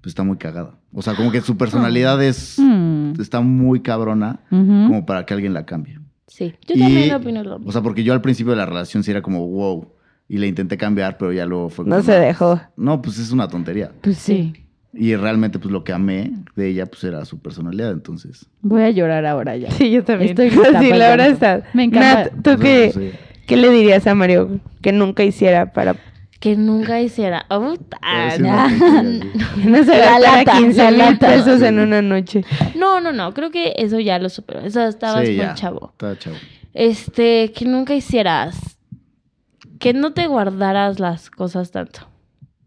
Speaker 5: pues está muy cagada. O sea, como que su personalidad es,
Speaker 2: Mm.
Speaker 5: está muy cabrona
Speaker 2: Ujú.
Speaker 5: como para que alguien la cambie.
Speaker 4: Sí, yo
Speaker 5: Y-
Speaker 4: también opino lo mismo.
Speaker 5: O sea, porque yo al principio de la relación sí era como wow. Y la intenté cambiar, pero ya luego fue como.
Speaker 3: No se dejó.
Speaker 5: No, pues es una tontería.
Speaker 2: Pues sí.
Speaker 5: Y realmente, pues lo que amé de ella, pues era su personalidad. Entonces.
Speaker 2: Voy a llorar ahora ya.
Speaker 3: Sí, yo también.
Speaker 2: Estoy lista
Speaker 3: sí,
Speaker 2: para
Speaker 3: la
Speaker 2: llorar.
Speaker 3: verdad está.
Speaker 2: Me encanta.
Speaker 3: Nat, ¿tú
Speaker 5: o sea,
Speaker 3: qué,
Speaker 5: sí.
Speaker 3: qué le dirías a Mario que nunca hiciera para
Speaker 4: Que nunca hiciera. Oh,
Speaker 5: Pero
Speaker 4: ah,
Speaker 5: sí, una
Speaker 4: nah.
Speaker 5: tontería, sí.
Speaker 3: no se
Speaker 4: La
Speaker 3: gastara
Speaker 4: lata,
Speaker 3: 15
Speaker 4: la
Speaker 3: mil
Speaker 4: lata.
Speaker 3: pesos en una <laughs> noche?
Speaker 4: <laughs> No, no, no. Creo que eso ya lo superó. Eso estabas
Speaker 5: Sí,
Speaker 4: muy
Speaker 5: ya,
Speaker 4: chavo.
Speaker 5: Estaba chavo.
Speaker 4: Este, que nunca hicieras. Que no te guardaras las cosas tanto.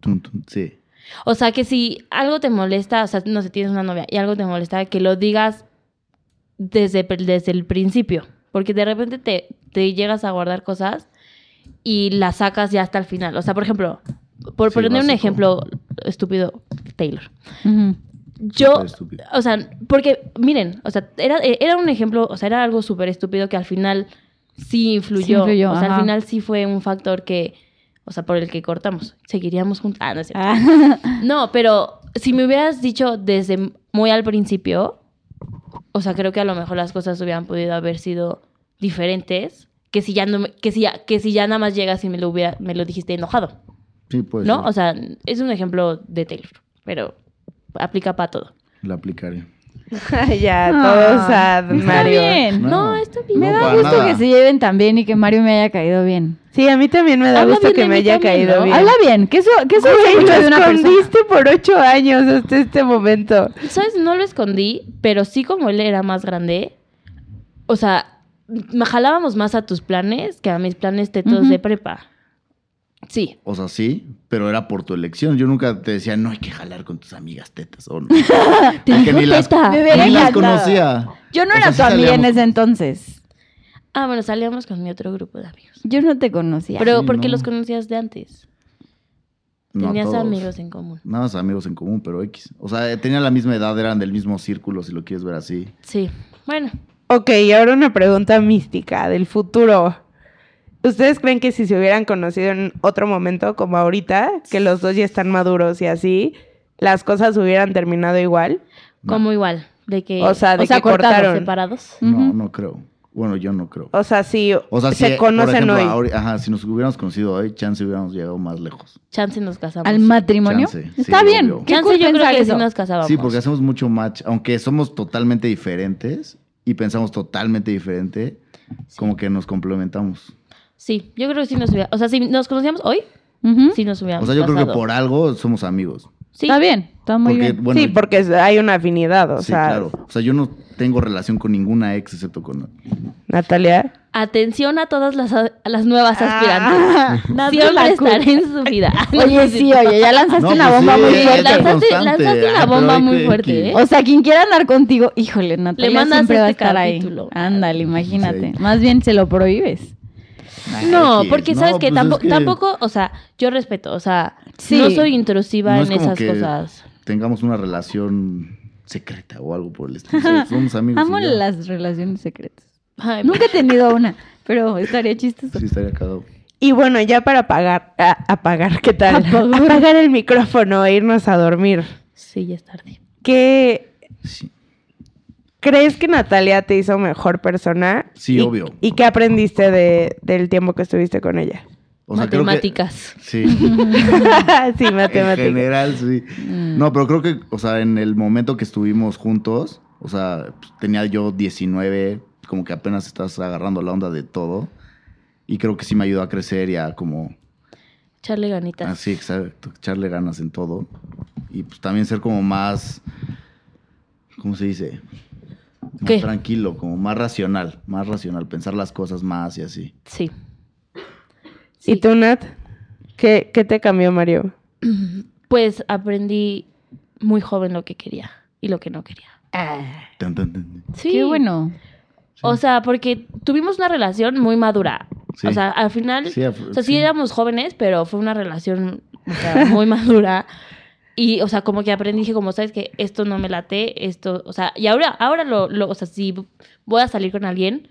Speaker 5: Tun, tun, sí.
Speaker 4: O sea, que si algo te molesta, o sea, no sé, tienes una novia y algo te molesta, que lo digas desde, desde el principio. Porque de repente te, te llegas a guardar cosas y las sacas ya hasta el final. O sea, por ejemplo, por
Speaker 5: Sí,
Speaker 4: poner un
Speaker 5: básico.
Speaker 4: ejemplo estúpido, Taylor.
Speaker 2: Ujú.
Speaker 4: Yo,
Speaker 5: Súper estúpido.
Speaker 4: o sea, porque miren, o sea, era, eh, era un ejemplo, o sea, era algo súper estúpido que al final sí influyó.
Speaker 2: Sí influyó,
Speaker 4: o sea,
Speaker 2: ajá.
Speaker 4: al final sí fue un factor que, o sea, por el que cortamos. Seguiríamos juntos. Ah, no es cierto. No, pero si me hubieras dicho desde muy al principio, o sea, creo que a lo mejor las cosas hubieran podido haber sido diferentes. Que si ya no me- que si ya, que si ya nada más llegas y me lo hubiera, me lo dijiste enojado.
Speaker 5: Sí, pues.
Speaker 4: ¿No? O sea, es un ejemplo de Taylor, pero aplica para todo.
Speaker 5: la aplicaré.
Speaker 3: ya,
Speaker 2: Ah,
Speaker 3: todo sad,
Speaker 2: Está
Speaker 3: Mario.
Speaker 2: bien.
Speaker 4: eh, No, está bien.
Speaker 2: Me
Speaker 5: no,
Speaker 2: da
Speaker 5: para
Speaker 2: gusto
Speaker 5: nada.
Speaker 2: que se lleven tan bien y que Mario me haya caído bien.
Speaker 3: Sí, a mí también me da
Speaker 4: Habla
Speaker 3: gusto
Speaker 4: bien
Speaker 3: que
Speaker 4: de
Speaker 3: me
Speaker 4: mí
Speaker 3: haya
Speaker 4: también,
Speaker 3: caído
Speaker 4: ¿no?
Speaker 3: bien.
Speaker 2: Habla bien, que eso, que eso
Speaker 3: Güey,
Speaker 2: dice mucho
Speaker 3: lo
Speaker 2: de una persona.
Speaker 3: escondiste por ocho años hasta este momento.
Speaker 4: ¿Sabes? No lo escondí, pero sí como él era más grande, o sea, me jalábamos más a tus planes que a mis planes tetos
Speaker 2: Ujú.
Speaker 4: de prepa. Sí.
Speaker 5: O sea, sí, pero era por tu elección. Yo nunca te decía, no hay que jalar con tus amigas tetas. O
Speaker 4: <laughs>
Speaker 5: no.
Speaker 4: Te
Speaker 5: Porque
Speaker 4: <laughs> dijo
Speaker 5: ni las,
Speaker 4: teta.
Speaker 2: Me hubiera
Speaker 5: ni las
Speaker 2: encantado.
Speaker 5: conocía.
Speaker 2: Yo no
Speaker 5: O sea,
Speaker 2: era
Speaker 5: sí
Speaker 2: tu amiga en
Speaker 5: salíamos.
Speaker 2: ese entonces.
Speaker 4: Ah, bueno, salíamos con mi otro grupo de amigos.
Speaker 2: Yo no te conocía.
Speaker 4: Pero
Speaker 5: Sí,
Speaker 4: porque
Speaker 5: no.
Speaker 4: los conocías de antes.
Speaker 5: No
Speaker 4: Tenías
Speaker 5: todos.
Speaker 4: amigos en común.
Speaker 5: Nada más amigos en común, pero X. O sea, eh, tenían la misma edad, eran del mismo círculo, si lo quieres ver así.
Speaker 4: Sí. Bueno,
Speaker 3: Ok, y ahora una pregunta mística del futuro. ¿Ustedes creen que si se hubieran conocido en otro momento, como ahorita, que los dos ya están maduros y así, las cosas hubieran terminado igual?
Speaker 5: No.
Speaker 4: como igual. De que,
Speaker 3: O sea, de que
Speaker 4: cortados,
Speaker 3: cortaron.
Speaker 4: separados.
Speaker 5: No,
Speaker 2: Ujú.
Speaker 5: no creo. Bueno, yo no creo.
Speaker 3: O sea, si
Speaker 5: O sea,
Speaker 3: se
Speaker 5: si, eh, por
Speaker 3: conocen
Speaker 5: ejemplo,
Speaker 3: hoy.
Speaker 5: ahori- ajá, si nos hubiéramos conocido hoy, chance hubiéramos llegado más lejos.
Speaker 4: Chance nos casamos.
Speaker 2: ¿Al matrimonio?
Speaker 5: Chance, sí,
Speaker 2: Está bien.
Speaker 5: obvio.
Speaker 2: ¿Qué
Speaker 4: Chance
Speaker 2: cool
Speaker 4: yo creo
Speaker 2: pensar
Speaker 4: que
Speaker 2: eso?
Speaker 4: sí nos casábamos.
Speaker 5: Sí, porque hacemos mucho match, aunque somos totalmente diferentes y pensamos totalmente diferente,
Speaker 4: Sí.
Speaker 5: como que nos complementamos.
Speaker 4: Sí, yo creo que sí nos hubiera... O sea, si nos conocíamos hoy,
Speaker 2: Ujú.
Speaker 4: sí nos hubiéramos
Speaker 5: O sea, yo creo que
Speaker 4: casado.
Speaker 5: por algo somos amigos.
Speaker 4: Sí.
Speaker 2: ¿Mm? Está bien, está muy
Speaker 5: porque,
Speaker 2: bien.
Speaker 5: bueno,
Speaker 3: sí, porque hay una afinidad, o
Speaker 5: sí,
Speaker 3: sea,
Speaker 5: claro. O sea, yo no tengo relación con ninguna ex excepto con
Speaker 3: Natalia.
Speaker 4: Atención a todas las, a las nuevas aspirantes. Siempre
Speaker 2: la cool.
Speaker 4: estaré en su vida.
Speaker 2: Oye, sí, oye, ya lanzaste
Speaker 5: No,
Speaker 2: una
Speaker 5: pues
Speaker 2: bomba
Speaker 5: sí,
Speaker 2: muy
Speaker 5: ya
Speaker 2: fuerte.
Speaker 5: está
Speaker 4: Lanzaste,
Speaker 5: constante.
Speaker 4: lanzaste
Speaker 5: Ah,
Speaker 4: una
Speaker 5: pero
Speaker 4: bomba
Speaker 5: hay
Speaker 4: muy
Speaker 5: que-
Speaker 4: fuerte,
Speaker 5: que-
Speaker 4: ¿eh?
Speaker 2: O sea, quien quiera andar contigo, híjole, Natalia
Speaker 4: Le mandas
Speaker 2: siempre va a
Speaker 4: este
Speaker 2: estar
Speaker 4: capítulo.
Speaker 2: ahí. Ándale, imagínate.
Speaker 5: Sí.
Speaker 2: Más bien se lo prohíbes.
Speaker 4: No, porque sabes
Speaker 5: Pues
Speaker 4: que, tampoco,
Speaker 5: tampoco
Speaker 4: tampoco, o sea, yo respeto, o sea,
Speaker 2: Sí.
Speaker 4: no soy intrusiva
Speaker 5: No es
Speaker 4: en
Speaker 5: como
Speaker 4: esas
Speaker 5: que-
Speaker 4: cosas.
Speaker 5: tengamos una relación secreta o algo por el
Speaker 4: <laughs>
Speaker 5: estilo. Somos amigos.
Speaker 2: Amo
Speaker 5: y ya.
Speaker 2: las relaciones secretas.
Speaker 4: Ay, pues.
Speaker 2: Nunca he tenido
Speaker 4: <laughs>
Speaker 2: una, pero estaría chistoso.
Speaker 5: Sí, estaría cagado.
Speaker 3: Y bueno, ya para apagar, a- apagar, ¿qué tal? Apagar el micrófono e irnos a dormir.
Speaker 4: Sí, ya es tarde.
Speaker 3: ¿Qué
Speaker 5: Sí.
Speaker 3: crees que Natalia te hizo mejor persona?
Speaker 5: Sí,
Speaker 3: ¿Y-
Speaker 5: obvio.
Speaker 3: ¿Y qué aprendiste de, del tiempo que estuviste con ella? <laughs>
Speaker 5: O sea, creo que-
Speaker 4: Matemáticas. <laughs>
Speaker 5: sí.
Speaker 3: sí,
Speaker 5: en
Speaker 3: matemáticas.
Speaker 5: general, sí.
Speaker 2: Mm.
Speaker 5: No, pero creo que, o sea, en el momento que estuvimos juntos, o sea, pues, tenía yo 19, como que apenas estás agarrando la onda de todo. Y creo que sí me ayudó a crecer y a como
Speaker 4: Echarle ganitas.
Speaker 5: Así, exacto. Echarle ganas en todo. Y pues también ser como más. ¿Cómo se dice? Más
Speaker 4: ¿Qué?
Speaker 5: tranquilo, como más racional. Más racional. Pensar las cosas más y así.
Speaker 4: Sí.
Speaker 3: ¿Y tú, Nat? ¿Qué, qué te cambió, Mario?
Speaker 4: Pues aprendí muy joven lo que quería y lo que no quería.
Speaker 5: Tan, tan, tan.
Speaker 4: Sí.
Speaker 2: Ah, Qué bueno.
Speaker 4: O sea, porque tuvimos una relación muy madura.
Speaker 5: Sí.
Speaker 4: O sea, al final,
Speaker 5: Sí,
Speaker 4: o
Speaker 5: af-
Speaker 4: sea, sí,
Speaker 5: sí.
Speaker 4: éramos jóvenes, pero fue una relación o sea, muy madura. Y, o sea, como que aprendí, dije, como, ¿sabes que Esto no me late, esto, o sea, y ahora, ahora lo, lo- o sea, si voy a salir con alguien,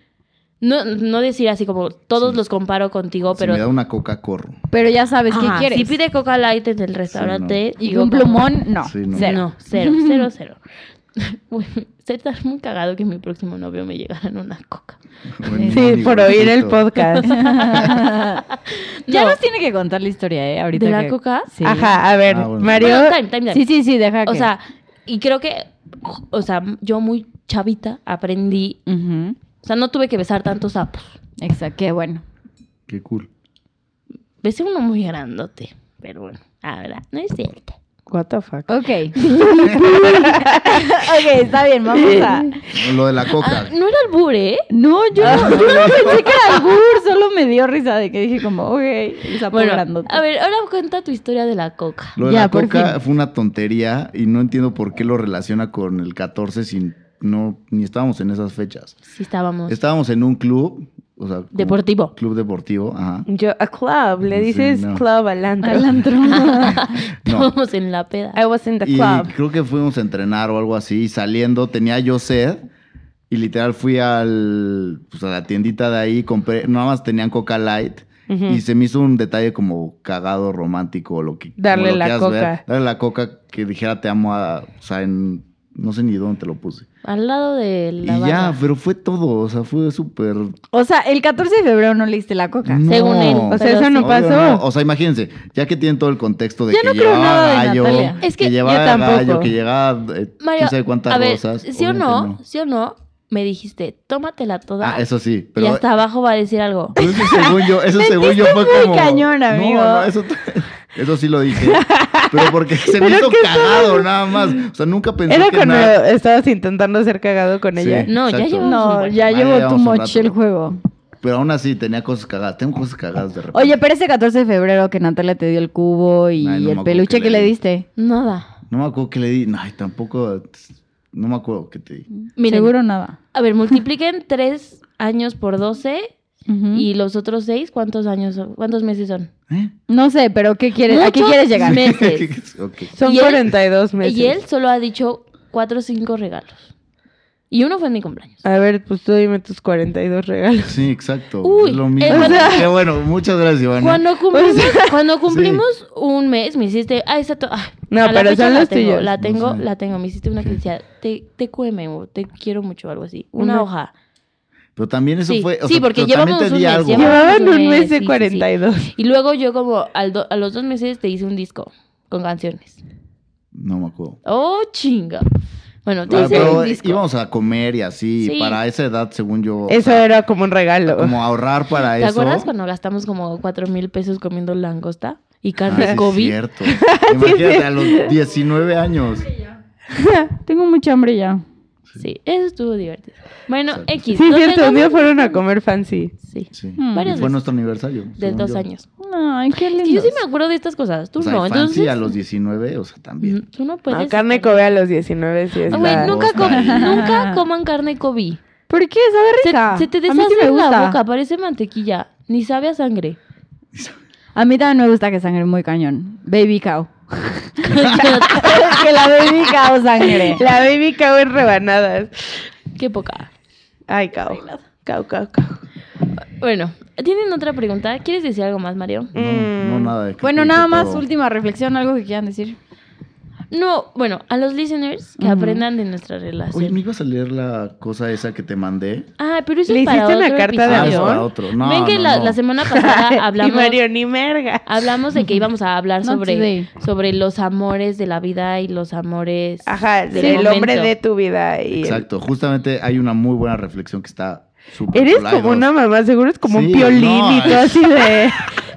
Speaker 4: No, no decir así como todos los comparo contigo,
Speaker 5: Si
Speaker 4: pero.
Speaker 5: me da una coca, corro.
Speaker 2: Pero ya sabes
Speaker 4: Ajá,
Speaker 2: qué quieres.
Speaker 4: Si pide coca light en el restaurante.
Speaker 2: y
Speaker 4: digo
Speaker 2: un
Speaker 4: como-
Speaker 2: plumón, no.
Speaker 5: Sí, no. <laughs>
Speaker 2: Cero.
Speaker 4: No, <laughs> cero, cero, cero. Güey, está muy cagado que mi próximo novio me llegara en una coca.
Speaker 5: Buen
Speaker 3: Sí,
Speaker 5: amigo,
Speaker 3: por oír el
Speaker 5: Benito. <laughs>
Speaker 3: podcast.
Speaker 2: Ya
Speaker 4: No.
Speaker 2: nos tiene que contar la historia, ¿eh? Ahorita
Speaker 4: ¿De la
Speaker 2: que-
Speaker 4: coca?
Speaker 2: Sí.
Speaker 3: Ajá, a ver,
Speaker 5: Ah, bueno.
Speaker 3: Mario.
Speaker 4: Bueno, time, time, time.
Speaker 2: Sí, sí, sí, deja que...
Speaker 4: O sea, y creo que, o sea, yo muy chavita aprendí,
Speaker 2: Ujú.
Speaker 4: o sea, no tuve que besar tantos sapos.
Speaker 2: Exacto, qué bueno.
Speaker 5: Qué cool.
Speaker 4: Besé uno muy grandote, pero bueno, ahora no es cierto.
Speaker 3: What the fuck.
Speaker 2: Ok. ok, está bien, vamos a...
Speaker 5: Lo de la
Speaker 4: Ah,
Speaker 5: coca.
Speaker 4: no era albur, ¿eh?
Speaker 2: <laughs> No, yo no, yo no pensé que era albur, solo me dio risa de que dije como, ok, el sapo
Speaker 4: Bueno,
Speaker 2: grandote. <laughs>
Speaker 4: a ver, ahora cuenta tu historia de la coca.
Speaker 5: Lo de
Speaker 2: ya,
Speaker 5: la
Speaker 2: por
Speaker 5: coca
Speaker 2: fin.
Speaker 5: fue una tontería y no entiendo por qué lo relaciona con el 14 sin no ni estábamos en esas fechas.
Speaker 4: Sí estábamos.
Speaker 5: Estábamos en un club, o sea, como-
Speaker 4: Deportivo.
Speaker 5: Club deportivo, ajá.
Speaker 3: Yo, a club, le
Speaker 5: Sí,
Speaker 3: dices
Speaker 5: no.
Speaker 3: club al antro.
Speaker 2: Al antro. <laughs>
Speaker 5: No.
Speaker 4: <laughs> Estábamos en la peda.
Speaker 3: <laughs> I was in the
Speaker 5: Y
Speaker 3: club.
Speaker 5: creo que fuimos a entrenar o algo así. Y saliendo tenía yo sed. Y literal fui al, pues, a la tiendita de ahí, compré, nada más tenían Coca Light.
Speaker 3: Ujú.
Speaker 5: Y se me hizo un detalle como cagado, romántico, o lo que... como
Speaker 3: Darle
Speaker 5: lo
Speaker 3: la
Speaker 5: quieras
Speaker 3: Coca.
Speaker 5: darle la coca que dijera te amo a... O sea, en- no sé ni dónde te lo puse.
Speaker 4: Al lado de la
Speaker 5: y
Speaker 4: barra.
Speaker 5: ya, pero fue todo. O sea, fue súper...
Speaker 2: O sea, el 14 de febrero no leíste la coca.
Speaker 5: No.
Speaker 4: Según él.
Speaker 3: sea,
Speaker 5: O
Speaker 4: pero
Speaker 3: eso no
Speaker 5: Obvio,
Speaker 3: pasó.
Speaker 5: O sea, imagínense, ya que tienen todo el contexto de
Speaker 3: Ya
Speaker 5: que
Speaker 3: no creo
Speaker 5: llevaba
Speaker 3: nada de
Speaker 5: gallo,
Speaker 3: Natalia.
Speaker 4: Es
Speaker 5: que,
Speaker 4: que-
Speaker 5: llevaba
Speaker 3: Yo tampoco.
Speaker 5: gallo, que llevaba eh,
Speaker 4: Mario,
Speaker 5: quién sabe cuántas
Speaker 4: a ver,
Speaker 5: rosas.
Speaker 4: ¿sí o
Speaker 5: Obviamente
Speaker 4: no, ¿Sí o no? Me dijiste, tómatela toda.
Speaker 5: Ah, eso sí,
Speaker 4: y
Speaker 5: pero
Speaker 4: hasta abajo va a decir algo.
Speaker 5: pero eso según yo, eso según yo fue
Speaker 2: muy
Speaker 5: como
Speaker 2: cañón,
Speaker 5: No,
Speaker 2: amigo.
Speaker 5: no, eso, <laughs> eso sí lo dije, pero porque se me
Speaker 3: Pero
Speaker 5: hizo
Speaker 3: que eso-
Speaker 5: cagado nada más, o sea, nunca pensé
Speaker 3: Era
Speaker 5: que
Speaker 3: cuando
Speaker 5: nada.
Speaker 3: estabas intentando ser cagado con
Speaker 5: Sí.
Speaker 3: ella.
Speaker 4: No, ya
Speaker 5: Exacto.
Speaker 4: llevamos un
Speaker 2: No,
Speaker 4: buen-
Speaker 2: ya
Speaker 5: Ahí
Speaker 2: llevó
Speaker 5: llevamos
Speaker 2: too
Speaker 5: un
Speaker 2: much
Speaker 5: rato.
Speaker 2: el juego.
Speaker 5: Pero aún así tenía cosas cagadas, tengo cosas cagadas de repente.
Speaker 2: Oye, pero ese 14 de febrero que Natalia te dio el cubo y
Speaker 5: Ay, no me
Speaker 2: el
Speaker 5: acuerdo
Speaker 2: peluche
Speaker 5: qué
Speaker 2: que
Speaker 5: le
Speaker 2: le
Speaker 5: di.
Speaker 2: diste.
Speaker 4: Nada.
Speaker 5: no me acuerdo qué le di, ay, tampoco, no me acuerdo qué te di.
Speaker 4: Miren,
Speaker 2: Seguro nada.
Speaker 4: A ver, multipliquen <laughs> 3 años por 12
Speaker 2: Ujú.
Speaker 4: y los otros 6, ¿cuántos años son? ¿Cuántos meses son?
Speaker 5: ¿eh?
Speaker 2: No sé, pero ¿qué quieres? ¿a qué
Speaker 4: Muchos
Speaker 2: quieres llegar?
Speaker 4: Meses.
Speaker 5: <laughs> Ok.
Speaker 3: Son
Speaker 4: ¿Y él?
Speaker 3: 42 meses.
Speaker 4: y él solo ha dicho 4 o 5 regalos. Y uno fue en mi cumpleaños.
Speaker 3: A ver, pues tú dime tus 42 regalos.
Speaker 5: Sí, exacto.
Speaker 4: Uy,
Speaker 5: es lo mismo.
Speaker 4: eh, bueno.
Speaker 5: Qué bueno, muchas gracias, Ivana.
Speaker 3: <laughs>
Speaker 4: Cuando cumplimos, cuando cumplimos un mes, me hiciste. Ah, esa to- ah,
Speaker 3: No,
Speaker 4: a la
Speaker 3: pero
Speaker 4: fecha
Speaker 3: son
Speaker 4: la
Speaker 3: los
Speaker 4: tengo,
Speaker 3: tuyos.
Speaker 4: La
Speaker 5: No
Speaker 4: tengo,
Speaker 5: sé.
Speaker 4: la tengo. Me hiciste una que decía, te, te cueme o te quiero mucho o algo así. Una
Speaker 3: Una-
Speaker 4: hoja.
Speaker 5: Pero también eso
Speaker 4: Sí,
Speaker 5: fue. o
Speaker 4: sí,
Speaker 5: sea,
Speaker 4: porque
Speaker 5: pero también
Speaker 4: llevamos
Speaker 5: te
Speaker 4: un
Speaker 5: di
Speaker 4: mes,
Speaker 5: algo.
Speaker 4: llevamos-
Speaker 3: Llevaban
Speaker 4: Más
Speaker 3: un
Speaker 4: o
Speaker 3: mes
Speaker 4: menos,
Speaker 3: de
Speaker 4: sí, sí, sí.
Speaker 3: 42.
Speaker 4: Y luego yo, como al do- a los dos meses, te hice un disco con canciones.
Speaker 5: No me acuerdo.
Speaker 4: Oh, chinga. Bueno, te
Speaker 5: Ah,
Speaker 4: hice
Speaker 5: pero
Speaker 4: un disco.
Speaker 5: íbamos a comer y así. y
Speaker 4: Sí.
Speaker 5: para esa edad, según yo. o
Speaker 3: Eso
Speaker 5: sea,
Speaker 3: era como un regalo.
Speaker 5: Como ahorrar para
Speaker 4: ¿Te
Speaker 5: eso.
Speaker 4: acuerdas cuando gastamos como 4 mil pesos comiendo langosta y
Speaker 5: Ah,
Speaker 4: carne
Speaker 5: sí, es
Speaker 4: Kobe? <laughs>
Speaker 5: cierto. Imagínate, a los 19 años.
Speaker 2: Tengo mucha hambre ya.
Speaker 4: Sí, eso estuvo divertido. Bueno,
Speaker 5: Exacto.
Speaker 4: X.
Speaker 3: Sí,
Speaker 4: nos
Speaker 3: cierto, un día
Speaker 4: llegamos-
Speaker 3: fueron a comer fancy.
Speaker 4: Sí,
Speaker 5: Sí.
Speaker 2: Mm.
Speaker 5: Y
Speaker 4: Varias
Speaker 5: fue
Speaker 4: veces.
Speaker 5: nuestro aniversario.
Speaker 4: de
Speaker 5: según
Speaker 4: dos
Speaker 5: yo.
Speaker 4: años.
Speaker 2: Ay, qué lindo.
Speaker 4: Es que yo sí me acuerdo de estas cosas. Tú
Speaker 5: O sea,
Speaker 4: no,
Speaker 5: y fancy
Speaker 4: entonces.
Speaker 5: a los 19, o sea, también.
Speaker 4: Tú no
Speaker 3: No,
Speaker 2: Ah,
Speaker 4: puedes.
Speaker 3: carne
Speaker 4: estar-
Speaker 3: Kobe a los 19 sí
Speaker 4: Pues Ah,
Speaker 3: está.
Speaker 4: güey, nunca,
Speaker 5: Langosta
Speaker 4: com-
Speaker 5: y-
Speaker 4: nunca coman carne Kobe.
Speaker 2: ¿Por qué? Sabe
Speaker 4: Se,
Speaker 2: rica.
Speaker 4: se te
Speaker 2: a mí sí
Speaker 4: deshace
Speaker 2: me gusta.
Speaker 4: la boca, parece mantequilla. Ni sabe a sangre.
Speaker 2: A mí también me gusta que sangre muy cañón. Baby cow. que la baby cow sangre.
Speaker 3: La baby cao en rebanadas.
Speaker 4: Qué poca.
Speaker 3: Ay, cao. Cao, cao, cao.
Speaker 4: Bueno, ¿tienen otra pregunta? ¿Quieres decir algo más, Mario?
Speaker 5: No,
Speaker 3: Mm.
Speaker 5: no nada de
Speaker 2: Bueno, nada
Speaker 5: de
Speaker 2: más,
Speaker 5: todo.
Speaker 2: última reflexión, algo que quieran decir.
Speaker 4: No, bueno, a los listeners que
Speaker 2: Ujú.
Speaker 4: aprendan de nuestra relación.
Speaker 5: Oye, me ibas a leer la cosa esa que te mandé.
Speaker 4: Ah, pero eso
Speaker 3: ¿Le
Speaker 4: es para
Speaker 3: hiciste
Speaker 4: otro
Speaker 3: una carta de
Speaker 5: Ah, es
Speaker 4: episodio.
Speaker 5: para
Speaker 3: amor?
Speaker 5: otro. No,
Speaker 4: Ven que
Speaker 5: no,
Speaker 4: la,
Speaker 5: no.
Speaker 4: la semana <laughs> pasada
Speaker 3: <laughs> Y
Speaker 4: Ah, hablamos.
Speaker 3: Mario ni merga.
Speaker 4: Hablamos de que íbamos a hablar
Speaker 2: Not
Speaker 4: sobre,
Speaker 2: today.
Speaker 4: sobre los amores de la vida y los amores.
Speaker 3: Ajá,
Speaker 4: del
Speaker 3: el hombre
Speaker 4: momento.
Speaker 3: de tu vida. Y el-
Speaker 5: Exacto, justamente hay una muy buena reflexión que está súper
Speaker 3: Eres
Speaker 5: cool. Hay
Speaker 3: como
Speaker 5: dos.
Speaker 3: una mamá, seguro es como un
Speaker 5: Sí,
Speaker 3: piolín
Speaker 5: no,
Speaker 3: y tú así
Speaker 5: <laughs>
Speaker 3: de.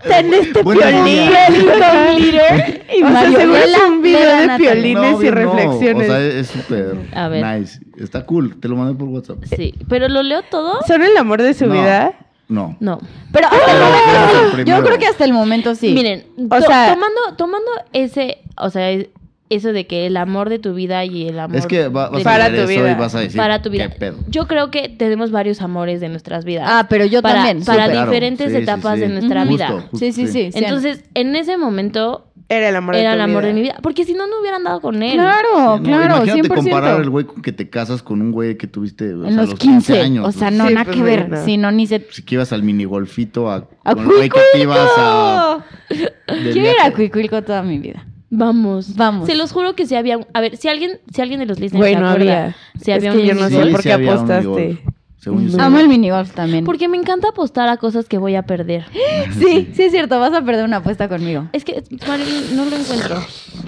Speaker 3: Ten este
Speaker 5: Buena
Speaker 3: piolín.
Speaker 5: idea.
Speaker 3: Ajá. Y o sea,
Speaker 2: Mario,
Speaker 3: seguro es
Speaker 2: vela,
Speaker 3: un
Speaker 2: vela,
Speaker 3: video de
Speaker 2: Natalia.
Speaker 3: piolines
Speaker 5: No,
Speaker 3: y
Speaker 5: bien, no.
Speaker 3: reflexiones.
Speaker 5: O sea, es súper
Speaker 4: A ver.
Speaker 5: nice. Está cool, te lo mandé por WhatsApp.
Speaker 4: Sí, pero lo leo todo.
Speaker 3: ¿Son el amor de su
Speaker 5: No.
Speaker 3: vida?
Speaker 5: No.
Speaker 4: No.
Speaker 2: Pero hasta el
Speaker 5: vamos al
Speaker 2: momento,
Speaker 5: primero.
Speaker 2: Ah, yo creo que hasta el momento sí.
Speaker 4: ah, Miren,
Speaker 3: O
Speaker 4: to-
Speaker 3: sea-
Speaker 4: tomando, tomando ese, o sea, es- eso de que el amor de tu vida y el amor
Speaker 5: Es que va- vas
Speaker 4: de-
Speaker 5: a
Speaker 3: Para
Speaker 5: leer
Speaker 3: tu
Speaker 5: eso
Speaker 3: vida.
Speaker 5: y vas a decir
Speaker 4: para tu vida.
Speaker 5: qué pedo.
Speaker 4: Yo creo que tenemos varios amores de nuestras vidas.
Speaker 2: Ah, pero yo
Speaker 4: para,
Speaker 2: también.
Speaker 4: Para
Speaker 5: Sí, claro.
Speaker 4: diferentes
Speaker 5: Sí, sí,
Speaker 4: etapas
Speaker 5: sí.
Speaker 4: de nuestra
Speaker 5: Justo,
Speaker 4: vida.
Speaker 5: justo,
Speaker 2: sí, sí, sí. sí.
Speaker 4: Entonces, en ese momento,
Speaker 3: Era el amor de
Speaker 4: era
Speaker 3: tu
Speaker 4: el amor
Speaker 3: vida.
Speaker 4: de mi vida. Porque si no, no hubieran dado con él.
Speaker 2: Claro,
Speaker 5: Sí, no,
Speaker 2: claro,
Speaker 5: Imagínate
Speaker 2: 100%.
Speaker 5: comparar el güey con que te casas con un güey que tuviste o sea,
Speaker 2: en
Speaker 5: a
Speaker 2: los 15,
Speaker 5: años.
Speaker 2: o sea,
Speaker 5: pues,
Speaker 2: no,
Speaker 3: Sí,
Speaker 2: nada
Speaker 3: pues,
Speaker 2: que
Speaker 3: güey,
Speaker 2: ver.
Speaker 3: no.
Speaker 2: Si no, ni se...
Speaker 5: Si que ibas al minigolfito a,
Speaker 2: ¡A
Speaker 5: con el güey que te ibas a...
Speaker 2: Cuicuilco!
Speaker 5: de
Speaker 2: Quiero ir a
Speaker 5: viaje.
Speaker 2: Cuicuilco toda mi vida.
Speaker 4: Vamos.
Speaker 2: Vamos.
Speaker 4: Se los juro que si había. A ver, si alguien, si alguien de los listeners.
Speaker 3: Güey,
Speaker 4: se
Speaker 3: no
Speaker 4: acuerda,
Speaker 3: había.
Speaker 4: Si
Speaker 3: Es
Speaker 4: había
Speaker 3: que
Speaker 4: un
Speaker 3: yo no
Speaker 5: Sí,
Speaker 3: sé
Speaker 5: sí
Speaker 3: por qué
Speaker 5: había un
Speaker 3: apostaste.
Speaker 5: minigolf. Según yo, sí.
Speaker 2: Amo el minigolf también.
Speaker 4: Porque me encanta apostar a cosas que voy a perder. <gasps>
Speaker 2: Sí, sí es cierto, vas a perder una apuesta conmigo.
Speaker 4: Es que, Marilyn, no lo encuentro.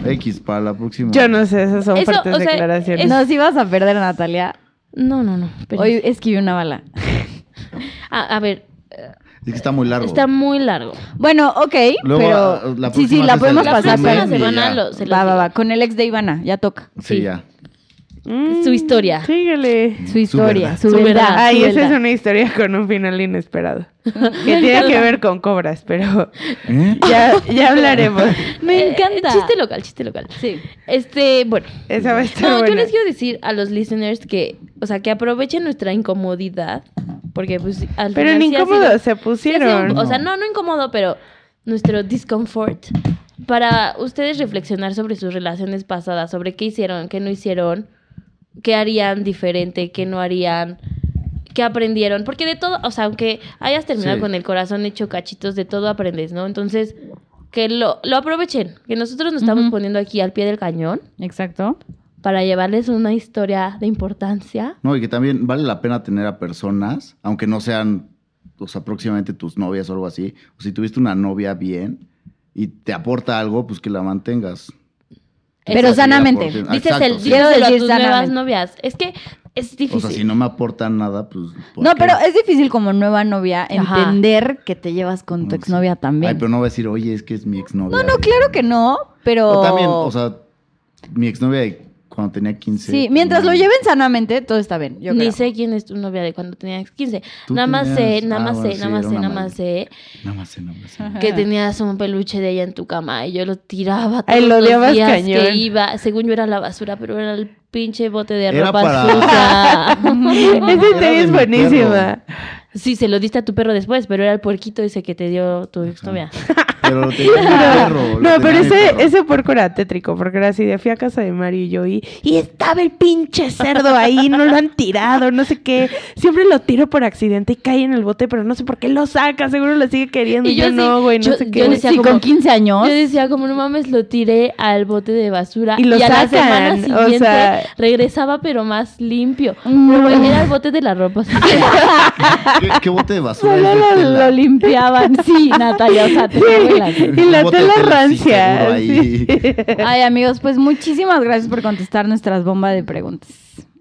Speaker 5: X para la próxima.
Speaker 3: Yo no sé, esas son
Speaker 4: Eso,
Speaker 3: fuertes
Speaker 4: o sea,
Speaker 3: declaraciones.
Speaker 4: es-
Speaker 2: No, si vas a perder, Natalia.
Speaker 4: No, no, no. espérense.
Speaker 2: Hoy esquivé una bala.
Speaker 4: A, a ver,
Speaker 5: Es que está muy largo.
Speaker 4: está muy largo.
Speaker 2: Bueno, ok,
Speaker 5: Luego, ah,
Speaker 2: pero...
Speaker 5: la
Speaker 2: sí, sí,
Speaker 5: próxima
Speaker 2: la
Speaker 5: vez
Speaker 2: podemos
Speaker 5: la
Speaker 2: pasar.
Speaker 5: próxima
Speaker 4: La
Speaker 2: pero-
Speaker 5: vez.
Speaker 4: semana
Speaker 5: ya.
Speaker 4: lo, se los
Speaker 2: Va, va,
Speaker 4: digo.
Speaker 2: va. Con el ex de Ivana, ya toca.
Speaker 5: Sí,
Speaker 4: sí.
Speaker 2: <laughs>
Speaker 5: ya.
Speaker 3: Mm,
Speaker 4: su historia.
Speaker 3: Síguele.
Speaker 2: Su historia,
Speaker 5: verdad.
Speaker 2: su
Speaker 4: Su
Speaker 2: verdad.
Speaker 4: verdad. Ah,
Speaker 3: Ay,
Speaker 4: su
Speaker 3: esa es
Speaker 4: verdad.
Speaker 3: una historia con un final
Speaker 4: <laughs>
Speaker 3: inesperado. Que tiene que ver con cobras, pero <laughs>
Speaker 5: ¿Eh?
Speaker 3: ya, ya
Speaker 4: <laughs>
Speaker 3: hablaremos.
Speaker 4: Eh,
Speaker 2: Me
Speaker 4: eh,
Speaker 2: encanta.
Speaker 4: chiste local, chiste local.
Speaker 2: Sí.
Speaker 4: Este, bueno.
Speaker 3: Esa va a estar
Speaker 4: No, yo
Speaker 3: buena.
Speaker 4: les quiero decir a los listeners que, o sea, que aprovechen nuestra incomodidad, porque pues al
Speaker 3: Pero
Speaker 4: final
Speaker 3: en
Speaker 4: sí ha sido-
Speaker 3: incómodo se
Speaker 4: sí ha sido un-
Speaker 3: pusieron.
Speaker 4: o sea, no, no incómodo, pero nuestro discomfort para ustedes reflexionar sobre sus relaciones pasadas, sobre qué hicieron, qué no hicieron, qué harían diferente, qué no harían, qué aprendieron, porque de todo, o sea, aunque hayas terminado
Speaker 5: Sí.
Speaker 4: con el corazón hecho cachitos, de todo aprendes, ¿no? Entonces, que lo, lo aprovechen, que nosotros nos estamos
Speaker 2: Ujú.
Speaker 4: poniendo aquí al pie del cañón
Speaker 2: Exacto.
Speaker 4: para llevarles una historia de importancia.
Speaker 5: No, y que también vale la pena tener a personas, aunque no sean, o sea, próximamente tus novias o algo así. O si tuviste una novia bien y te aporta algo, pues que la mantengas.
Speaker 2: Pero
Speaker 5: Esa sí la
Speaker 2: sanamente.
Speaker 5: aporte-
Speaker 4: Dices
Speaker 5: Exacto,
Speaker 4: el
Speaker 5: sí.
Speaker 4: díselo
Speaker 2: Quiero
Speaker 4: a
Speaker 2: decir
Speaker 4: tus nuevas
Speaker 2: sanamente.
Speaker 4: novias. Es que es difícil.
Speaker 5: O sea, si no me aportan nada, pues. ¿por
Speaker 2: No,
Speaker 5: qué?
Speaker 2: pero es difícil como nueva novia
Speaker 4: Ajá.
Speaker 2: entender que te llevas con tu
Speaker 5: No,
Speaker 2: exnovia también.
Speaker 5: Ay, pero no va a decir, oye, es que es mi exnovia.
Speaker 2: No, no, claro que no, pero...
Speaker 5: O también, o sea, mi exnovia de cuando tenía 15.
Speaker 2: sí, mientras lo
Speaker 5: no.
Speaker 2: lleven sanamente, todo está bien, yo
Speaker 4: Ni
Speaker 2: creo.
Speaker 4: sé quién es tu novia de cuando tenías 15.
Speaker 5: Tú
Speaker 4: Nada más sé,
Speaker 5: tenías-
Speaker 4: nada
Speaker 5: ah,
Speaker 4: más
Speaker 5: bueno,
Speaker 4: sé,
Speaker 5: sí,
Speaker 4: nada más
Speaker 5: era
Speaker 4: sé,
Speaker 5: una
Speaker 4: nada más sé
Speaker 5: Nada más, sé, nada más.
Speaker 2: <laughs>
Speaker 5: sé.
Speaker 2: Ajá.
Speaker 4: que tenías un peluche de ella en tu cama y yo lo tiraba todos
Speaker 3: Ay, lo
Speaker 4: los
Speaker 3: odiabas
Speaker 4: días
Speaker 3: cañón.
Speaker 4: que iba. Según yo era la basura, pero era el pinche bote de
Speaker 5: Era
Speaker 4: ropa
Speaker 5: para-
Speaker 4: sucia.
Speaker 3: <laughs> Esa
Speaker 5: Era
Speaker 3: historia
Speaker 5: de
Speaker 3: es
Speaker 5: mi
Speaker 3: buenísima.
Speaker 4: sí, se lo diste a tu perro después, pero era el puerquito ese que te dio tu exnovia.
Speaker 5: <laughs> Pero lo tenía mi perro. lo
Speaker 3: No,
Speaker 5: tenía
Speaker 3: pero
Speaker 5: mi perro.
Speaker 3: ese, ese porco era tétrico, porque era así de fui a casa de Mario y yo y, y estaba el pinche cerdo ahí, no lo han tirado, no sé qué. Siempre lo tiro por accidente y cae en el bote, pero no sé por qué lo saca, seguro lo sigue queriendo.
Speaker 4: Y
Speaker 3: Y yo,
Speaker 4: yo así,
Speaker 3: no, güey, no
Speaker 4: yo-
Speaker 3: sé
Speaker 4: yo
Speaker 3: qué.
Speaker 4: decía
Speaker 2: Pues Sí,
Speaker 4: como-
Speaker 2: con 15 años.
Speaker 4: Yo decía, como no mames, lo tiré al bote de basura.
Speaker 3: Y lo
Speaker 4: a la
Speaker 3: sacan,
Speaker 4: semana
Speaker 3: o
Speaker 4: siguiente
Speaker 3: sea- Mm.
Speaker 4: regresaba, pero más limpio.
Speaker 2: No.
Speaker 4: Güey, Era el bote de la ropa. sucia.
Speaker 5: ¿Qué,
Speaker 3: <laughs>
Speaker 5: qué bote de basura?
Speaker 2: Solo
Speaker 5: es este? de
Speaker 2: lo,
Speaker 5: tela?
Speaker 2: lo
Speaker 4: <laughs>
Speaker 2: limpiaban, sí, Natalia, o sea, te lo vuelas.
Speaker 3: y la
Speaker 5: Bote
Speaker 3: tela
Speaker 5: de tela, sí,
Speaker 3: rancia.
Speaker 5: seguro
Speaker 3: sí.
Speaker 2: Ay, amigos, pues muchísimas gracias por contestar nuestras bombas de preguntas.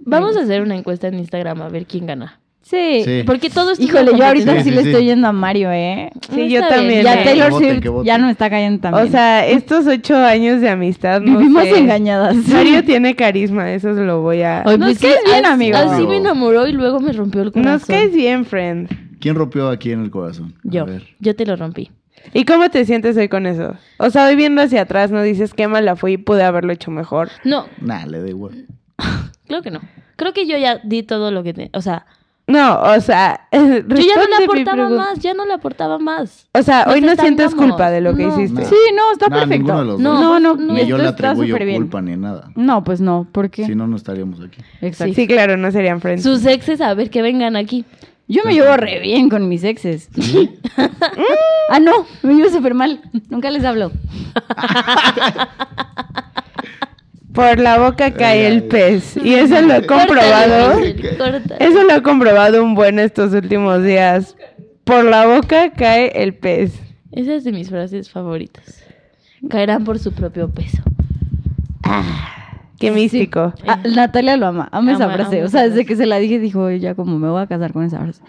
Speaker 4: Vamos a hacer una encuesta en Instagram a ver quién gana.
Speaker 2: Sí.
Speaker 5: Sí.
Speaker 4: Porque todo esto es
Speaker 2: Híjole,
Speaker 4: una
Speaker 2: yo ahorita sí,
Speaker 5: Sí,
Speaker 4: competencia.
Speaker 5: sí,
Speaker 2: le
Speaker 5: sí.
Speaker 2: estoy yendo a Mario, ¿eh?
Speaker 3: Sí,
Speaker 4: No
Speaker 3: yo
Speaker 4: está bien.
Speaker 3: también.
Speaker 2: Ya
Speaker 3: eh.
Speaker 2: Taylor
Speaker 5: Que voten,
Speaker 2: Swift
Speaker 5: que voten.
Speaker 2: ya no me está cayendo también.
Speaker 3: O sea, estos ocho años de amistad. no
Speaker 2: vivimos
Speaker 3: sé.
Speaker 2: engañadas.
Speaker 3: Mario tiene carisma, eso se lo voy a.
Speaker 4: Ay,
Speaker 2: Nos
Speaker 4: pues sí,
Speaker 2: caes bien,
Speaker 4: así-
Speaker 2: amigo.
Speaker 4: Así me enamoró y luego me rompió el corazón.
Speaker 3: Nos caes bien, friend.
Speaker 5: <laughs> ¿Quién rompió aquí en el corazón? A
Speaker 4: Yo,
Speaker 5: ver.
Speaker 4: yo te lo rompí.
Speaker 3: ¿Y cómo te sientes hoy con eso? O sea, hoy viendo hacia atrás, no dices qué mala fui, pude haberlo hecho mejor.
Speaker 4: No,
Speaker 5: Nah, le da igual.
Speaker 4: creo que no. Creo que yo ya di todo lo que... te- o sea,
Speaker 3: No, o sea, <laughs>
Speaker 4: yo ya no
Speaker 3: responde
Speaker 4: le
Speaker 3: mi
Speaker 4: aportaba
Speaker 3: pregunta.
Speaker 4: más, ya no le aportaba más.
Speaker 3: O sea,
Speaker 4: Nos
Speaker 3: hoy no sientes
Speaker 4: estancamos.
Speaker 3: culpa de lo que
Speaker 4: No.
Speaker 3: hiciste.
Speaker 5: No.
Speaker 2: Sí, no, está
Speaker 5: No, ninguno
Speaker 2: perfecto.
Speaker 5: de los
Speaker 4: No,
Speaker 2: no, no,
Speaker 4: dos.
Speaker 5: Ni
Speaker 2: esto
Speaker 5: yo le
Speaker 2: está
Speaker 5: atribuyo
Speaker 2: súper bien.
Speaker 5: culpa ni nada.
Speaker 2: No, pues no, ¿por qué?
Speaker 5: Si no, no estaríamos
Speaker 2: <laughs>
Speaker 5: aquí.
Speaker 2: Exacto.
Speaker 3: Sí, claro, no serían friends.
Speaker 4: Sus exes, a ver que vengan aquí.
Speaker 2: Yo me llevo re bien con mis exes. <laughs> ah, no, me llevo súper mal. Nunca les hablo.
Speaker 3: Por la boca cae
Speaker 5: Ay,
Speaker 3: el
Speaker 5: ay.
Speaker 3: pez. Y eso lo he comprobado.
Speaker 4: Córtale, Miguel, córtale.
Speaker 3: Eso lo he comprobado un buen estos últimos días. Por la boca cae el pez.
Speaker 4: Esa es de mis frases favoritas. Caerán por su propio peso.
Speaker 3: Qué místico.
Speaker 2: Ah, Natalia lo ama, ama esa
Speaker 4: Ama-
Speaker 2: frase.
Speaker 4: ama
Speaker 2: o sea,
Speaker 4: esa
Speaker 2: desde
Speaker 4: frase.
Speaker 2: que se la dije, dijo, "Oye, ya como me voy a casar con esa frase.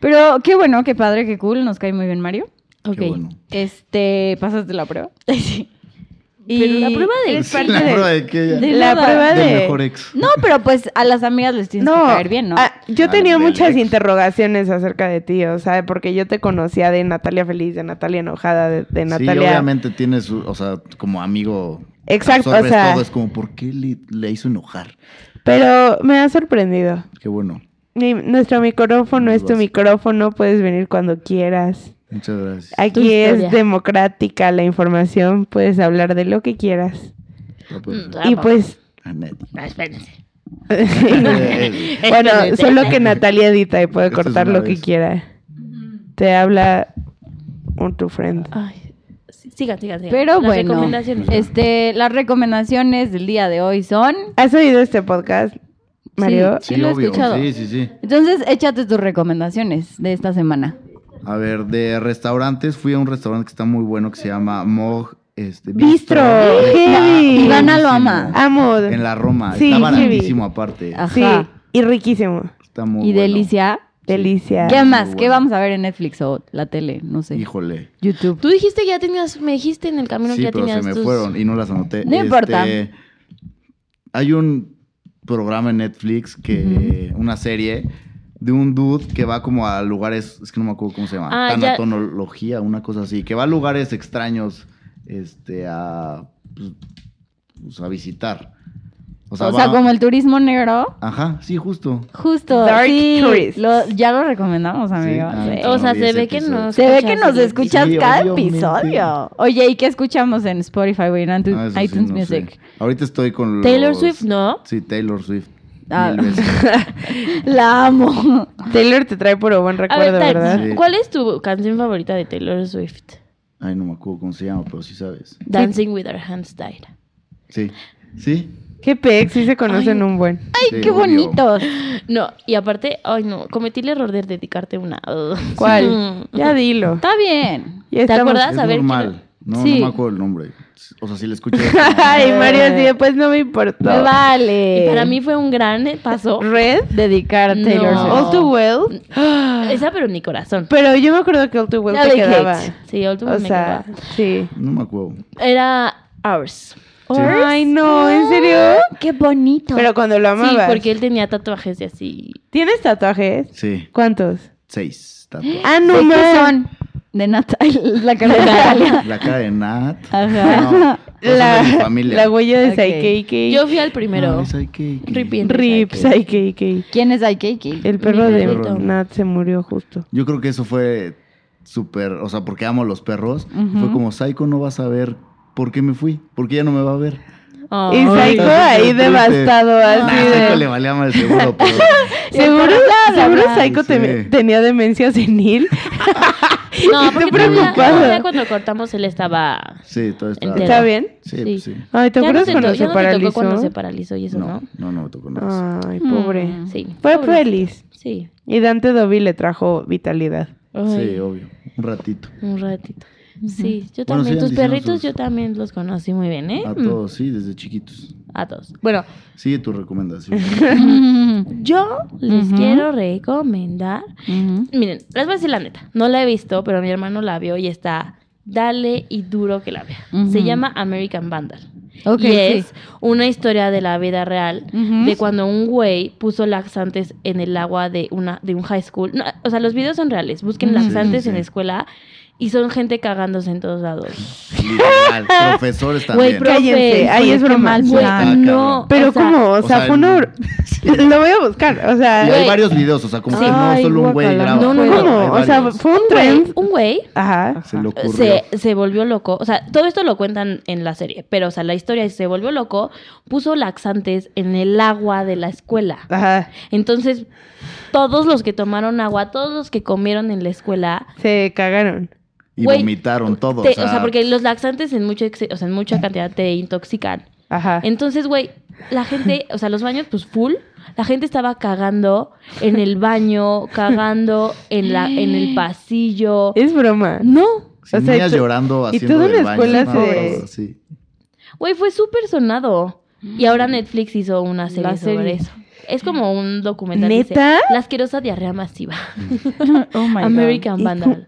Speaker 2: Pero qué bueno, qué padre, qué cool, nos cae muy bien Mario.
Speaker 4: Ok.
Speaker 5: Qué bueno.
Speaker 2: Este, pasaste la prueba. <laughs> sí.
Speaker 4: Pero la prueba de
Speaker 3: Eres
Speaker 5: Sí,
Speaker 3: parte
Speaker 5: la
Speaker 3: de-
Speaker 5: prueba de que ella-
Speaker 2: de-
Speaker 3: La
Speaker 2: nada.
Speaker 3: prueba
Speaker 5: del
Speaker 3: de...
Speaker 5: mejor ex.
Speaker 2: No, pero pues a las amigas les tienes que caer bien, ¿no?
Speaker 3: ah, yo
Speaker 5: Ah,
Speaker 3: tenía
Speaker 5: del
Speaker 3: muchas
Speaker 5: ex.
Speaker 3: interrogaciones acerca de ti, o sea, porque yo te conocía de Natalia feliz, de Natalia enojada, de, de
Speaker 5: Sí,
Speaker 3: Natalia.
Speaker 5: obviamente tienes, o sea, como amigo.
Speaker 3: Exacto,
Speaker 5: absorbes
Speaker 3: o sea.
Speaker 5: todo, es como, ¿por qué le, le hizo enojar?
Speaker 3: pero me ha sorprendido.
Speaker 5: Qué bueno.
Speaker 3: Mi- nuestro micrófono
Speaker 5: Muy
Speaker 3: es tu
Speaker 5: vas-
Speaker 3: micrófono, puedes venir cuando quieras.
Speaker 5: Muchas gracias.
Speaker 4: Tu
Speaker 3: Aquí
Speaker 4: historia.
Speaker 3: es democrática la información, puedes hablar de lo que quieras.
Speaker 5: No, pues,
Speaker 4: Mm,
Speaker 3: Y
Speaker 4: ah,
Speaker 2: <laughs>
Speaker 3: pues,
Speaker 5: a Eh, Nati.
Speaker 4: ah, espérense.
Speaker 3: bueno,
Speaker 4: Espérense.
Speaker 3: solo que Natalia edita y puede
Speaker 5: Esto es
Speaker 3: cortar
Speaker 5: una
Speaker 3: lo que
Speaker 5: vez.
Speaker 3: quiera. Te habla un tu friend.
Speaker 4: Ay, sí, sigan, sigan, sigan.
Speaker 2: Pero
Speaker 4: Las
Speaker 2: bueno,
Speaker 4: recomendaciones.
Speaker 2: este, las recomendaciones del día de hoy son...
Speaker 3: ¿Has oído este podcast, Mario?
Speaker 2: <laughs> Sí, lo he escuchado.
Speaker 5: Sí, sí, sí.
Speaker 2: Entonces, échate tus recomendaciones de esta semana.
Speaker 5: A ver, de restaurantes, fui a un restaurante que está muy bueno que se llama Mog este,
Speaker 3: Bistro.
Speaker 5: Está
Speaker 3: Heavy.
Speaker 2: Ivana lo
Speaker 5: buenísimo.
Speaker 2: ama.
Speaker 3: Amo.
Speaker 5: En la Roma.
Speaker 3: Sí,
Speaker 5: está
Speaker 3: heavy.
Speaker 5: baratísimo aparte.
Speaker 2: Ajá.
Speaker 3: Sí, y riquísimo.
Speaker 5: Está muy
Speaker 2: y
Speaker 5: bueno.
Speaker 2: Delicia.
Speaker 3: Delicia.
Speaker 2: ¿Qué
Speaker 5: muy
Speaker 2: más? ¿Qué
Speaker 5: bueno.
Speaker 2: vamos a ver en Netflix o la tele? No sé.
Speaker 5: Híjole.
Speaker 2: YouTube.
Speaker 4: Tú dijiste que ya tenías, me dijiste en el camino que
Speaker 5: Sí,
Speaker 4: ya
Speaker 5: pero
Speaker 4: tenías
Speaker 5: se me
Speaker 4: tus-
Speaker 5: fueron y no las anoté. Este,
Speaker 2: No importa.
Speaker 5: Hay un programa en Netflix que una serie de un dude que va como a lugares, es que no me acuerdo cómo se llama,
Speaker 4: Ah, ya.
Speaker 5: tanatonología, una cosa así, que va a lugares extraños este a pues, pues, a visitar.
Speaker 2: O sea,
Speaker 5: va-
Speaker 2: como el turismo negro.
Speaker 5: Ajá, sí, justo.
Speaker 2: Justo.
Speaker 3: Dark
Speaker 2: sí,
Speaker 3: tourist.
Speaker 2: lo- ya lo recomendamos, amigo.
Speaker 5: ah,
Speaker 2: Sí.
Speaker 5: entonces
Speaker 4: O sea,
Speaker 5: vi
Speaker 4: se
Speaker 5: ese
Speaker 4: ve que
Speaker 5: episodio.
Speaker 4: nos-
Speaker 2: Se ve
Speaker 4: escuchas
Speaker 2: que nos
Speaker 4: el-
Speaker 2: escuchas
Speaker 5: Sí,
Speaker 2: cada
Speaker 5: obviamente.
Speaker 2: episodio. Oye, ¿y qué escuchamos en Spotify, güey? En iTunes,
Speaker 5: Ah, eso sí,
Speaker 2: iTunes
Speaker 5: no sé.
Speaker 2: Music.
Speaker 5: Ahorita estoy con
Speaker 4: Taylor
Speaker 5: los-
Speaker 4: Swift, ¿no?
Speaker 5: Sí, Taylor Swift.
Speaker 2: Ah.
Speaker 5: Mil veces.
Speaker 2: <laughs> La amo.
Speaker 3: Taylor te trae puro buen
Speaker 4: A
Speaker 3: recuerdo,
Speaker 4: ver, Tar-
Speaker 3: ¿verdad?
Speaker 5: Sí.
Speaker 4: ¿cuál es tu canción favorita de Taylor Swift?
Speaker 5: Ay, no me acuerdo cómo se llama, pero sí sabes.
Speaker 4: Dancing with Our Hands Tied.
Speaker 5: Sí. ¿Sí?
Speaker 3: Qué pex, sí se conocen
Speaker 4: Ay.
Speaker 3: un buen.
Speaker 2: Ay,
Speaker 5: Sí,
Speaker 2: qué
Speaker 5: obvio.
Speaker 2: bonitos.
Speaker 4: No, y aparte, ay no, cometí el error de dedicarte una. <laughs>
Speaker 3: ¿Cuál?
Speaker 4: Mm.
Speaker 3: Ya dilo.
Speaker 2: Está bien.
Speaker 3: Ya
Speaker 4: ¿Te
Speaker 3: estamos-
Speaker 4: acuerdas?
Speaker 5: Es
Speaker 4: a ver,
Speaker 5: normal. No,
Speaker 2: Sí.
Speaker 5: no me acuerdo el nombre. O sea, si le escuché.
Speaker 3: Ay, Mario, así después no me importó.
Speaker 2: Me vale.
Speaker 4: Y para mí fue un gran eh, paso.
Speaker 3: Red,
Speaker 2: dedicar a Taylor
Speaker 4: No. Mm.
Speaker 2: Swift.
Speaker 3: All Too Well.
Speaker 4: Esa, pero en mi corazón.
Speaker 3: <gasps> Pero yo me acuerdo que All Too Well
Speaker 2: Ya
Speaker 3: te
Speaker 2: dije.
Speaker 3: quedaba.
Speaker 4: Sí, último
Speaker 3: O sea, sí.
Speaker 5: No me acuerdo.
Speaker 4: Era Ours.
Speaker 3: Ay, no, ¿en serio?
Speaker 2: Qué bonito.
Speaker 3: Pero cuando lo
Speaker 4: Sí,
Speaker 3: amabas.
Speaker 4: porque él tenía tatuajes de así.
Speaker 3: ¿Tienes tatuajes?
Speaker 5: Sí,
Speaker 3: ¿Cuántos?
Speaker 5: seis tatuajes.
Speaker 3: Ah,
Speaker 2: ¿De
Speaker 3: no,
Speaker 2: qué
Speaker 3: man.
Speaker 2: son? De Natalia. <laughs> La cara
Speaker 4: <laughs>
Speaker 2: de Natalia.
Speaker 5: La cara de Nat.
Speaker 2: Ajá.
Speaker 5: No, la,
Speaker 3: La,
Speaker 5: de mi familia.
Speaker 3: la huella de
Speaker 2: Ok.
Speaker 3: Psyche.
Speaker 4: Yo fui al
Speaker 5: No,
Speaker 4: primero.
Speaker 5: es Ike, Ike.
Speaker 4: Rip in-
Speaker 3: Rip, Psyche.
Speaker 2: ¿Quién es IKK?
Speaker 3: El perro de
Speaker 5: perrito.
Speaker 3: Nat se murió justo.
Speaker 5: Yo creo que eso fue súper. O sea, porque amo los perros.
Speaker 2: Ujú.
Speaker 5: Fue como, Psycho no va a saber por qué me fui. Porque ya no me va a ver.
Speaker 4: Oh.
Speaker 3: y Psycho
Speaker 5: está
Speaker 3: ahí
Speaker 5: bien triste.
Speaker 3: devastado,
Speaker 5: Nah,
Speaker 3: así
Speaker 5: Psycho
Speaker 3: de...
Speaker 5: le valía más el seguro, pero.
Speaker 3: Seguro, seguro
Speaker 5: hablar.
Speaker 3: Psycho
Speaker 5: Sí.
Speaker 3: tem- tenía demencia senil.
Speaker 4: No, porque
Speaker 3: Estoy
Speaker 4: todavía-
Speaker 3: preocupada.
Speaker 4: todavía cuando cortamos él estaba.
Speaker 5: Sí, todo está.
Speaker 4: Entero.
Speaker 3: ¿Está bien?
Speaker 5: Sí, pues
Speaker 4: Sí.
Speaker 5: sí.
Speaker 3: Ay, ¿te
Speaker 4: Ya no
Speaker 3: acuerdas
Speaker 4: te
Speaker 3: cuando
Speaker 4: to- ya
Speaker 3: se
Speaker 4: no te tocó
Speaker 3: paralizó?
Speaker 4: cuando se paralizó y eso,
Speaker 5: No,
Speaker 4: ¿no?
Speaker 5: no, no me tocó nada.
Speaker 3: Ay, pobre.
Speaker 2: Mm.
Speaker 4: Sí.
Speaker 3: Fue
Speaker 4: Pobre.
Speaker 3: feliz.
Speaker 4: Sí.
Speaker 3: Y Dante Dobby le trajo vitalidad.
Speaker 4: Ay,
Speaker 5: Sí, obvio. Un ratito.
Speaker 4: Un ratito. Sí, yo también. Tus
Speaker 5: Bueno, sigan diciendo
Speaker 4: perritos
Speaker 5: sus-
Speaker 4: yo también los conocí muy bien, ¿eh?
Speaker 5: A
Speaker 4: Mm,
Speaker 5: todos, sí, desde chiquitos.
Speaker 4: A todos. Bueno,
Speaker 5: Sigue
Speaker 4: <laughs>
Speaker 5: tu recomendación.
Speaker 4: yo les
Speaker 2: Ujú.
Speaker 4: quiero recomendar.
Speaker 2: Ujú.
Speaker 4: Miren, les voy a decir la neta. No la he visto, pero mi hermano la vio y está. Dale y duro que la vea. Se
Speaker 2: Ujú.
Speaker 4: llama American Vandal.
Speaker 2: Ok,
Speaker 4: y es
Speaker 2: sí.
Speaker 4: una historia de la vida real
Speaker 2: Ujú.
Speaker 4: de cuando un güey puso laxantes en el agua de una de un high school. No, o sea, los videos son reales. Busquen
Speaker 2: Ujú.
Speaker 4: laxantes
Speaker 5: Sí, sí.
Speaker 4: en la escuela y son gente cagándose en todos lados.
Speaker 5: Literal, profesores también.
Speaker 4: Güey, profe,
Speaker 3: Cállense, ahí
Speaker 4: güey,
Speaker 3: es
Speaker 4: qué
Speaker 3: broma.
Speaker 4: mal
Speaker 5: Güey,
Speaker 4: plan.
Speaker 5: ah,
Speaker 4: no,
Speaker 5: cabrón.
Speaker 3: Pero
Speaker 4: o sea,
Speaker 3: como, o
Speaker 5: o
Speaker 3: sea,
Speaker 5: sea,
Speaker 3: fue una... hor- <laughs> Lo voy a buscar, o
Speaker 5: Y
Speaker 3: sea...
Speaker 5: hay varios videos, o sea, como que no
Speaker 3: Ay,
Speaker 5: solo un güey
Speaker 3: guácala.
Speaker 5: graba.
Speaker 4: No, no, no.
Speaker 5: hay
Speaker 3: ¿Cómo? O sea,
Speaker 5: varios.
Speaker 3: fue un
Speaker 4: un güey,
Speaker 3: trend.
Speaker 4: un güey
Speaker 3: Ajá.
Speaker 5: se le ocurrió.
Speaker 4: se, se volvió loco. O sea, todo esto lo cuentan en la serie, pero o sea, la historia es, se volvió loco, puso laxantes en el agua de la escuela.
Speaker 3: Ajá.
Speaker 4: Entonces, todos los que tomaron agua, todos los que comieron en la escuela,
Speaker 3: Se cagaron.
Speaker 5: y
Speaker 4: güey,
Speaker 5: vomitaron todo.
Speaker 4: te-
Speaker 5: o, sea,
Speaker 4: porque los laxantes en mucho ex- o sea, en mucha cantidad te intoxican.
Speaker 3: Ajá.
Speaker 4: Entonces, güey, la gente, o sea, los baños pues full, la gente estaba cagando en el baño, cagando en la en el pasillo.
Speaker 3: Es broma.
Speaker 4: No,
Speaker 5: sí,
Speaker 3: o sea,
Speaker 5: niñas
Speaker 3: y tú-
Speaker 5: llorando
Speaker 3: y
Speaker 5: haciendo
Speaker 3: todo en
Speaker 5: del
Speaker 3: la
Speaker 5: baño,
Speaker 3: escuela
Speaker 5: ¿no?
Speaker 3: se-
Speaker 5: Todo, sí.
Speaker 4: Güey, fue súper sonado. Y ahora Netflix hizo una serie
Speaker 2: La
Speaker 4: sobre
Speaker 2: serie.
Speaker 4: eso. Es como un documental. dice,
Speaker 3: ¿Neta?
Speaker 4: la asquerosa diarrea masiva. <laughs>
Speaker 2: Oh my God.
Speaker 4: American
Speaker 3: Y
Speaker 4: Vandal.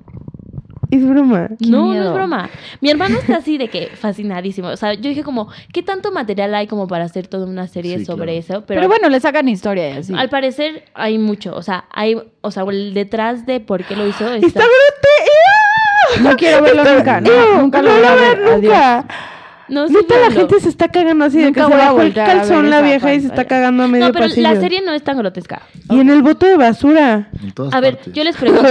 Speaker 3: Es broma.
Speaker 2: Qué
Speaker 4: No, no
Speaker 2: miedo.
Speaker 4: es broma. Mi hermano está así de que fascinadísimo. O sea, yo dije como, ¿qué tanto material hay como para hacer toda una serie
Speaker 5: Sí,
Speaker 4: sobre
Speaker 5: claro.
Speaker 4: eso? Pero,
Speaker 2: Pero bueno, le sacan historia y así.
Speaker 4: al parecer hay mucho. O sea, hay, o sea, el detrás de por qué lo hizo está,
Speaker 3: ¡Está bruto!
Speaker 2: No quiero verlo
Speaker 3: Está-
Speaker 2: nunca. No,
Speaker 3: ¡Ew!
Speaker 2: nunca lo
Speaker 3: No
Speaker 2: voy a
Speaker 3: lo
Speaker 2: ver. Pues
Speaker 3: veo nunca.
Speaker 4: No, sí,
Speaker 3: Neta, la
Speaker 4: véanlo.
Speaker 3: gente se está cagando así de que
Speaker 2: Nunca
Speaker 3: se
Speaker 2: voy a
Speaker 3: bajó el
Speaker 2: voltear a ver
Speaker 3: calzón la
Speaker 2: esa
Speaker 3: vieja y se
Speaker 2: pantalla.
Speaker 3: está cagando a medio
Speaker 4: No, pero
Speaker 3: pasillo.
Speaker 4: la serie no es tan grotesca.
Speaker 3: Y en el bote de basura.
Speaker 5: En todas
Speaker 4: A ver,
Speaker 5: partes.
Speaker 4: yo
Speaker 3: <laughs>
Speaker 4: les pregunto,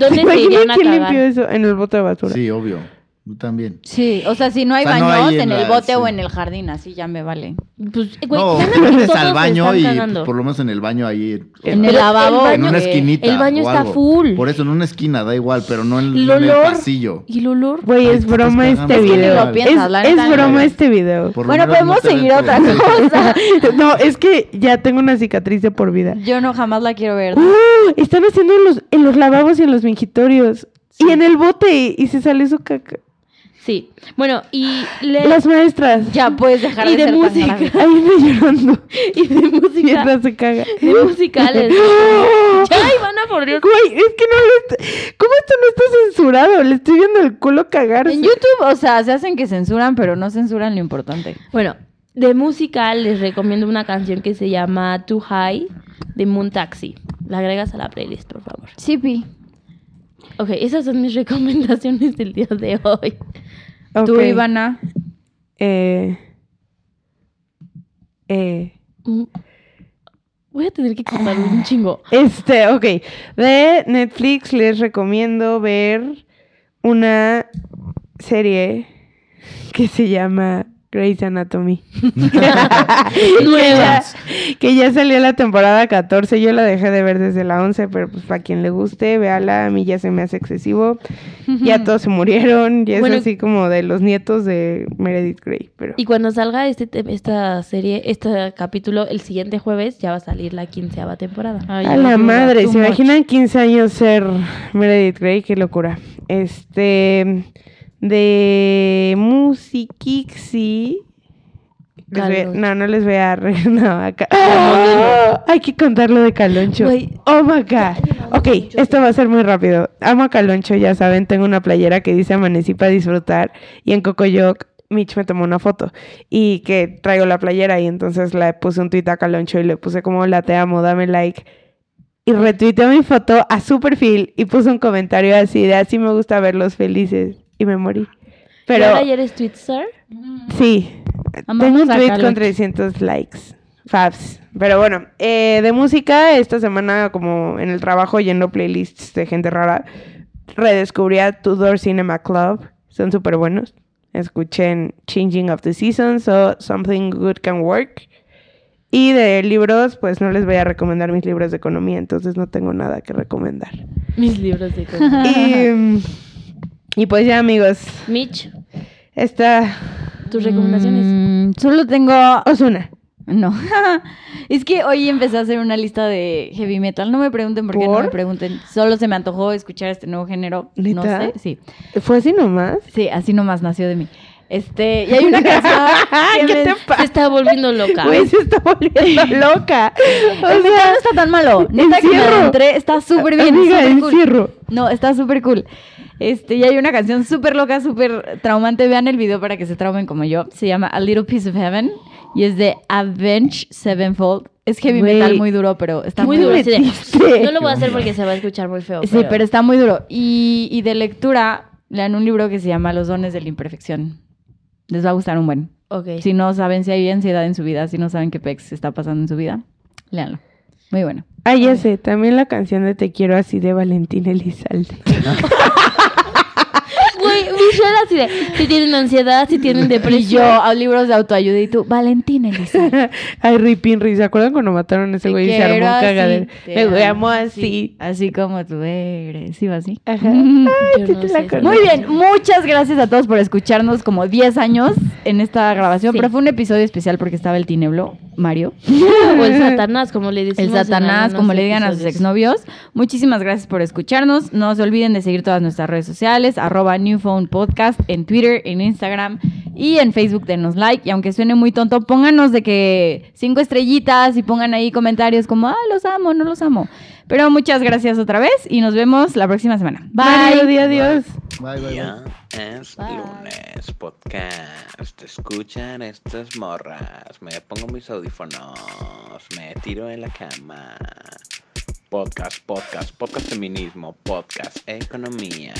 Speaker 4: ¿dónde se irían a
Speaker 3: quién limpió
Speaker 4: cagar?
Speaker 3: eso? En el bote de basura.
Speaker 5: Sí, obvio. Tú también.
Speaker 2: Sí, o sea, si no hay
Speaker 5: O sea, no
Speaker 2: baños,
Speaker 5: hay en
Speaker 2: en, el
Speaker 5: la-
Speaker 2: bote
Speaker 5: sí.
Speaker 2: o en el jardín, así ya me vale.
Speaker 4: Pues, güey,
Speaker 5: <laughs> no,
Speaker 4: cagan
Speaker 5: tú
Speaker 4: todos
Speaker 5: eres
Speaker 4: se
Speaker 5: al baño
Speaker 4: están
Speaker 5: y
Speaker 4: cagando.
Speaker 5: pues, por lo menos en el baño ahí. o
Speaker 2: En
Speaker 5: sea,
Speaker 2: el lavabo.
Speaker 5: en una esquinita.
Speaker 4: El baño
Speaker 5: o
Speaker 4: está
Speaker 5: algo.
Speaker 4: full.
Speaker 5: Por eso, en una esquina, da igual, pero no en,
Speaker 4: El
Speaker 5: no en el
Speaker 4: olor.
Speaker 5: pasillo.
Speaker 4: Y el olor.
Speaker 3: Güey,
Speaker 5: Ay,
Speaker 3: es
Speaker 5: te estás
Speaker 3: broma
Speaker 5: cagando.
Speaker 3: este
Speaker 5: Es que ni
Speaker 3: video.
Speaker 5: lo
Speaker 2: piensas,
Speaker 3: Es-
Speaker 2: la
Speaker 3: es
Speaker 2: neta, no.
Speaker 3: broma este video.
Speaker 5: Por lo
Speaker 2: Bueno,
Speaker 5: menos no
Speaker 2: podemos
Speaker 5: te ven
Speaker 2: seguir a
Speaker 5: todo.
Speaker 2: otra cosa.
Speaker 3: <laughs> No, es que ya tengo una cicatriz de por vida.
Speaker 2: Yo no jamás la quiero ver.
Speaker 4: Uh.
Speaker 3: ¡Ah! Están haciendo en los, en los lavabos y en los mingitorios. Y en el bote y, y se sale su caca.
Speaker 4: Sí. Bueno, y le-
Speaker 5: <laughs>
Speaker 3: Las maestras.
Speaker 2: Ya puedes dejar de,
Speaker 4: Y de
Speaker 2: ser tan
Speaker 4: música.
Speaker 2: grave.
Speaker 3: Ahí viene llorando.
Speaker 4: <laughs> y de música.
Speaker 3: Mientras se caga.
Speaker 4: De
Speaker 5: <laughs>
Speaker 4: musicales. <laughs> ya, Ivana, por Dios.
Speaker 3: Güey, es que no lo est- ¿Cómo esto no está censurado? Le estoy viendo el culo cagarse.
Speaker 2: En YouTube, o sea, se hacen que censuran, pero no censuran lo importante.
Speaker 4: Bueno, de música les recomiendo una canción que se llama Too High de Moon Taxi. La agregas a la playlist, por favor.
Speaker 2: Sí, Pi.
Speaker 4: Ok, esas son mis <laughs> recomendaciones del día de hoy.
Speaker 3: Ok.
Speaker 2: Tú, Ivana.
Speaker 3: Eh. Eh.
Speaker 4: Mm. Voy a tener que cortar
Speaker 5: Ah.
Speaker 4: un chingo.
Speaker 3: Este, ok. De Netflix les recomiendo ver una serie que se llama Grey's Anatomy. que, ya, que ya salió la temporada 14. Yo la dejé de ver desde la 11, pero pues para quien le guste, véala. A mí ya se me hace excesivo. Ya todos se murieron. Ya
Speaker 4: Bueno, y-
Speaker 3: es así como de los nietos de Meredith Grey. Pero...
Speaker 4: Y cuando salga este te- esta serie, este capítulo, el siguiente jueves ya va a salir la quinceava temporada.
Speaker 2: Ah,
Speaker 3: A la madre, ¿se imaginan 15 años ser Meredith Grey? Qué locura. Este, de Musikixi. les voy a-
Speaker 4: Caloncho. Ah.
Speaker 3: No, no les voy a... re- <laughs> No, acá. <laughs> Hay que contarlo de Caloncho.
Speaker 4: Güey,
Speaker 3: oh my God. Ok, esto va a ser muy rápido. Amo a Caloncho, ya saben, tengo una playera que dice Amanecí para disfrutar. Y en Cocoyoc, Mitch me tomó una foto y que traigo la playera y entonces le puse un tuit a Caloncho y le puse como la te amo, dame like. Y retuiteó mi foto a su perfil y puso un comentario así de así me gusta verlos felices. Y me morí.
Speaker 4: Pero
Speaker 3: Pero
Speaker 4: ayer es Twitter.
Speaker 3: sí,
Speaker 2: Amamos
Speaker 3: tengo un
Speaker 2: a
Speaker 3: tweet con
Speaker 2: Caloncho.
Speaker 3: 300 likes. Fabs. Pero bueno, eh, de música, esta semana como en el trabajo yendo playlists de gente rara, redescubrí a Tudor Cinema Club. Son súper buenos. Escuchen Changing of the Seasons o Something Good Can Work. Y de libros, pues no les voy a recomendar mis libros de economía, entonces no tengo nada que recomendar.
Speaker 4: Mis libros <laughs> de cosas.
Speaker 3: Y, mm, y pues ya amigos,
Speaker 4: Mitch,
Speaker 3: esta
Speaker 4: tus recomendaciones.
Speaker 2: Mm, solo tengo.
Speaker 3: Osuna.
Speaker 2: No. <laughs> es que hoy empecé a hacer una lista de heavy metal. No me pregunten por qué
Speaker 3: ¿Por?
Speaker 2: no me pregunten. Solo se me antojó escuchar este nuevo género. No sé.
Speaker 3: ¿Neta?
Speaker 2: Sí.
Speaker 3: ¿Fue así nomás?
Speaker 2: Sí, así nomás nació de mí. Este,
Speaker 3: <laughs>
Speaker 2: y hay una <laughs> canción.
Speaker 3: ¿Qué
Speaker 2: que
Speaker 3: te
Speaker 2: me-
Speaker 4: Se
Speaker 3: pasa?
Speaker 4: está volviendo loca.
Speaker 3: Güey, se está <laughs> volviendo loca.
Speaker 2: El
Speaker 3: O
Speaker 2: metal
Speaker 3: sea,
Speaker 2: no está tan malo. Neta que me
Speaker 3: encierro.
Speaker 2: adentré, está súper bien.
Speaker 3: Amiga,
Speaker 2: súper cool.
Speaker 3: encierro.
Speaker 2: No, está súper cool. Este, y hay una canción súper loca, súper traumante. Vean el video para que se traumen como yo. Se llama A Little Piece of Heaven y es de Avenge Sevenfold. Es heavy
Speaker 3: Güey.
Speaker 2: metal muy duro, pero está
Speaker 4: Muy
Speaker 2: muy,
Speaker 4: duro.
Speaker 2: duro.
Speaker 4: así de,
Speaker 3: metiste?
Speaker 4: No lo voy a hacer porque se va a escuchar muy feo.
Speaker 2: Sí, pero está muy duro. Y, y de lectura, lean un libro que se llama Los dones de la imperfección. Les va a gustar un buen.
Speaker 4: Ok.
Speaker 2: Si no saben si hay ansiedad en su vida, si no saben qué pex está pasando en su vida, léanlo. Muy bueno.
Speaker 3: Ah, ya sé, también la canción de Te quiero así de Valentín Elizalde. <laughs>
Speaker 4: Güey, Michelle así de, si tienen ansiedad, si tienen
Speaker 2: Y yo
Speaker 4: depresión.
Speaker 2: a libros de autoayuda y tú, Valentina
Speaker 3: <laughs>
Speaker 2: Elisa.
Speaker 3: Ay, Ripinri, ¿se acuerdan cuando mataron a ese güey y se armó un cagadero? Me
Speaker 2: te
Speaker 3: amo así.
Speaker 2: Así como tú eres. Iba así.
Speaker 3: Ajá.
Speaker 4: Yo
Speaker 3: Ay, te-
Speaker 4: no
Speaker 3: te
Speaker 4: sé
Speaker 3: la
Speaker 4: si-
Speaker 3: conozco.
Speaker 2: Muy bien, muchas gracias a todos por escucharnos como 10 años en esta grabación,
Speaker 4: Sí.
Speaker 2: pero fue un episodio especial porque estaba el tineblo, Mario, <laughs>
Speaker 4: O el Satanás, como le
Speaker 2: el
Speaker 4: decimos. en
Speaker 2: Satanás,
Speaker 4: algunos
Speaker 2: como le digan a sus
Speaker 4: episodios.
Speaker 2: exnovios. Muchísimas gracias por escucharnos. No se olviden de seguir todas nuestras redes sociales, arroba Newphone Podcast, en Twitter, en Instagram y en Facebook denos like. Y aunque suene muy tonto, pónganos de que cinco estrellitas y pongan ahí comentarios como, ah, los amo, no los amo. Pero muchas gracias otra vez y nos vemos la próxima semana. Bye.
Speaker 3: Mario, di adiós.
Speaker 5: Bye, bye, bye.
Speaker 6: Ya es lunes, podcast. Escuchan estas morras. Me pongo mis audífonos. Me tiro en la cama. Podcast, podcast, podcast feminismo, podcast economía.